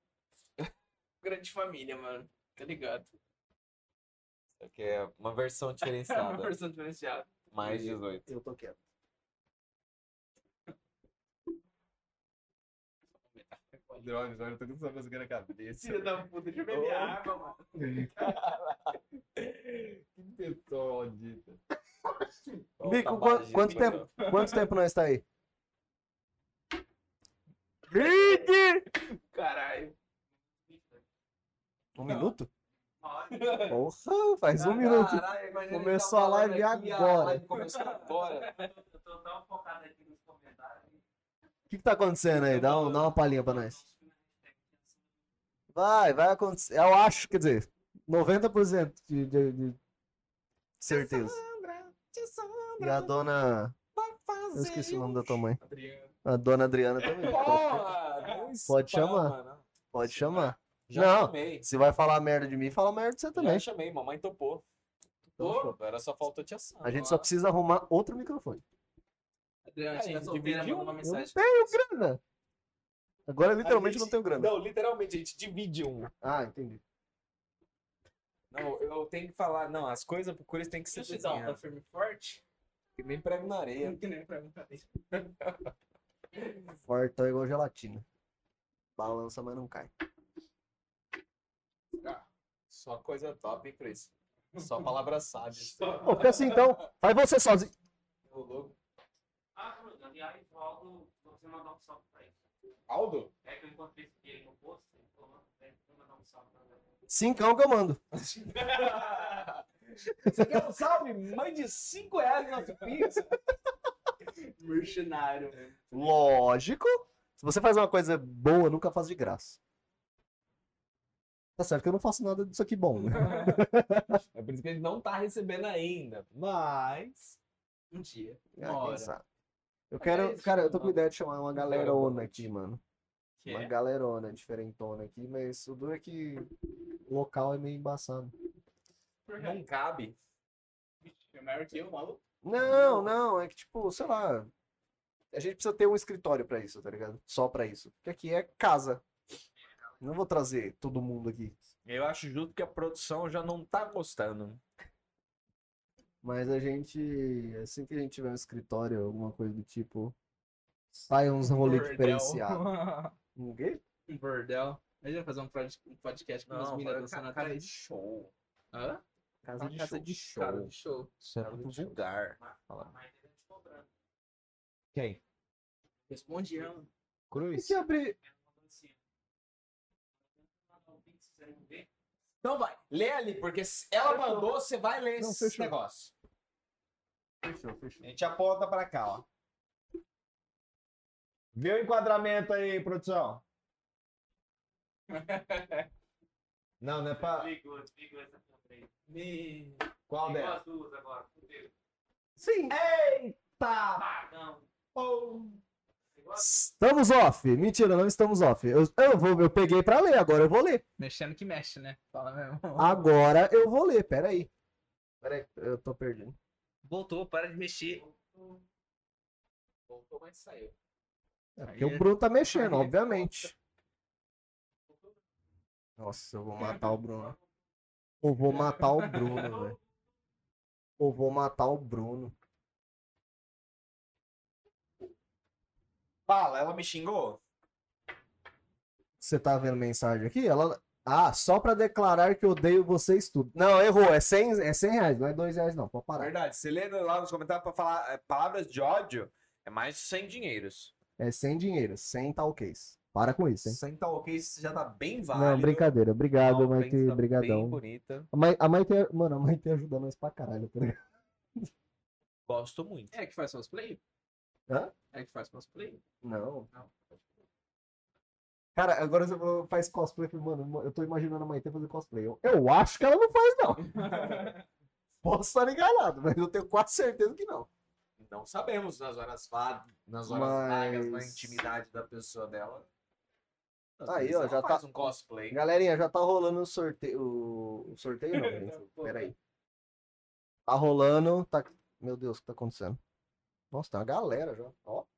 Speaker 2: Grande família, mano. Tá ligado?
Speaker 1: Isso aqui é uma versão
Speaker 2: É uma
Speaker 1: diferenciada.
Speaker 2: versão diferenciada.
Speaker 1: Mais 18.
Speaker 3: Eu tô quieto.
Speaker 1: Drogas, olha, eu tô com essa música na cabeça.
Speaker 2: Filha da puta, deixa eu beber
Speaker 1: Oh.
Speaker 2: água, mano.
Speaker 1: Que pessoa maldita.
Speaker 3: Mico, quan- quanto tempo?
Speaker 1: né?
Speaker 3: Quanto tempo nós tá aí? Big!
Speaker 2: Caralho.
Speaker 3: Um minuto?
Speaker 11: Uma hora.
Speaker 1: É.
Speaker 3: Porra, faz um minuto.
Speaker 12: Caralho, imagina ele
Speaker 1: então
Speaker 3: Começou
Speaker 12: tá
Speaker 3: a live
Speaker 12: falando aqui,
Speaker 3: agora.
Speaker 12: A live começou agora.
Speaker 11: Eu tô tão focado aqui nos comentários.
Speaker 3: O que, que tá acontecendo aí? Dá, um, dá uma palhinha pra nós. Vai, vai acontecer. Eu acho, quer dizer, 90% de, de, de certeza. E a dona. Eu esqueci o nome da tua mãe.
Speaker 2: Adriano.
Speaker 3: A dona Adriana também.
Speaker 1: Porra! né?
Speaker 3: Pode chamar. Pode chamar.
Speaker 1: Já
Speaker 3: Não.
Speaker 1: chamei.
Speaker 3: Se vai falar merda de mim, fala merda de você
Speaker 1: Já
Speaker 3: também.
Speaker 1: chamei, mamãe topou.
Speaker 3: Então, pô,
Speaker 1: Agora só faltou te ação.
Speaker 3: a gente só precisa arrumar outro microfone.
Speaker 2: Adriano,
Speaker 1: Aí,
Speaker 2: tinha solteira,
Speaker 1: dividiu?
Speaker 2: mandou uma
Speaker 3: Eu não
Speaker 2: mensagem.
Speaker 3: tenho grana. Agora literalmente
Speaker 1: A gente-
Speaker 3: não tenho grana.
Speaker 1: Não, literalmente, a gente divide um.
Speaker 3: Ah, entendi.
Speaker 1: Não, eu tenho que falar, não, as coisas pro Curious tem que ser
Speaker 2: Deixa eu te dar um
Speaker 1: desenhadas.
Speaker 2: tá firme e forte.
Speaker 1: Que nem prego na areia.
Speaker 2: Que nem pra mim, tá ligado?
Speaker 3: Fortão igual gelatina. Balança, mas não cai.
Speaker 1: Só coisa top, hein, Cris? Só palavras sábias.
Speaker 3: Ô, fica assim então. Faz você sozinho.
Speaker 1: Ô, louco.
Speaker 11: Ah, Bruno, aliás, o Aldo, você mandar um salve pra ele.
Speaker 1: Aldo?
Speaker 11: É que eu encontrei esse dia no posto, ele falou, mano, deve mandar um salve pra ele.
Speaker 3: Cincão que eu mando.
Speaker 1: Você quer um salve? Mande 5 reais no nosso Pix.
Speaker 2: Mercenário.
Speaker 3: Lógico. Se você faz uma coisa boa, nunca faz de graça.
Speaker 13: Tá certo que eu não faço nada disso aqui bom, né?
Speaker 1: É por isso que ele não tá recebendo ainda. Mas. Um dia.
Speaker 3: Ah,
Speaker 1: Uma hora.
Speaker 3: quem sabe. Eu
Speaker 1: é
Speaker 3: quero.
Speaker 1: isso,
Speaker 3: Cara, eu tô com
Speaker 1: mano.
Speaker 3: ideia de chamar uma galerona aqui, mano.
Speaker 2: Que
Speaker 3: Uma
Speaker 2: é?
Speaker 3: galerona diferentona aqui, mas o duro é que.
Speaker 13: O local é meio embaçado.
Speaker 1: Não cabe.
Speaker 2: É maior que eu, maluco.
Speaker 3: Não, não, é que tipo, sei lá. A gente precisa ter um escritório pra isso, tá ligado? Só pra isso. Porque aqui é casa. Não vou trazer todo mundo aqui.
Speaker 1: Eu acho justo que a produção já não tá gostando.
Speaker 3: Mas a gente, assim que a gente tiver um escritório, alguma coisa do tipo, sai uns rolê diferenciado. Um quê?
Speaker 2: um bordel. Imagina fazer um prod- um podcast com umas
Speaker 1: Não,
Speaker 2: meninas
Speaker 1: cara,
Speaker 2: dançando
Speaker 1: cara,
Speaker 2: atrás.
Speaker 1: de show.
Speaker 2: Hã?
Speaker 3: Casa de show.
Speaker 1: de
Speaker 2: Cara de show.
Speaker 1: Isso é
Speaker 3: Casa
Speaker 1: muito
Speaker 3: de show.
Speaker 1: vulgar.
Speaker 11: A mãe dele
Speaker 2: é
Speaker 11: tá te cobrando.
Speaker 1: Quem?
Speaker 2: Responde ela.
Speaker 3: E
Speaker 1: Cruz?
Speaker 3: se abrir?
Speaker 11: Ela mandou assim. ó. Mandou um pix, vocês querem ver?
Speaker 1: Então vai, lê ali, porque se ela mandou, você vai ler
Speaker 13: Não,
Speaker 1: esse
Speaker 13: fechou.
Speaker 1: negócio.
Speaker 3: Fechou, fechou.
Speaker 1: A gente aponta pra cá, ó. Vê o enquadramento aí, produção. Não, não é pra.
Speaker 11: Desligou, desligou
Speaker 2: é
Speaker 11: essa câmera aí.
Speaker 2: Me...
Speaker 1: Qual
Speaker 11: Desligou
Speaker 1: dela?
Speaker 11: as duas agora, fudeu.
Speaker 3: Sim!
Speaker 1: Tá!
Speaker 11: Ah, não. Desligou as
Speaker 13: Estamos off! Mentira, não estamos off. Eu, eu, vou, eu peguei pra ler, agora eu vou ler.
Speaker 2: Mexendo que mexe, né? Fala mesmo.
Speaker 13: Agora eu vou ler, peraí. Peraí, eu tô perdendo.
Speaker 2: Voltou, para de mexer.
Speaker 1: Voltou, mas saiu.
Speaker 13: É, porque o Bruno tá mexendo, obviamente.
Speaker 3: Nossa, eu vou matar o Bruno.
Speaker 13: Ou vou matar o Bruno, velho.
Speaker 3: Ou vou matar o Bruno.
Speaker 1: Fala, ela me xingou?
Speaker 3: Você tá vendo mensagem aqui? Ela. Ah, só pra declarar que odeio vocês tudo. Não, errou. É 100, é 100 reais, não é 2 reais, não. Pode parar.
Speaker 1: Verdade, você lê lá nos comentários pra falar é, palavras de ódio, é mais 100 dinheiros.
Speaker 3: É 100 dinheiro, 100 tal case. Para com isso, hein?
Speaker 1: 100 tá ok, isso já tá bem válido.
Speaker 13: Não, brincadeira.
Speaker 1: Uma
Speaker 13: Obrigado,
Speaker 1: ofensa
Speaker 13: Maite.
Speaker 1: bem
Speaker 13: Obrigadão.
Speaker 1: bonita.
Speaker 13: A Mai- A Maite, é- mano, a Maite ajuda nós pra caralho, tá ligado?
Speaker 1: Gosto muito.
Speaker 2: É que faz cosplay?
Speaker 3: Hã?
Speaker 2: É que faz cosplay?
Speaker 3: Não.
Speaker 2: Não.
Speaker 13: Cara, agora você falou, faz cosplay. eu falei, Mano, eu tô imaginando a Maite fazer cosplay. Eu, eu acho que ela não faz, não. Posso estar enganado, mas eu tenho quase certeza que não.
Speaker 1: Não sabemos nas horas, va- nas horas
Speaker 3: Mas-
Speaker 1: vagas, na intimidade da pessoa dela. Às
Speaker 3: Aí,
Speaker 1: vezes
Speaker 3: ó,
Speaker 1: ela
Speaker 3: já tá
Speaker 1: faz um cosplay.
Speaker 3: Galerinha, já tá rolando o sorteio. O o sorteio não, gente. Peraí. Tá rolando. Tá... Meu Deus, o que tá acontecendo? Nossa, tem uma galera já. Ó. Tem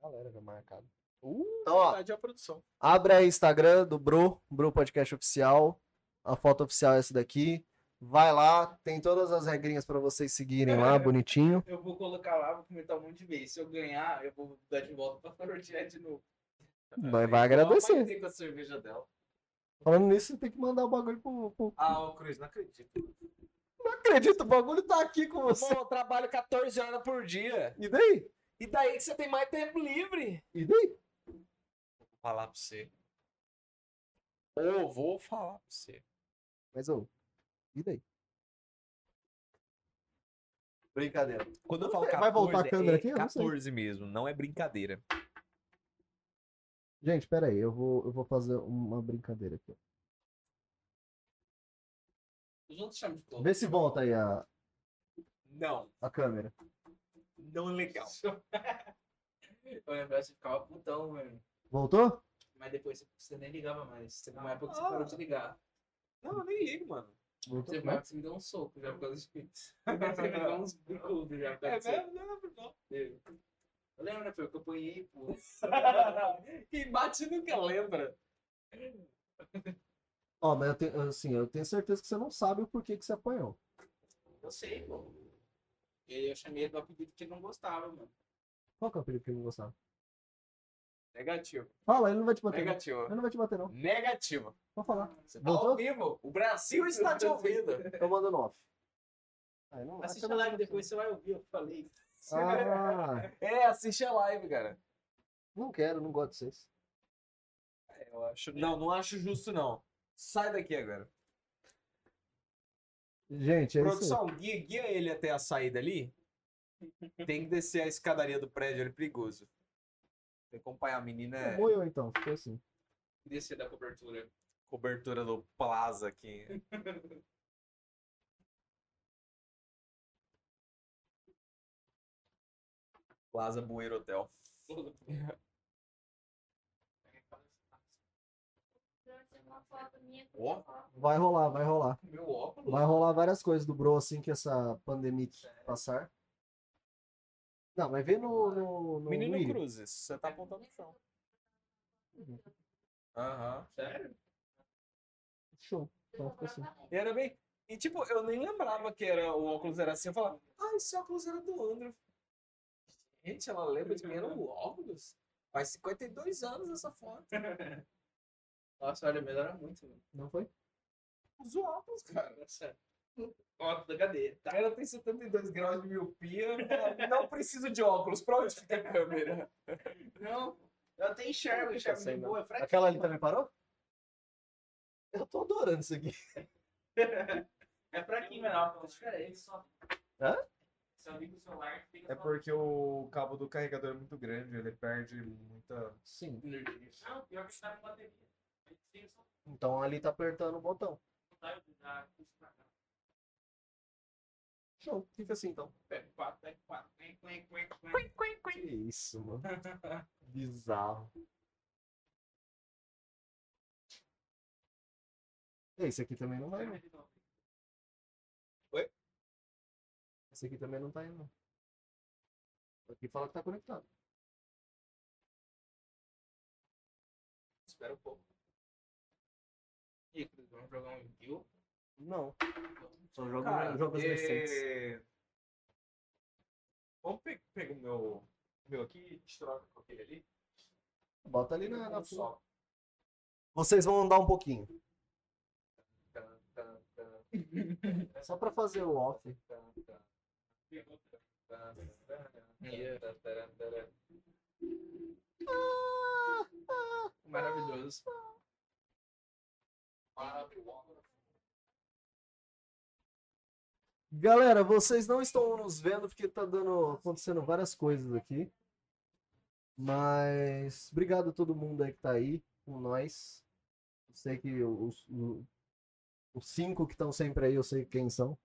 Speaker 3: uma Galera já marcada. então, ó,
Speaker 1: Verdade, é a produção.
Speaker 3: Abre aí o Instagram do Bro, Bro Podcast Oficial. A foto oficial é essa daqui. Vai lá, tem todas as regrinhas pra vocês seguirem lá, bonitinho.
Speaker 2: Eu vou colocar lá, vou comentar um monte de vez. Se eu ganhar, eu vou dar de volta pra sortear de novo.
Speaker 3: Vai,
Speaker 1: Ela
Speaker 3: vai agradecer.
Speaker 1: vai ter com a cerveja dela.
Speaker 13: Falando nisso, tem que mandar o bagulho pro. pro-
Speaker 1: Ah, ô Cruz, não acredito.
Speaker 13: Não acredito, o bagulho tá aqui com você.
Speaker 1: Bom, eu trabalho 14 horas por dia.
Speaker 13: E daí?
Speaker 1: E daí que você tem mais tempo livre?
Speaker 13: E daí?
Speaker 1: Vou falar pra você. Ou vou falar pra você.
Speaker 13: Mas eu. E daí?
Speaker 3: Brincadeira.
Speaker 1: Quando eu falo
Speaker 13: Vai
Speaker 1: 14,
Speaker 13: voltar a câmera
Speaker 1: é
Speaker 13: aqui? Eu não sei.
Speaker 1: 14 mesmo, não é brincadeira.
Speaker 13: Gente, pera aí, eu vou, eu vou fazer uma brincadeira aqui.
Speaker 2: Os outros chamam de cosplay.
Speaker 13: Vê se volta aí a,
Speaker 1: Não,
Speaker 13: a câmera.
Speaker 1: não é legal.
Speaker 2: Eu lembro, você ficava putão, mano.
Speaker 13: Voltou?
Speaker 2: Mas depois você- você nem ligava mais. Teve uma época que você
Speaker 1: Ah.
Speaker 2: parou de ligar.
Speaker 1: Não, eu nem ligo, mano.
Speaker 13: Voltou. né?
Speaker 2: Teve uma época que você me deu um soco já por causa de pizza. Você me deu uns bicudos já por causa
Speaker 1: É
Speaker 2: disso.
Speaker 1: mesmo? Não, não.
Speaker 2: Teve. Eu lembro, né, foi o que eu apanhei, pô.
Speaker 1: Quem bate nunca lembra.
Speaker 13: Ó, mas eu tenho, assim, eu tenho certeza que você não sabe o porquê que você apanhou.
Speaker 2: Eu sei, pô. E aí eu chamei ele do apelido que ele não gostava, mano.
Speaker 13: Qual que é o apelido que ele não gostava?
Speaker 1: Negativo,
Speaker 13: Fala, ele não vai te bater. Não.
Speaker 1: negativo,
Speaker 13: Ele não vai te bater, não.
Speaker 1: negativo.
Speaker 13: Vou falar.
Speaker 1: Você tá
Speaker 13: Voltou?
Speaker 1: ao vivo, o Brasil está te ouvindo.
Speaker 13: Eu mando no off. Aí não
Speaker 2: Assiste a live depois, você vai ouvir, eu falei.
Speaker 13: Ah,
Speaker 1: É, assiste a live, cara.
Speaker 13: não quero, não gosto de vocês.
Speaker 1: É, Eu acho... Não, não acho justo, não. Sai daqui agora.
Speaker 13: Gente, é isso aí.
Speaker 1: Produção, guia, guia ele até a saída ali. Tem que descer a escadaria do prédio, ele é perigoso. Tem que acompanhar a menina. é-
Speaker 13: Morreu então, ficou assim.
Speaker 2: descer da cobertura.
Speaker 1: Cobertura do Plaza aqui. Plaza Bueiro Hotel.
Speaker 8: Eu tirei uma foto minha com
Speaker 1: Ó.
Speaker 8: meu óculos.
Speaker 3: Vai rolar, vai rolar.
Speaker 2: Meu óculos?
Speaker 3: Vai rolar várias coisas do Bro assim que essa pandemia passar. Não, mas vê no. no, no
Speaker 1: Menino
Speaker 3: Wii.
Speaker 1: Cruzes, você tá apontando pro chão. Aham.
Speaker 2: Sério?
Speaker 3: Show.
Speaker 8: Eu
Speaker 3: Então fica assim.
Speaker 8: trabalhei.
Speaker 1: E era bem. E tipo, eu nem lembrava que era, o óculos era assim. Eu falava, ah, esse óculos era do André. Gente, ela lembra de mim, era o óculos? Faz 52 anos essa foto.
Speaker 2: Nossa, olha, melhora muito, mano.
Speaker 3: Não foi?
Speaker 1: Usa o óculos, cara.
Speaker 2: Tá certo. Foto da cadeia.
Speaker 1: O cara tem 72 graus de miopia. fala, Não preciso de óculos. Pra onde fica a câmera?
Speaker 2: Não, eu até enxergo, enxergo de boa, é fraco.
Speaker 3: Aquela ali também parou? Eu tô adorando isso aqui.
Speaker 2: É fraquinho, mano. Óculos diferentes.
Speaker 3: Hã?
Speaker 2: Se eu ligo o celular, fica só-
Speaker 1: É o cabo do carregador é muito grande, ele perde muita.
Speaker 3: Sim.
Speaker 2: Não, pior que tá com bateria. Aí fica só
Speaker 3: Então ali tá apertando o botão.
Speaker 2: vontade de dar curso pra cá.
Speaker 3: Show. Fica assim então.
Speaker 2: Pega o quatro, pega o quatro. Quen, quen, quen, quen.
Speaker 3: Que isso, mano. Bizarro. Esse aqui também não vai, não.
Speaker 2: Serve de novo.
Speaker 3: Esse aqui também não tá indo, não. Aqui fala que tá conectado.
Speaker 2: Espera um pouco. E aí, Cruz, vamos jogar um Yu-Gi-Oh?
Speaker 3: Não. Só joga
Speaker 1: Cara,
Speaker 3: jogos
Speaker 1: é,
Speaker 3: recentes.
Speaker 1: Vamos pe pegar o meu, meu aqui e troca com aquele ali.
Speaker 3: Bota ali na,
Speaker 1: Pega
Speaker 3: na
Speaker 1: um só.
Speaker 3: Vocês vão andar um pouquinho. É Só pra fazer o off.
Speaker 2: É. Maravilhoso.
Speaker 3: Galera, vocês não estão nos vendo porque tá dando acontecendo várias coisas aqui. Mas obrigado a todo mundo aí que tá aí com nós. Eu sei que os, o- os cinco que estão sempre aí, eu sei quem são.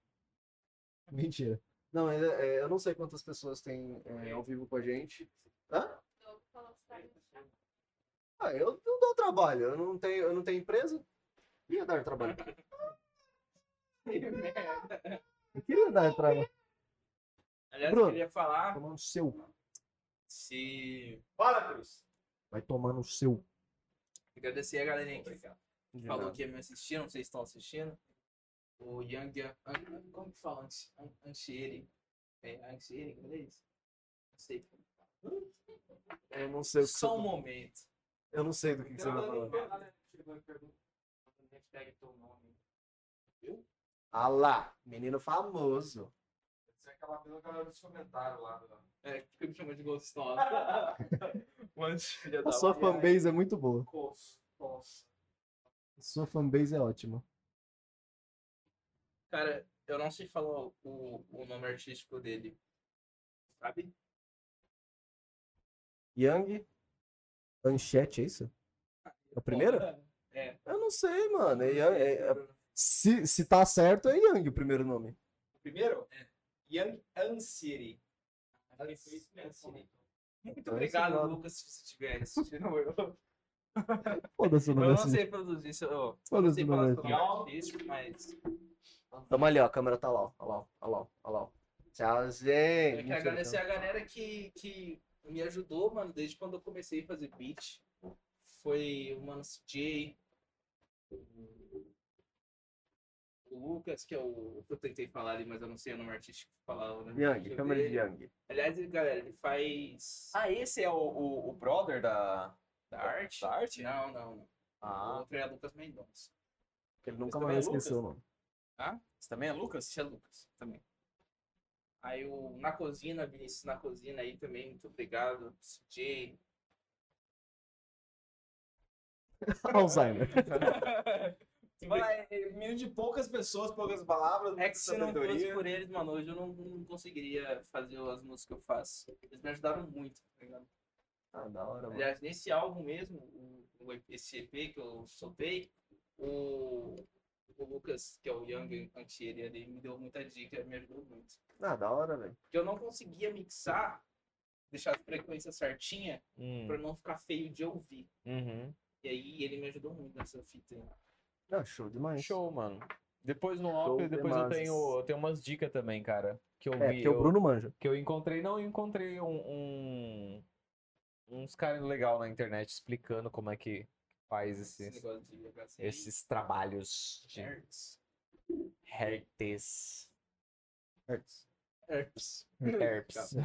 Speaker 3: Mentira. Não, é- é, eu não sei quantas pessoas tem é, ao vivo com a gente. Hã?
Speaker 8: Eu falou que tá no chão.
Speaker 3: Ah, eu não dou trabalho, eu não tenho, eu não tenho empresa. Ia dar trabalho. Eu queria dar trabalho.
Speaker 2: Aliás,
Speaker 3: Bruno.
Speaker 2: eu queria falar
Speaker 3: Tomar no seu.
Speaker 2: se. Fala, Cruz!
Speaker 3: Vai tomar no seu.
Speaker 2: Agradecer a galerinha que falou que me assistiram, vocês estão assistindo. O Yang, Yang- An- como que fala? Anx- An- Anxieri. É Anxieri em inglês? Não sei.
Speaker 3: Eu não sei o que você
Speaker 2: Só um
Speaker 3: tá-
Speaker 2: momento.
Speaker 3: Eu não sei do que, que você tá falando.
Speaker 2: Hashtag teu nome.
Speaker 3: Ah lá, menino famoso.
Speaker 1: Você é aquela pessoa que ela nos comentários lá. né?
Speaker 2: É, porque me chamou de gostosa. Mas, filha
Speaker 3: A sua fanbase é muito boa.
Speaker 2: Gostosa.
Speaker 3: A sua fanbase é ótima.
Speaker 2: Cara, eu não sei falar o, o nome artístico dele. Sabe?
Speaker 3: Yang Anchete, é isso? A primeira?
Speaker 2: É.
Speaker 3: Eu não sei, mano. É- é- é- se, se tá certo, é Yang o primeiro nome.
Speaker 1: Primeiro,
Speaker 2: Young Ansiri. Muito
Speaker 3: Então,
Speaker 2: obrigado,
Speaker 3: esse nome.
Speaker 2: Lucas, se você estiver assistindo. Eu, eu
Speaker 3: Foda-se o nome
Speaker 2: não
Speaker 3: assim.
Speaker 2: sei produzir isso. Eu não
Speaker 3: Foda-se
Speaker 2: sei
Speaker 3: o
Speaker 2: falar
Speaker 3: nome
Speaker 2: esse
Speaker 3: assim.
Speaker 2: nome artístico, mas
Speaker 3: Tamo ali, ó. A câmera tá lá, ó. Olha lá, olha lá, olha lá. Tchau, gente.
Speaker 2: eu quero agradecer a galera que, que me ajudou, mano, desde quando eu comecei a fazer beat. Foi o Mano CJ, o- o Lucas, que é o que eu tentei falar ali, mas eu não sei o nome artístico que falava. né? Deixa
Speaker 3: Yang,
Speaker 2: eu
Speaker 3: câmera
Speaker 2: ver.
Speaker 3: de Yang.
Speaker 2: Aliás, ele- galera, ele faz
Speaker 1: Ah, esse é o, o, o brother da.
Speaker 2: da arte.
Speaker 1: da arte?
Speaker 2: Não, não, não. O
Speaker 1: Ah,
Speaker 2: outro é Lucas Mendonça.
Speaker 3: Ele nunca
Speaker 1: também
Speaker 3: mais
Speaker 1: é Lucas?
Speaker 3: esqueceu o nome.
Speaker 1: esse também é Lucas?
Speaker 2: Esse é Lucas também. Aí o Na Cozinha, Vinícius Na Cozinha aí também, muito obrigado. CJ.
Speaker 3: Tá Alzheimer.
Speaker 1: Mano, é, é menino de poucas pessoas, poucas palavras, muita
Speaker 2: É que se não fosse
Speaker 1: sabedoria.
Speaker 2: por eles, mano, hoje eu não, não conseguiria fazer as músicas que eu faço. Eles me ajudaram muito, tá ligado?
Speaker 14: Ah, da hora, mano.
Speaker 2: Aliás, nesse álbum mesmo, o, o, EP esse EP que eu soltei, o, o Lucas, que é o Young Antier, ele me deu muita dica, me ajudou muito.
Speaker 14: Ah, da hora, velho.
Speaker 2: Porque eu não conseguia mixar, deixar as frequências certinha,
Speaker 1: Hum.
Speaker 2: pra não ficar feio de ouvir.
Speaker 1: Uhum.
Speaker 2: E aí ele me ajudou muito nessa fita. aí.
Speaker 14: Ah, show demais.
Speaker 1: Show, mano. Depois no
Speaker 14: Show
Speaker 1: off,
Speaker 14: de
Speaker 1: depois eu
Speaker 14: massas.
Speaker 1: tenho, eu tenho umas dicas também, cara. Que eu
Speaker 14: É,
Speaker 1: vi.
Speaker 14: porque o
Speaker 1: eu-
Speaker 14: Bruno manja.
Speaker 1: que eu encontrei, não, eu encontrei um, um- uns caras legal na internet explicando como é que faz
Speaker 2: Esse
Speaker 1: esses,
Speaker 2: negócio de HCI.
Speaker 1: esses trabalhos de
Speaker 2: Hertz.
Speaker 1: herpes.
Speaker 3: É
Speaker 2: Hertz.
Speaker 1: herpes.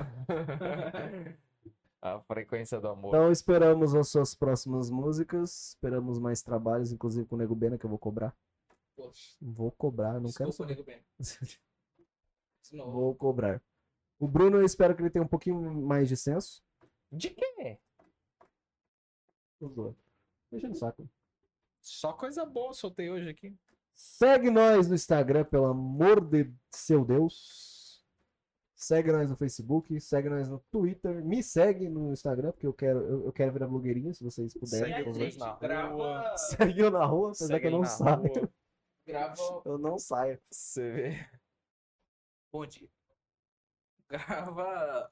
Speaker 1: A frequência do amor.
Speaker 3: Então esperamos as suas próximas músicas. Esperamos mais trabalhos, inclusive com o Nego Bena, que eu vou cobrar.
Speaker 2: Poxa.
Speaker 3: Vou cobrar, não quero saber.
Speaker 2: Desculpa, nego bem. De novo.
Speaker 3: Vou cobrar. O Bruno, eu espero que ele tenha um pouquinho mais de senso.
Speaker 1: De quê?
Speaker 3: Tô zoando. Deixa no saco.
Speaker 1: Só coisa boa eu soltei hoje aqui.
Speaker 3: Segue nós no Instagram, pelo amor de seu Deus. Segue nós no Facebook, segue nós no Twitter. Me segue no Instagram, porque eu quero, eu, eu quero virar blogueirinha, se vocês
Speaker 2: E
Speaker 3: puderem.
Speaker 2: aí,
Speaker 3: por favor.
Speaker 2: gente, grava,
Speaker 3: Segue eu na rua, apesar que eu não saio.
Speaker 2: grava.
Speaker 3: Eu não saio.
Speaker 1: Você vê.
Speaker 2: Bom dia. Grava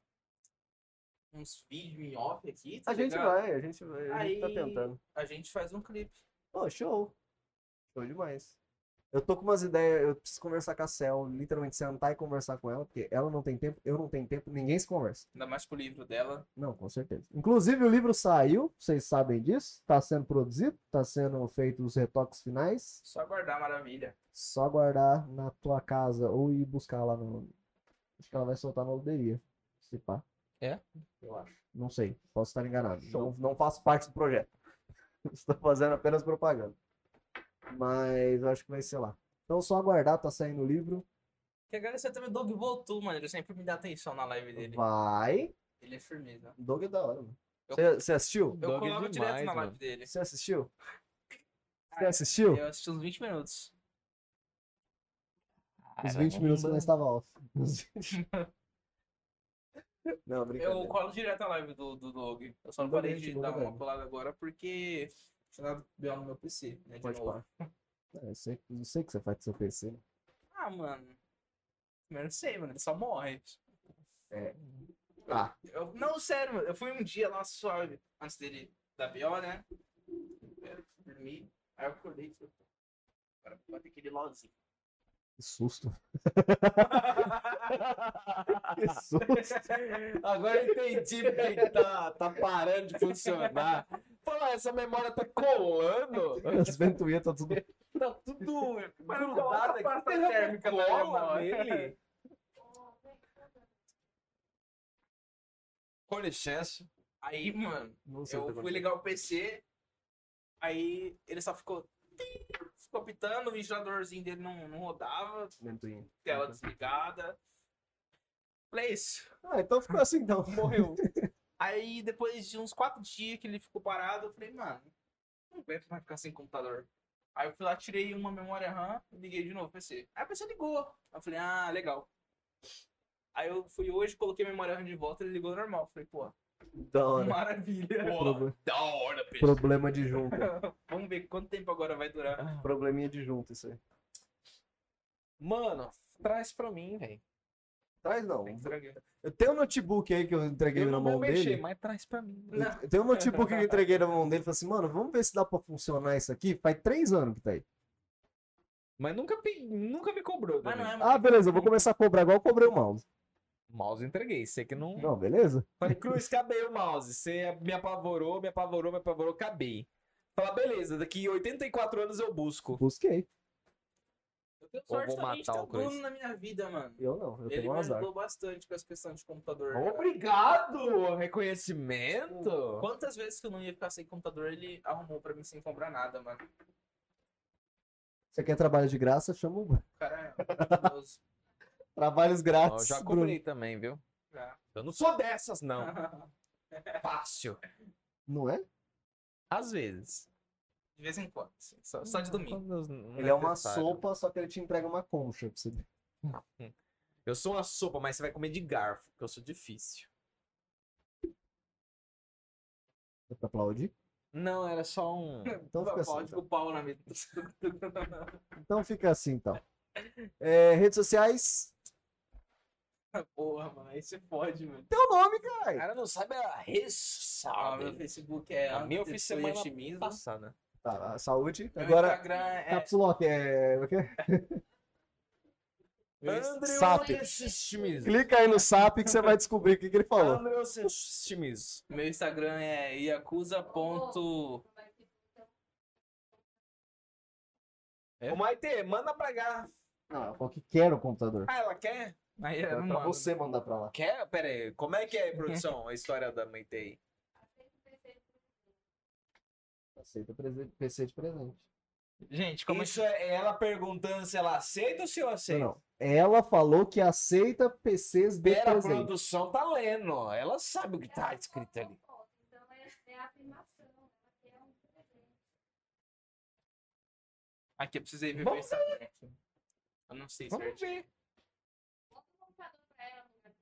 Speaker 2: uns vídeos em off aqui. tá
Speaker 14: A gente
Speaker 2: ligado?
Speaker 14: vai, a gente vai. A gente tá
Speaker 2: Aí-
Speaker 14: tentando.
Speaker 2: A gente faz um clipe.
Speaker 14: Pô, show. Show demais.
Speaker 3: Eu tô com umas ideias, eu preciso conversar com a Cel, literalmente sentar e conversar com ela, porque ela não tem tempo, eu não tenho tempo, ninguém se conversa.
Speaker 2: Ainda mais pro livro dela.
Speaker 3: Não, com certeza. Inclusive, o livro saiu, vocês sabem disso, tá sendo produzido, tá sendo feito os retoques finais.
Speaker 2: Só aguardar a maravilha.
Speaker 3: Só guardar na tua casa ou ir buscar lá no. Acho que ela vai soltar na aldeia. Se pá.
Speaker 1: É?
Speaker 3: Eu acho. Não sei, posso estar enganado. Não, não faço parte do projeto. Estou fazendo apenas propaganda. Mas eu acho que vai ser lá. Então só aguardar, tá saindo o livro.
Speaker 2: Quero agradecer também o Doug voltou, mano. Ele sempre me dá atenção na live dele.
Speaker 3: Vai.
Speaker 2: Ele é firmeza.
Speaker 3: Doug é da hora, mano.
Speaker 2: Eu-
Speaker 3: Você você assistiu?
Speaker 2: Eu
Speaker 1: Doug é
Speaker 2: coloco direto
Speaker 1: demais,
Speaker 2: na live
Speaker 1: mano.
Speaker 2: dele.
Speaker 3: Você assistiu? Você assistiu?
Speaker 2: Eu assisti uns 20 minutos.
Speaker 1: Ah,
Speaker 2: Ah,
Speaker 3: Os 20 minutos que
Speaker 1: né?
Speaker 3: nós estava off. Os 20.
Speaker 14: Não,
Speaker 2: Eu
Speaker 14: brincadeira.
Speaker 2: colo direto a live do, do Doug. Eu só não
Speaker 3: Doug
Speaker 2: parei
Speaker 3: é
Speaker 2: de
Speaker 3: gente boa
Speaker 2: dar
Speaker 3: também.
Speaker 2: uma colada agora porque tinha dado B.O. no meu PC, né? De
Speaker 3: Pode
Speaker 2: novo.
Speaker 3: parar. É, Eu sei, eu sei que você faz do seu né? PC.
Speaker 2: Ah, mano. Eu não sei, mano. Ele só morre.
Speaker 3: É.
Speaker 2: Ah. Eu, não, sério, mano. Eu fui um dia lá suave antes dele dar B.O., né? Eu dormi. Aí eu acordei tipo, e falei, pô, agora vou bater aquele LOLzinho.
Speaker 3: Que susto. que susto.
Speaker 1: Agora eu entendi porque que tá, tá parando de funcionar. Fala, essa memória tá colando.
Speaker 3: As ventoinhas tá tudo.
Speaker 1: Tá tudo
Speaker 2: Mas não coloca a pasta térmica na
Speaker 1: cola
Speaker 2: memória.
Speaker 1: nele. Com licença.
Speaker 2: Aí, mano,
Speaker 3: Não sei o que
Speaker 2: eu
Speaker 3: tá
Speaker 2: fui ligar o PC. Aí ele só ficou... tim, Ficou pitando, o ventiladorzinho dele não, não rodava,
Speaker 3: acontecendo, ventoinha.
Speaker 2: tela desligada. Falei "É isso.
Speaker 3: Ah, então ficou assim então.
Speaker 2: morreu. Aí depois de uns quatro dias que ele ficou parado, eu falei, mano, não aguento mais ficar sem computador. Aí eu fui lá, tirei uma memória RAM, liguei de novo o PC. Aí o PC ligou. Aí eu falei, ah, legal. Aí eu fui hoje, coloquei a memória RAM de volta, ele ligou normal. Eu Falei, pô,
Speaker 3: Da hora.
Speaker 2: maravilha.
Speaker 3: Proble-
Speaker 2: da hora, PC.
Speaker 3: Problema de junta.
Speaker 2: Vamos ver quanto tempo agora vai
Speaker 3: Tá
Speaker 2: durar.
Speaker 3: Probleminha de junta, isso aí.
Speaker 1: Mano, traz pra mim, velho.
Speaker 3: Traz não.
Speaker 2: Tem que estragar.
Speaker 3: Eu tenho um notebook aí que eu entreguei
Speaker 1: Eu
Speaker 3: na
Speaker 1: não
Speaker 3: mão
Speaker 1: vou mexer,
Speaker 3: dele.
Speaker 1: mas traz pra mim.
Speaker 3: Eu- Eu tenho um notebook que eu entreguei na mão dele e falei assim, mano, vamos ver se dá pra funcionar isso aqui. Faz três anos que tá aí.
Speaker 1: Mas nunca, pe- nunca me cobrou.
Speaker 2: Mas não
Speaker 1: também.
Speaker 2: é, mano.
Speaker 3: Ah, beleza, eu vou começar a cobrar igual eu cobrei o mouse.
Speaker 1: Mouse entreguei. Você que não.
Speaker 3: Não, beleza?
Speaker 1: Falei, Cruz, cadê o mouse? Você me apavorou, me apavorou, me apavorou, acabei. Falar, beleza, daqui 84 anos eu busco.
Speaker 3: Busquei.
Speaker 2: Eu tenho
Speaker 1: Ou
Speaker 2: sorte
Speaker 1: vou
Speaker 2: também de ter
Speaker 1: matar
Speaker 2: um
Speaker 1: o Cruz.
Speaker 2: dono na minha vida, mano.
Speaker 3: Eu não, eu
Speaker 2: ele
Speaker 3: tenho um
Speaker 2: me
Speaker 3: azar.
Speaker 2: ajudou bastante com as questões de computador. cara.
Speaker 1: Obrigado! Reconhecimento!
Speaker 2: Quantas vezes que eu não ia ficar sem computador, ele arrumou pra mim sem comprar nada, mano.
Speaker 3: Você quer trabalho de graça? Chama o Bruno.
Speaker 2: O cara é maravilhoso.
Speaker 3: Trabalhos
Speaker 1: Ó,
Speaker 3: grátis.
Speaker 1: eu já
Speaker 3: Bruno.
Speaker 1: comprei também, viu?
Speaker 2: Já.
Speaker 1: Eu não sou dessas, não. Fácil.
Speaker 3: Não é?
Speaker 1: Às vezes.
Speaker 2: De vez em quando. assim, Só, só de domingo.
Speaker 1: Quando não
Speaker 3: Ele é uma
Speaker 1: necessário.
Speaker 3: sopa, só que ele te entrega uma concha pra você.
Speaker 1: Eu sou uma sopa, mas você vai comer de garfo, porque eu sou difícil.
Speaker 3: É pra aplaudir?
Speaker 15: Não, era só um.
Speaker 3: Então fica assim.
Speaker 2: Pode
Speaker 3: Então,
Speaker 2: o pau na vida.
Speaker 3: Então fica assim, então. É, redes sociais,
Speaker 2: Porra, mano, aí você pode, mano.
Speaker 3: teu nome,
Speaker 15: O
Speaker 3: cara.
Speaker 15: cara não sabe a
Speaker 2: Ah, meu
Speaker 15: ressalva.
Speaker 2: Facebook é
Speaker 15: A minha eu fiz semana
Speaker 2: Yoshimizu.
Speaker 1: né?
Speaker 15: Passada.
Speaker 3: Tá, saúde.
Speaker 2: Meu
Speaker 3: Agora,
Speaker 2: Instagram é
Speaker 3: Caps Lock é. como é que é? Sap.
Speaker 15: Chimiz.
Speaker 3: Clica aí no SAP que você vai descobrir o que, que ele falou.
Speaker 15: André Chimiz.
Speaker 3: Tá.
Speaker 2: Meu Instagram é yakuza. ponto-
Speaker 8: então,
Speaker 2: É?
Speaker 1: Ô, Maite, manda pra cá.
Speaker 3: Não, ela falou que quer o computador.
Speaker 1: Ah, ela quer?
Speaker 2: é
Speaker 11: Aí era
Speaker 2: um
Speaker 3: Era pra você mandar pra lá.
Speaker 1: Quer? Pera aí, como é que é, produção, a história da Maite aí?
Speaker 3: Aceita presente, PC de presente.
Speaker 11: Gente, como
Speaker 1: Isso é ela perguntando se ela aceita ou se eu aceito.
Speaker 3: assim? Não, Ela falou que aceita PCs de
Speaker 1: Pera, a
Speaker 3: presente.
Speaker 1: produção tá lendo, ó. ela sabe o que tá escrito ali.
Speaker 8: Então é, é a afirmação. É um presente.
Speaker 11: Aqui eu precisei ver meu
Speaker 1: Vamos
Speaker 11: Instagram aqui. Eu não sei se
Speaker 1: Vamos ver.
Speaker 8: Bota o computador tá pra ela, né? mulher.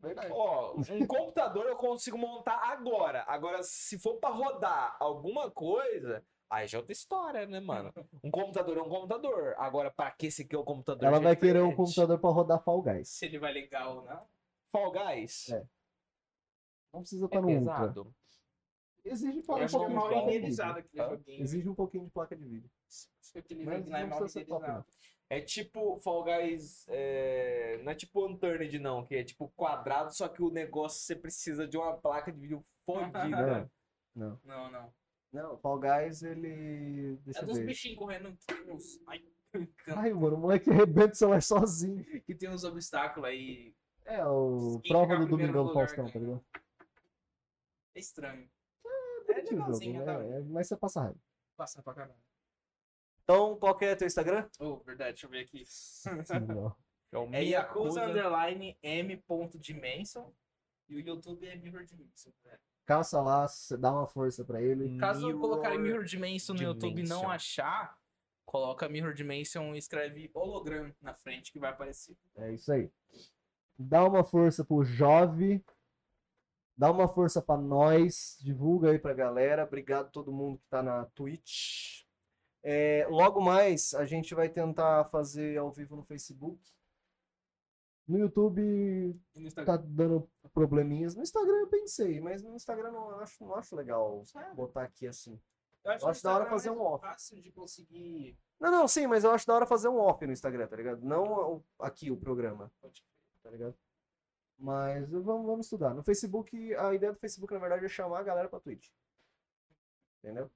Speaker 3: Verdade.
Speaker 1: Ó, um computador eu consigo montar agora. Agora, se for pra rodar alguma coisa, aí já é outra história, né, mano? Um computador é um computador. Agora, pra que esse aqui é o computador?
Speaker 3: Ela
Speaker 1: já é
Speaker 3: vai querer um
Speaker 1: diferente.
Speaker 3: computador pra rodar Fall Guys.
Speaker 2: Se ele vai ligar ou não.
Speaker 3: Tá.
Speaker 1: Fall Guys.
Speaker 3: É, Não precisa estar
Speaker 1: É
Speaker 3: no Ultra.
Speaker 1: pesado.
Speaker 3: Exige
Speaker 2: Eu
Speaker 3: um
Speaker 2: acho que
Speaker 3: pouquinho
Speaker 2: é
Speaker 3: de
Speaker 2: mal
Speaker 3: placa de
Speaker 2: renderizado
Speaker 3: vídeo.
Speaker 2: aquele joguinho.
Speaker 3: Exige um pouquinho de placa de vídeo.
Speaker 2: Acho que aquele
Speaker 3: Mas
Speaker 2: joguinho lá é
Speaker 3: não
Speaker 2: mal
Speaker 3: precisa ser top,
Speaker 2: renderizado.
Speaker 1: É tipo, Fall Guys, é, não é tipo Unturned não, que é tipo quadrado, só que o negócio você precisa de uma placa de vídeo fodida.
Speaker 3: Não,
Speaker 2: Não, não.
Speaker 3: não, Fall Guys, ele. Deixa
Speaker 2: É
Speaker 3: eu
Speaker 2: dos
Speaker 3: ver.
Speaker 2: bichinhos correndo. uns- Ai,
Speaker 3: Ai, mano, o moleque arrebenta o celular sozinho.
Speaker 2: que tem uns obstáculos aí.
Speaker 3: É, o
Speaker 2: Quem
Speaker 3: prova
Speaker 2: chegar
Speaker 3: do
Speaker 2: primeiro
Speaker 3: Domingão do
Speaker 2: lugar né?
Speaker 3: Faustão, tá
Speaker 2: ganha.
Speaker 3: ligado?
Speaker 2: É estranho.
Speaker 3: É de jogo,
Speaker 2: tá?
Speaker 3: né? É, mas você passa raiva.
Speaker 2: Passa pra caramba.
Speaker 16: Então, qual que é teu Instagram?
Speaker 2: Oh, verdade, deixa eu ver aqui.
Speaker 3: Sim, ó.
Speaker 2: É Yakuza underline M ponto Dimension. E o YouTube é Mirror Dimension. né?
Speaker 3: Caça lá, cê dá uma força pra ele.
Speaker 11: Caso eu colocar Mirror Dimension no YouTube e não
Speaker 1: Dimension.
Speaker 11: achar, coloca Mirror Dimension e escreve hologram na frente que vai aparecer.
Speaker 3: É isso aí. Dá uma força pro Jove. Dá uma força pra nós. Divulga aí pra galera. Obrigado todo mundo que tá na Twitch. É, logo mais, a gente vai tentar fazer ao vivo no Facebook. No YouTube
Speaker 2: E no Instagram.
Speaker 3: tá dando probleminhas. No Instagram eu pensei, mas no Instagram não eu acho, não acho legal
Speaker 2: Sério?
Speaker 3: botar aqui assim.
Speaker 2: Eu
Speaker 3: Eu acho da hora fazer
Speaker 2: um
Speaker 3: um off.
Speaker 2: fácil de conseguir.
Speaker 3: Não, não, sim, mas eu acho da hora fazer um off no Instagram, tá ligado? Não o- aqui o programa. tá ligado? Mas eu- vamos, vamos estudar. No Facebook, a ideia do Facebook, na verdade, é chamar a galera pra Twitch. Entendeu?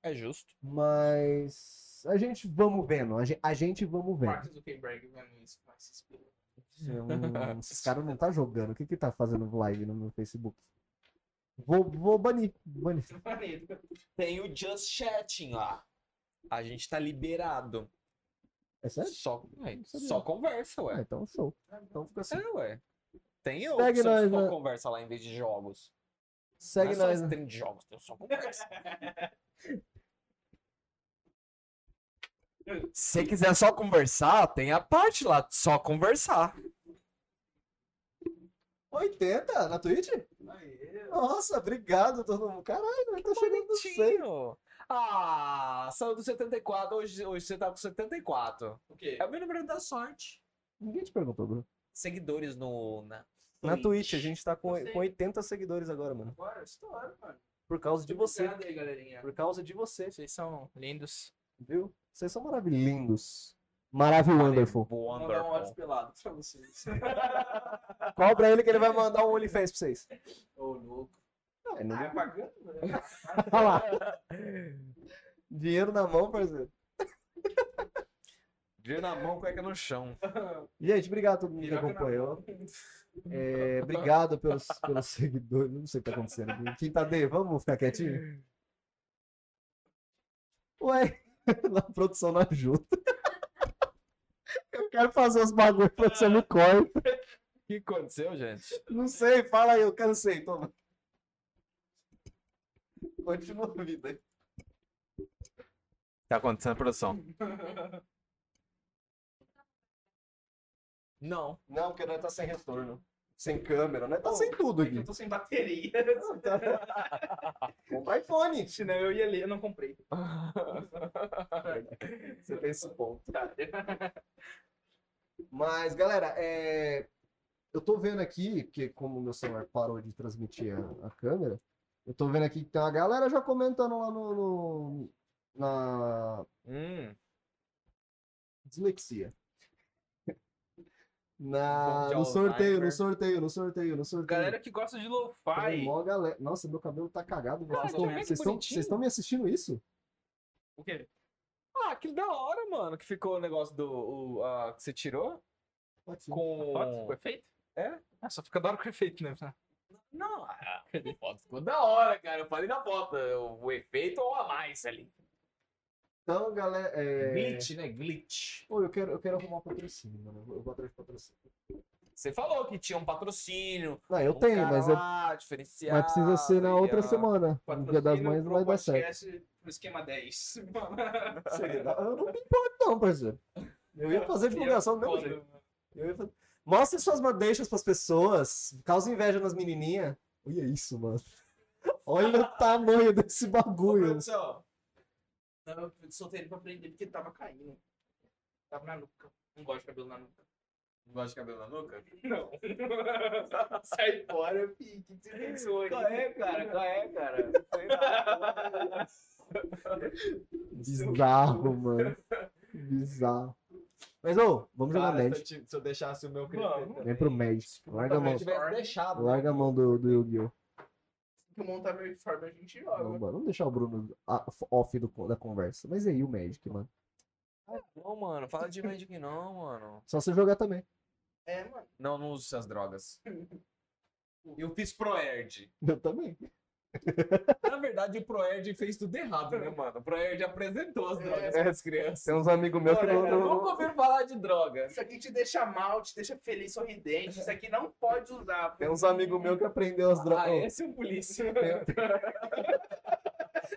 Speaker 15: É justo.
Speaker 3: Mas a gente vamos vendo. A gente, a gente vamos vendo.
Speaker 2: Mark Zuckerberg vendo isso vai se inspirar.
Speaker 3: Hum, Esses caras não tá jogando. O que que tá fazendo live no meu Facebook? Vou, vou banir. banir.
Speaker 2: Maneiro.
Speaker 1: Tem o Just Chatting lá. A gente tá liberado.
Speaker 3: É sério?
Speaker 1: Só, é,
Speaker 3: sabia.
Speaker 1: só conversa,
Speaker 3: Ah,
Speaker 1: ué.
Speaker 3: então show. Então
Speaker 16: Tá
Speaker 3: fica assim.
Speaker 1: É, ué. Tem a
Speaker 3: Segue
Speaker 1: opção de
Speaker 3: nós,
Speaker 1: só
Speaker 3: né?
Speaker 1: conversa lá em vez de jogos.
Speaker 3: Segue
Speaker 1: não é
Speaker 3: nós.
Speaker 1: só
Speaker 3: né?
Speaker 1: stream de jogos, tem só conversa.
Speaker 16: Se quiser só conversar, tem a parte lá, só conversar.
Speaker 3: 80 na Twitch?
Speaker 2: Aê.
Speaker 3: Nossa, obrigado todo mundo. Caralho, eu tô chegando no 100.
Speaker 1: Ah, saiu do 74, hoje, hoje você tá com 74.
Speaker 2: O quê?
Speaker 1: É o meu número da sorte.
Speaker 3: Ninguém te perguntou, Bruno.
Speaker 1: Seguidores no. Na...
Speaker 3: Na Twitch, a gente tá com,
Speaker 2: Eu sei.
Speaker 3: com 80 seguidores agora, mano.
Speaker 2: Agora, estoura, mano.
Speaker 3: Por causa de você.
Speaker 2: Obrigado aí, galerinha.
Speaker 3: Por causa de você,
Speaker 11: Vocês são lindos.
Speaker 3: viu? Vocês são maravilhindos. Maravilhoso, wonderful.
Speaker 2: Vou mandar um
Speaker 1: Wonderful.
Speaker 2: áudio pelado pra vocês.
Speaker 3: Qual pra ele que ele vai mandar um OnlyFans pra vocês?
Speaker 2: Ô, louco.
Speaker 3: É, não-
Speaker 2: Ah, é pagando, né?
Speaker 3: Olha lá. Dinheiro na mão, parceiro.
Speaker 1: Dinheiro na mão, cueca no chão.
Speaker 3: Gente, obrigado a todo mundo que
Speaker 2: Piroca na
Speaker 3: acompanhou. É, obrigado pelos, pelos seguidores. Não sei o que tá acontecendo aqui. Quinta D, vamos ficar quietinho? Ué, na produção não ajuda. Eu quero fazer os bagulhos pra você no corte.
Speaker 1: O que aconteceu, gente?
Speaker 3: Não sei, fala aí, eu cansei, toma. Continua a vida.
Speaker 15: Tá acontecendo, produção.
Speaker 1: Não.
Speaker 3: Não, porque nós tá sem retorno.
Speaker 17: sem câmera, né? Tá
Speaker 11: Pô,
Speaker 17: sem tudo
Speaker 11: É que
Speaker 17: aqui.
Speaker 11: eu tô sem bateria.
Speaker 17: Compra iPhone.
Speaker 2: Senão eu ia ler, eu não comprei.
Speaker 17: Você tem esse ponto. Mas, galera, é,
Speaker 3: Eu tô vendo aqui, que como meu celular parou de transmitir a, a câmera, eu tô vendo aqui que tem uma galera já comentando lá no. no- na
Speaker 1: Hum,
Speaker 3: dislexia. Na,
Speaker 2: Bom de
Speaker 3: no sorteio, no
Speaker 2: Alzheimer.
Speaker 3: sorteio, no sorteio, no sorteio.
Speaker 2: Galera que gosta de
Speaker 3: Tem
Speaker 2: lo-fi.
Speaker 3: mó galera- Nossa, meu cabelo tá cagado.
Speaker 1: Cara,
Speaker 3: Vocês
Speaker 1: tá
Speaker 3: tão-
Speaker 1: vendo que
Speaker 3: vocês estão
Speaker 1: bonitinho?
Speaker 3: vocês estão me assistindo isso?
Speaker 2: O quê?
Speaker 1: Ah, que da hora, mano, que ficou o negócio do. o- a, que você tirou?
Speaker 2: A Foto com
Speaker 1: Com.
Speaker 2: efeito?
Speaker 1: É?
Speaker 2: Ah, só fica da hora com efeito, né?
Speaker 18: Não,
Speaker 1: ah,
Speaker 18: a Ah, foto ficou da hora, cara. Eu falei da foto. O, o efeito ou a mais ali.
Speaker 3: Então, galera. é,
Speaker 18: Glitch, né? Glitch.
Speaker 3: Pô, eu quero, eu quero arrumar um patrocínio, mano. Eu vou- Eu vou atrás de patrocínio.
Speaker 18: Você falou que tinha um patrocínio.
Speaker 3: Não, eu
Speaker 18: um
Speaker 3: tenho,
Speaker 18: cara
Speaker 3: mas, eu,
Speaker 18: lá, diferenciado.
Speaker 3: mas precisa ser na
Speaker 18: e,
Speaker 3: outra
Speaker 18: ah,
Speaker 3: semana. No Dia das Mães não vai dar certo.
Speaker 11: No esquema 10.
Speaker 3: Seria da- Eu não me importo, não, parceiro. Eu ia fazer divulgação do mesmo jeito. Eu ia fazer- Mostrem suas madeixas pras pessoas. Causa inveja nas menininhas. Olha isso, mano. Olha o tamanho desse bagulho.
Speaker 11: Produção. Não, eu soltei ele pra prender porque tava caindo. Tava na nuca. Não gosto de cabelo na nuca.
Speaker 18: Não gosta de cabelo na nuca?
Speaker 11: Não. Sai fora, fi. O que você pensou aí?
Speaker 18: Qual é, cara? Qual é, cara?
Speaker 3: Bizarro, mano. Bizarro. Mas, ô, vamos jogar
Speaker 1: Cara, tá se
Speaker 3: Magic.
Speaker 1: eu, ti- se eu deixasse o meu crescer.
Speaker 2: Vamos.
Speaker 1: também.
Speaker 3: Vem pro Magic. Larga a
Speaker 1: Talvez
Speaker 3: mão.
Speaker 1: eu tivesse deixado.
Speaker 3: Larga a mão do, do Yu-Gi-Oh!
Speaker 11: Se eu montar meu uniforme, a gente
Speaker 3: Não,
Speaker 11: joga.
Speaker 3: mano, vamos deixar o Bruno a- off do- da conversa. Mas aí o Magic, mano.
Speaker 18: Não, mano, fala de Magic não, mano.
Speaker 3: Só você jogar também.
Speaker 11: É, mano.
Speaker 18: Não, não uso essas drogas. Eu fiz Proerd.
Speaker 3: Eu também.
Speaker 18: Na verdade, o Proerd fez tudo errado, né, mano? O Proerd apresentou as drogas para as crianças.
Speaker 3: Tem uns amigos meus que
Speaker 11: Olha,
Speaker 3: não.
Speaker 11: cara,
Speaker 18: Eu
Speaker 3: não-
Speaker 18: nunca ouvi falar de droga.
Speaker 11: Isso aqui te deixa mal, te deixa feliz, sorridente. Isso aqui não pode usar.
Speaker 3: Tem uns amigos meus que aprendeu as drogas.
Speaker 18: Ah, esse é um polícia.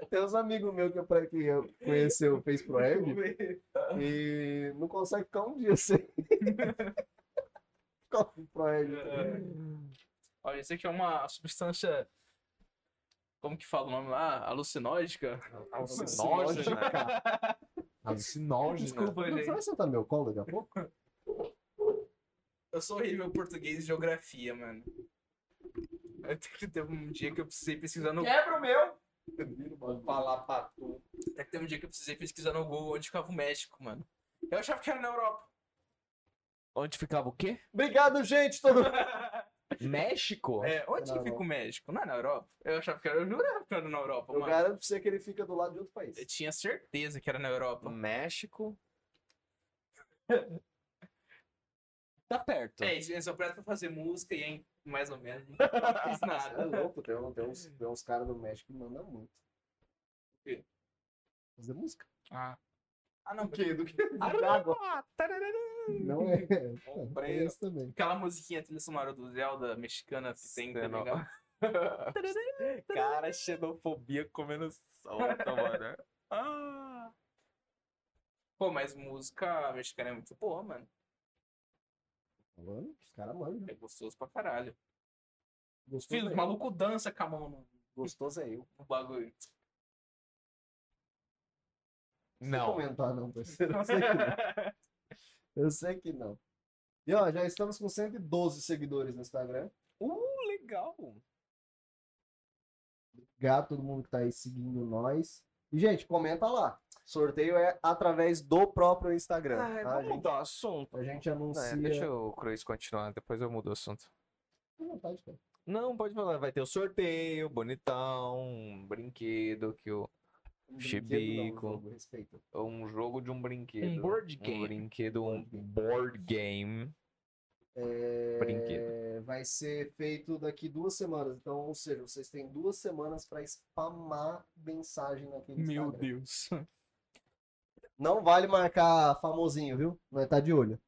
Speaker 3: Tem uns amigos meus que eu, pra- que eu conheceu, fez pro Ed e não consegue ficar um dia sem. Ficar um pro Ed.
Speaker 2: Olha, isso aqui é uma substância. Como que fala o nome lá? Alucinógica?
Speaker 18: é um
Speaker 3: Alucinógena, cara. Ah,
Speaker 1: Alucinógeno.
Speaker 2: Desculpa,
Speaker 3: né? Não,
Speaker 2: gente.
Speaker 3: você vai sentar no meu colo daqui a pouco?
Speaker 2: Eu sou horrível em português e geografia, mano. Eu tenho que ter um dia que eu precisei pesquisar no.
Speaker 18: Quebra o meu.
Speaker 11: Vou falar pra tu.
Speaker 2: Até que teve um dia que eu precisei pesquisar no Google onde ficava o México, mano. Eu achava que era na Europa.
Speaker 1: Onde ficava o quê?
Speaker 3: Obrigado, gente! Todo...
Speaker 1: México?
Speaker 2: É, onde
Speaker 3: na
Speaker 2: que fica o México? Não é na Europa? Eu achava que era, eu jurava que era na Europa,
Speaker 3: Eu
Speaker 2: mano.
Speaker 3: garanto pra você que ele fica do lado de outro país.
Speaker 2: Eu tinha certeza que era na Europa.
Speaker 1: México. Tá perto.
Speaker 11: É, isso é só pra fazer música e hein, mais ou menos. Não fiz
Speaker 3: Você é
Speaker 11: nada.
Speaker 3: louco, tem, um- tem uns, tem uns caras do México que mandam muito. O
Speaker 11: quê?
Speaker 3: Fazer música?
Speaker 2: Ah. Ah, não.
Speaker 3: quê? Do que? Água.
Speaker 1: Ah,
Speaker 3: Não é. É isso também.
Speaker 2: Aquela musiquinha trilha sonora do Zelda mexicana que tem, tá
Speaker 3: é
Speaker 1: Sei não.
Speaker 2: ligado?
Speaker 1: Cara, xenofobia comendo solta, mano. Ah.
Speaker 2: Pô, mas música mexicana é muito boa, mano.
Speaker 3: Falando, os caras mandam.
Speaker 2: É gostoso pra caralho.
Speaker 3: Gostoso,
Speaker 2: Filho,
Speaker 3: é
Speaker 2: o
Speaker 3: eu.
Speaker 2: maluco dança com a mão no,
Speaker 3: Gostoso é eu.
Speaker 2: no bagulho.
Speaker 3: Não
Speaker 1: Não.
Speaker 3: vou comentar, não, parceiro. Eu sei que não. Eu sei que não. E ó, já estamos com 112 seguidores no Instagram.
Speaker 1: Uh, legal.
Speaker 3: Obrigado a todo mundo que tá aí seguindo nós. E, gente, comenta lá. Sorteio é através do próprio Instagram.
Speaker 1: Ai,
Speaker 3: tá,
Speaker 1: vamos
Speaker 3: gente?
Speaker 1: mudar o assunto.
Speaker 3: A gente anuncia.
Speaker 1: É, deixa o Cruz continuar, depois eu mudo o assunto.
Speaker 3: Fica à vontade, cara.
Speaker 1: Não, pode falar, vai ter o sorteio, bonitão, um brinquedo que o.
Speaker 3: Um
Speaker 1: Chibico.
Speaker 3: brinquedo não, um jogo, respeita.
Speaker 1: Um jogo de um brinquedo.
Speaker 2: Um board
Speaker 1: Um
Speaker 2: game.
Speaker 1: brinquedo, um
Speaker 3: Board game.
Speaker 1: board game.
Speaker 3: É,
Speaker 1: Brinquedo.
Speaker 3: Vai ser feito daqui duas semanas. Então, ou seja, vocês têm duas semanas pra spamar mensagem naquele Instagram.
Speaker 2: Meu Deus.
Speaker 3: Não vale marcar famosinho, viu? Nós tá de olho.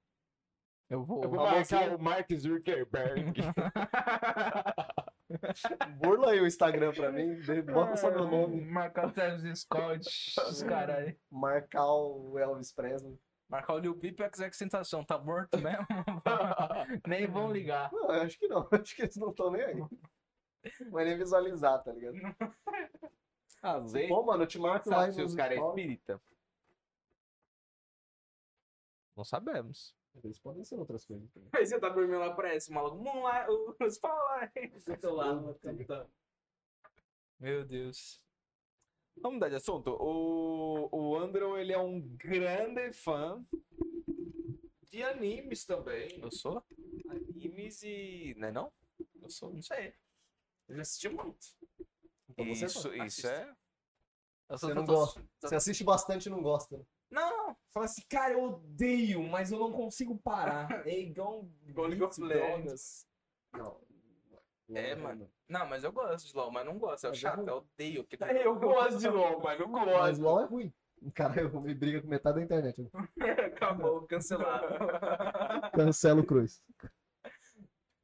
Speaker 2: Eu vou.
Speaker 1: o Mark Zuckerberg.
Speaker 3: Burla aí o Instagram pra mim, de- bota só meu nome.
Speaker 2: Marcar o Travis Scott, os caralho.
Speaker 3: Marcar o Elvis Presley.
Speaker 2: Marcar o Lil Peep e o XX Tentação, tá morto mesmo? Nem vão ligar.
Speaker 3: Não, eu acho que não. Eu acho que eles não estão nem aí. Vai nem visualizar, tá ligado?
Speaker 1: Às vezes,
Speaker 3: Pô, mano, eu te marco lá
Speaker 1: sabe
Speaker 3: em
Speaker 1: se os
Speaker 3: Music
Speaker 1: caras é
Speaker 3: Hall.
Speaker 1: espírita. Não sabemos.
Speaker 3: Eles podem ser outras coisas. também.
Speaker 2: Aí você tá dormindo lá, parece o maluco. Moonlight, os Moonlight.
Speaker 11: Eu tô lá, mano, capitão.
Speaker 2: Meu Deus.
Speaker 1: Vamos mudar de assunto. O, o Andrew, ele é um grande fã de animes também.
Speaker 2: Eu sou?
Speaker 1: Animes e... Não é não?
Speaker 2: Eu sou? Não sei. Eu já assisti muito.
Speaker 3: Então você
Speaker 1: isso,
Speaker 3: gosta.
Speaker 1: isso é...
Speaker 2: Eu sou
Speaker 3: Você não
Speaker 2: eu tô-
Speaker 3: gosta.
Speaker 2: tá
Speaker 3: Você assiste bastante e não gosta. né?
Speaker 2: Não, não.
Speaker 19: Fala assim, cara, eu odeio, mas eu não consigo parar. É igual um
Speaker 2: Igual League of
Speaker 19: Beat
Speaker 2: Legends.
Speaker 19: Brothers.
Speaker 3: Não.
Speaker 2: É, mano. Não, mas eu gosto de LOL, mas não gosto. É
Speaker 3: Mas eu
Speaker 2: chato,
Speaker 3: não-
Speaker 2: eu odeio aquele.
Speaker 1: É, Eu gosto de LOL, mas não
Speaker 3: Mas
Speaker 1: gosto.
Speaker 3: LOL é ruim. Cara, eu me briga com metade da internet. né? Eu
Speaker 2: Acabou, cancelado.
Speaker 3: Cancelo o Cruz.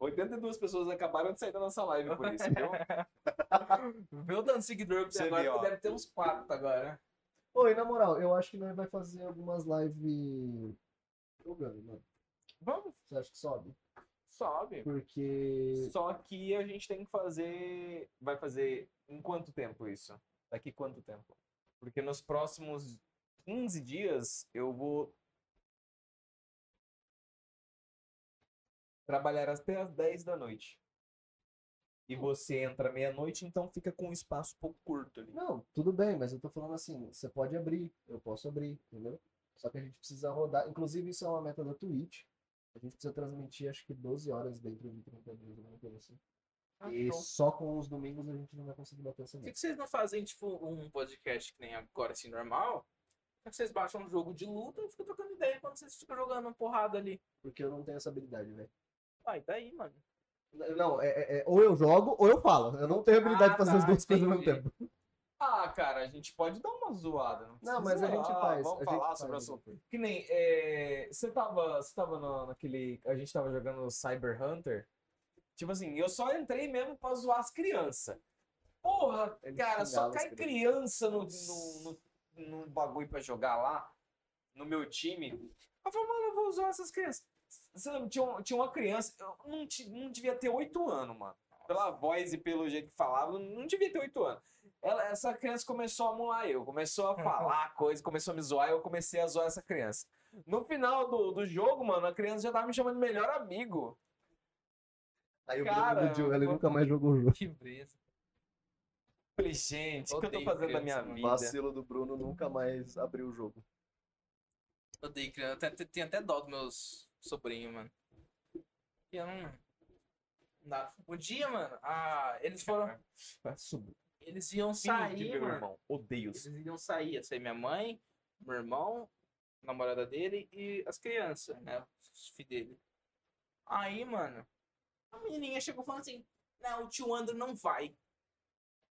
Speaker 1: 82 pessoas acabaram de sair da nossa live por isso, viu?
Speaker 2: Vê o tanto de seguidor que você
Speaker 1: Você
Speaker 2: agora,
Speaker 1: viu,
Speaker 2: porque
Speaker 1: ó.
Speaker 2: deve ter uns quatro agora.
Speaker 3: Oi, na moral, eu acho que nós vai fazer algumas lives jogando, mano.
Speaker 1: Vamos,
Speaker 3: Você acha que sobe?
Speaker 1: sobe.
Speaker 3: Porque.
Speaker 1: Só que a gente tem que fazer. Vai fazer em quanto tempo isso? Daqui quanto tempo? Porque nos próximos 15 dias eu vou. Trabalhar até as 10 da noite. E você entra meia-noite, então fica com um espaço um pouco curto ali.
Speaker 3: Não, tudo bem, mas eu tô falando assim, você pode abrir, eu posso abrir, entendeu? Só que a gente precisa rodar. Inclusive, isso é uma meta da Twitch. A gente precisa transmitir acho que 12 horas dentro de 30 dias, alguma coisa assim. E só com os domingos a gente não vai conseguir bater essa
Speaker 2: Por que,
Speaker 3: meta.
Speaker 2: que vocês não fazem, tipo, um podcast que nem agora, assim, normal? Por que vocês baixam um jogo de luta e ficam trocando ideia quando vocês ficam jogando uma porrada ali?
Speaker 3: Porque eu não tenho essa habilidade, velho.
Speaker 2: Ai, daí, mano.
Speaker 3: Não, é, é- é- ou eu jogo ou eu falo. Eu não tenho habilidade
Speaker 2: Ah,
Speaker 3: de fazer
Speaker 2: tá,
Speaker 3: as duas coisas ao mesmo
Speaker 2: entendi.
Speaker 3: tempo.
Speaker 1: Ah, cara, a gente pode dar uma zoada. Não,
Speaker 3: Não,
Speaker 1: precisa,
Speaker 3: mas a gente
Speaker 1: ah,
Speaker 3: faz.
Speaker 1: Vamos
Speaker 3: a gente
Speaker 1: falar
Speaker 3: faz,
Speaker 1: sobre o
Speaker 3: né?
Speaker 1: assunto. Que nem, é, você tava, você tava na- naquele, a gente tava jogando Cyber Hunter, tipo assim, eu só entrei mesmo pra zoar as crianças. Porra,
Speaker 3: Ele
Speaker 1: cara, só
Speaker 3: xingava as
Speaker 1: cai criança no, no, no, no bagulho pra jogar lá, no meu time. Eu falei, mano, eu vou zoar essas crianças. Você lembra, tinha, um- tinha uma criança, eu não, ti- não devia ter oito anos, mano. Pela voz e pelo jeito que falava, eu não devia ter oito anos. Ela- essa criança começou a mular eu, começou a falar coisa, começou a me zoar, eu comecei a zoar essa criança. No final do, do jogo, mano, a criança já tava me chamando de melhor amigo.
Speaker 3: Aí o
Speaker 1: Cara,
Speaker 3: Bruno Gil, ele
Speaker 1: eu-
Speaker 3: nunca mais jogou o jogo.
Speaker 2: Que brisa.
Speaker 1: Falei, gente, o que eu tô
Speaker 2: Odeio
Speaker 1: fazendo da minha
Speaker 2: criança,
Speaker 1: vida?
Speaker 3: Vacilo do Bruno nunca mais abriu o jogo.
Speaker 2: Odeio criança. Tem, tem, tem até dó dos meus sobrinhos, mano. E eu não. não dá. Um dia, mano, ah, eles foram. Eles
Speaker 1: Filho
Speaker 2: iam
Speaker 1: de
Speaker 2: sair,
Speaker 1: meu
Speaker 2: mano.
Speaker 1: irmão, odeio.
Speaker 2: Eles iam sair. Ia sair minha mãe, meu irmão, a namorada dele e as crianças, né? Os filhos dele. Aí, mano, a menininha chegou falando assim: Não, o tio André não vai.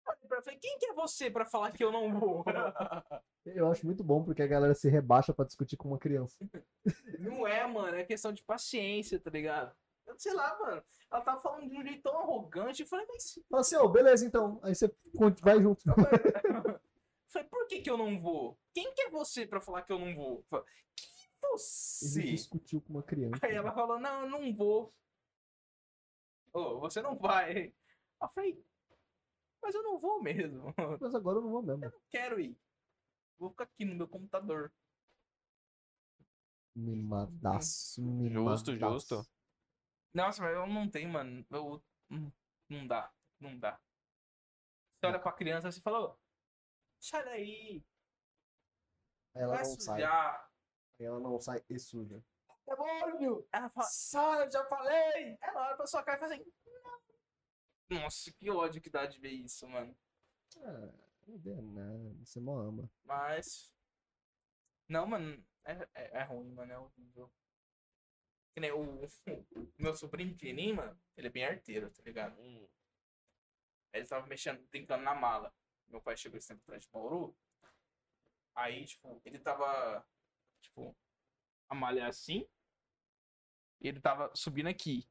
Speaker 2: Eu olhei pra ela e falei: Quem que é você pra falar que eu não vou?
Speaker 3: Eu acho muito bom porque a galera se rebaixa pra discutir com uma criança.
Speaker 2: Não é, mano, é questão de paciência, tá ligado? Eu sei lá, mano. Ela tava falando de um jeito tão arrogante. Eu falei, mas.
Speaker 3: Fala assim, ó, beleza então. Aí você con- vai junto.
Speaker 2: eu falei, por que que eu não vou? Quem que é você pra falar que eu não vou? Eu falei, Quem é
Speaker 3: Ele
Speaker 2: você?
Speaker 3: discutiu com uma criança.
Speaker 2: Aí ela falou, não, eu não vou. Ô, você não vai. Eu falei, mas eu não vou mesmo. Eu
Speaker 3: Mas agora eu não vou mesmo.
Speaker 2: não quero ir. Vou ficar aqui no meu computador.
Speaker 3: Mimadaço, mimadaço.
Speaker 1: Justo, justo.
Speaker 2: Nossa, mas eu não tenho, mano. Eu, não- não dá, não dá. Você olha pra criança e fala, "Ô, sai daí,
Speaker 3: Ela
Speaker 2: vai
Speaker 3: não sai.
Speaker 2: sujar.
Speaker 3: Ela não sai e suja.
Speaker 2: Demônio! Ela fala, sai, eu já falei! Ela olha pra sua cara e fala assim, não. Nossa, que ódio que dá de ver isso, mano.
Speaker 3: Ah, não deu nada. Você mó ama.
Speaker 2: Mas. Não, mano, é, é, é ruim, mano, é horrível. Que nem o, o meu sobrinho pequenininho, mano, ele é bem arteiro, tá ligado? Aí ele tava mexendo, brincando na mala. Meu pai chegou esse tempo atrás de Bauru. Aí, tipo, ele tava, tipo, a malha é assim. E ele tava subindo aqui.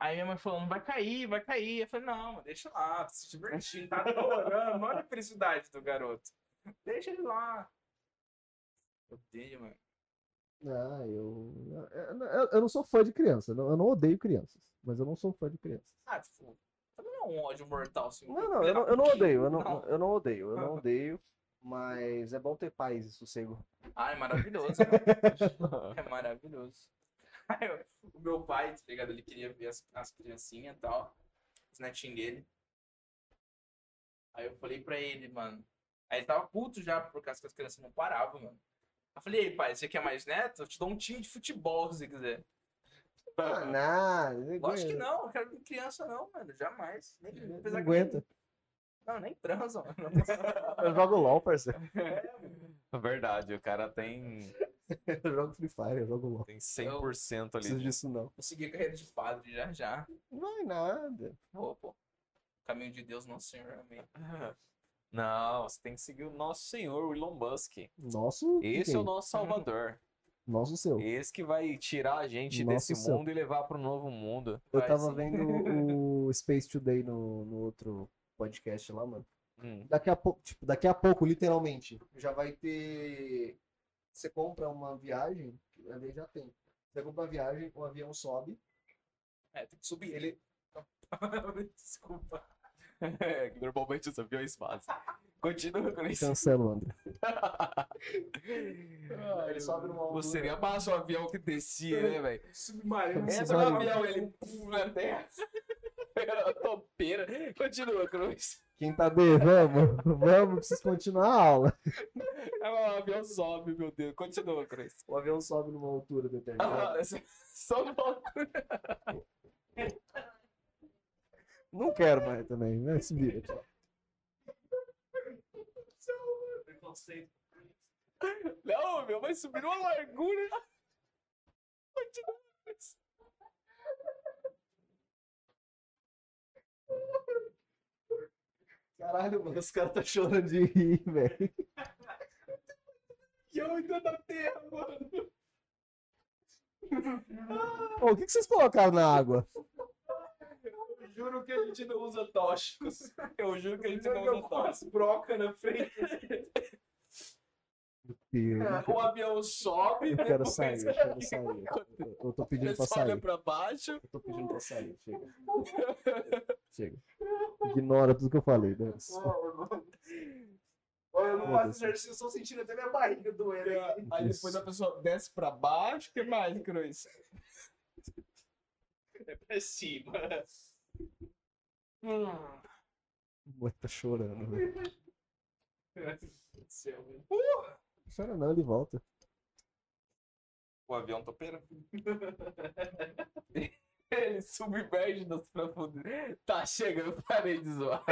Speaker 2: Aí minha mãe falou, não vai cair, vai cair. Eu falei, não, mano, deixa lá, tá né? se divertindo, tá adorando. Olha a felicidade do garoto. Deixa ele lá. Odeio, mano.
Speaker 3: Ah, eu, eu, eu- eu não sou fã de criança. não- Eu não odeio crianças, mas eu não sou fã de crianças.
Speaker 2: Ah, tipo, também não é um ódio mortal, assim.
Speaker 20: Não, não, eu não, eu não odeio, eu não, eu não odeio, eu não odeio. Mas é bom ter paz e sossego.
Speaker 2: Ah, é maravilhoso. mano. é maravilhoso. Aí, eu- o meu pai, tá ligado? Ele queria ver as, as criancinhas e tal, os netinhos dele. Aí eu falei pra ele, mano. Aí ele tava puto já, por causa que as crianças não paravam, mano. Eu falei, ei, pai, você quer mais neto? Eu te dou um time de futebol se você quiser.
Speaker 3: Ah,
Speaker 1: é
Speaker 3: nada.
Speaker 2: Lógico que não, eu quero criança não, mano. Jamais. Nem, apesar
Speaker 3: Não
Speaker 2: que nem-
Speaker 3: aguenta.
Speaker 2: Não, nem transam. mano.
Speaker 20: Eu jogo LOL, parceiro.
Speaker 1: um Verdade, o cara tem,
Speaker 3: Eu jogo Free Fire, eu jogo LOL. Não
Speaker 1: tem 100%
Speaker 3: preciso
Speaker 1: ali.
Speaker 3: disso, não.
Speaker 2: Vou seguir a carreira de padre já, já.
Speaker 3: Não vai nada.
Speaker 2: Vou, pô. Caminho de Deus, nosso Senhor, amém.
Speaker 1: Não, você tem que seguir o nosso senhor, o Elon Musk.
Speaker 3: Nosso.
Speaker 1: Esse é o
Speaker 3: ninguém.
Speaker 1: nosso salvador.
Speaker 3: Nosso seu.
Speaker 1: Esse que vai tirar a gente
Speaker 3: Nosso
Speaker 1: desse
Speaker 3: céu.
Speaker 1: mundo e levar para um novo mundo.
Speaker 3: Eu
Speaker 2: Vai,
Speaker 3: tava
Speaker 2: sim.
Speaker 3: vendo o Space Today no, no outro podcast lá, mano.
Speaker 1: Hum.
Speaker 3: Daqui a pouco, tipo, daqui a pouco, literalmente, já vai ter. Você compra uma viagem, ali já tem. Você compra uma viagem, o avião sobe.
Speaker 2: É, tem que subir.
Speaker 3: Ele.
Speaker 2: Desculpa.
Speaker 1: Normalmente os aviões fazem. Continua com isso.
Speaker 3: Cancela o André.
Speaker 2: Ele
Speaker 3: Ele sobe numa
Speaker 1: Pô,
Speaker 3: altura.
Speaker 1: seria massa o avião que descia, né, velho?
Speaker 11: Submarino.
Speaker 1: Entra no avião, ele pula na terra. Era topeira. Continua, Cruz.
Speaker 3: Quem tá bem, vamos. Vamos, preciso continuar a aula.
Speaker 1: Aí É, o avião sobe, meu Deus. Continua, Cruz.
Speaker 3: O avião sobe numa altura determinada.
Speaker 1: Ah, Só volta.
Speaker 3: Não quero mais também, né? Se vira. tchau.
Speaker 11: assim,
Speaker 1: Não, meu, vai subir uma largura. Continua, Cruz.
Speaker 3: Caralho, mano, os caras tá chorando de rir, velho.
Speaker 1: E eu entrando na terra, mano.
Speaker 3: Ô, o que, que vocês colocaram na água?
Speaker 2: Eu juro que a gente não usa tóxicos. Eu juro que um a gente não
Speaker 1: Eu
Speaker 2: usa tóxicos. as brocas na frente.
Speaker 3: Filho,
Speaker 11: É,
Speaker 3: eu
Speaker 2: O avião sobe.
Speaker 11: né?
Speaker 3: quero
Speaker 2: depois-
Speaker 3: sair, eu quero sair. Eu- Eu tô pedindo pra
Speaker 1: Você olha
Speaker 3: sair.
Speaker 1: pra baixo.
Speaker 3: Eu tô pedindo pra sair. Chega. Chega. Ignora tudo que eu falei. Né?
Speaker 11: Olha, eu não faço
Speaker 3: Foda-se. É,
Speaker 11: exercício, eu estou sentindo até minha barriga doendo. aqui.
Speaker 1: Aí depois a pessoa desce pra baixo, que mais, Cruz?
Speaker 2: É Pra cima.
Speaker 1: Hum.
Speaker 3: O moleque tá chorando, velho.
Speaker 2: Seu, velho.
Speaker 3: Chora não, ele volta.
Speaker 1: O avião topeira. Ele submerge nas profundezas. Tá chegando, parei de zoar.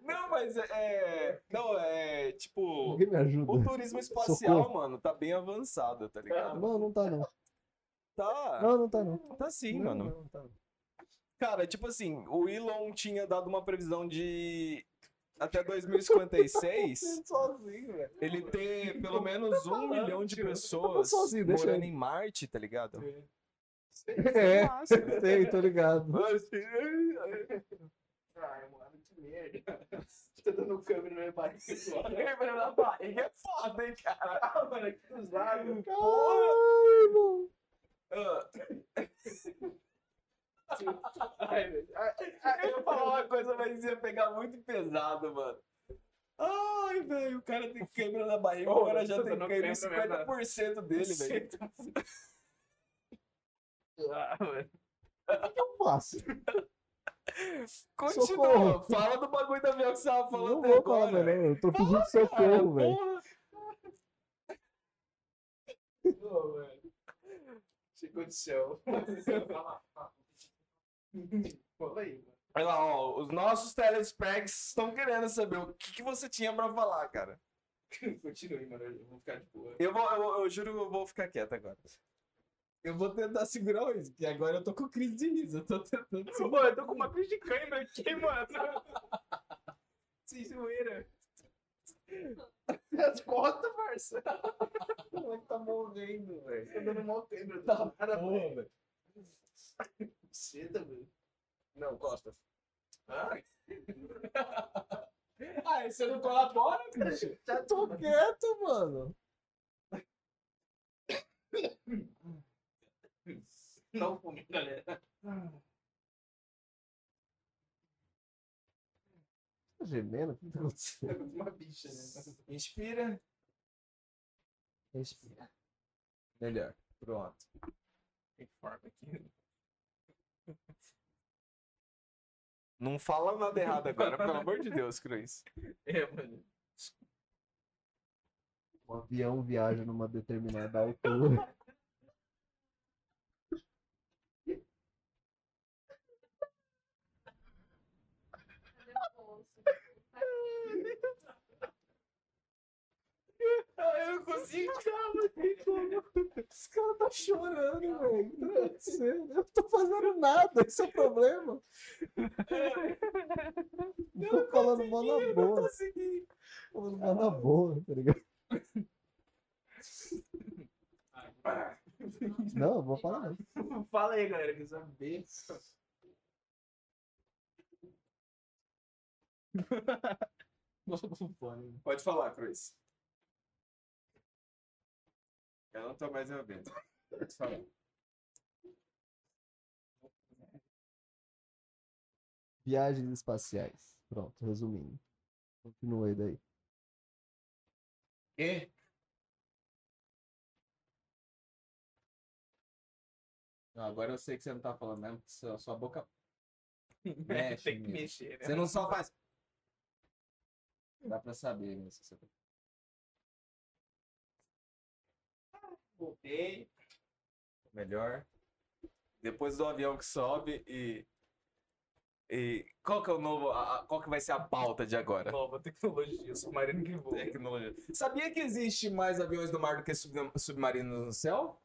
Speaker 1: Não, mas é. Não, é. Tipo.
Speaker 3: Alguém me
Speaker 1: O
Speaker 3: ajuda.
Speaker 1: turismo espacial,
Speaker 3: Socorro.
Speaker 1: mano, tá bem avançado, tá ligado?
Speaker 3: Não, não tá não.
Speaker 1: Tá.
Speaker 3: Não, não tá não.
Speaker 1: Tá sim,
Speaker 3: não,
Speaker 1: mano.
Speaker 3: Não, não tá não.
Speaker 1: Cara, tipo assim, o Elon tinha dado uma previsão de. Até 2056.
Speaker 3: Sozinho, velho.
Speaker 1: Ele tem pelo menos um milhão de pessoas
Speaker 3: sozinho, deixa
Speaker 1: morando
Speaker 3: ele.
Speaker 1: em Marte, tá ligado?
Speaker 3: É, sei, tô ligado.
Speaker 1: assim, é,
Speaker 11: Ai, mano, que merda. Tá dando câmera na minha barriga agora.
Speaker 1: Lembra da barriga é foda, É hein, cara?
Speaker 11: Ah, mano, aqui dos lados.
Speaker 3: Ai, irmão.
Speaker 1: Ah.
Speaker 11: Ai, velho. Ai,
Speaker 1: Ah, Eu ia falar uma coisa, mas ia pegar muito pesado, mano. Ai, velho, o cara tem câimbra na barriga, o cara já
Speaker 2: tá
Speaker 1: tem
Speaker 2: dando
Speaker 1: câimbra em
Speaker 11: né?
Speaker 2: câimbra mesmo,
Speaker 1: 50% dele, velho.
Speaker 3: Eu faço.
Speaker 1: Continua,
Speaker 3: Socorro.
Speaker 1: fala do bagulho do avião que você tava falando
Speaker 3: Não
Speaker 1: até
Speaker 3: vou falar,
Speaker 1: agora.
Speaker 3: não. Eu tô pedindo
Speaker 1: Cara,
Speaker 3: socorro, velho.
Speaker 1: porra.
Speaker 11: Chegou do céu. Fala aí, mano.
Speaker 1: Olha lá, ó, os nossos telespecs estão querendo saber o que, que você tinha pra falar, cara.
Speaker 11: Continue, mano. Eu vou ficar tipo, de boa.
Speaker 1: Eu, vou, eu, eu juro que eu vou ficar quieto agora. Eu vou tentar segurar o riso, porque agora eu tô com crise de riso. Eu tô tentando segurar.
Speaker 2: Mano, eu tô com uma crise de câimbra aqui, mano.
Speaker 11: Sem zoeira.
Speaker 2: As costas, parça.
Speaker 11: O moleque tá morrendo, velho. Tá dando mal câimbra. Tá parado.
Speaker 1: velho.
Speaker 11: Cedo, velho.
Speaker 1: Não, Costa. Ah, você não colabora, bicho?
Speaker 3: Tô quieto, mano.
Speaker 11: Não fumem, galera.
Speaker 3: Tá gemendo? O que tá acontecendo?
Speaker 11: Uma bicha, né?
Speaker 21: Inspira.
Speaker 3: Respira.
Speaker 21: Melhor. Pronto.
Speaker 2: Tem forma aqui.
Speaker 1: Não fala nada errado agora, pelo amor de Deus, Cruz.
Speaker 11: É, mano.
Speaker 3: Um avião viaja numa determinada altura.
Speaker 8: Cadê o Tá bolso?
Speaker 21: Eu não consigo.
Speaker 3: Esse cara tá chorando, velho. O que tá acontecendo? Eu não tô fazendo nada, esse é o problema. Eu tô falando mal na boa. Tô Falando mal na boa, tá ligado? Não, eu vou falar. não.
Speaker 11: Então, Fala aí, galera, que saber. Nossa, eu tô com fome.
Speaker 1: Pode falar, Cruz. Eu não tô mais ouvindo. Pode falar.
Speaker 3: Viagens espaciais. Pronto, resumindo. Continua aí daí.
Speaker 11: Quê?
Speaker 21: Não, agora eu sei que você não tá falando mesmo, porque sua, sua boca mexe.
Speaker 2: Tem que
Speaker 21: mesmo.
Speaker 2: mexer, né?
Speaker 21: Você não só faz. Dá pra saber, né? se você tá-
Speaker 11: Voltei.
Speaker 21: Melhor.
Speaker 1: Depois do avião que sobe e. E qual que é o novo. a- a- qual que vai ser a pauta de agora?
Speaker 2: Nova tecnologia, submarino que voa.
Speaker 1: Tecnologia. Sabia que existe mais aviões no mar do que sub- submarinos no céu?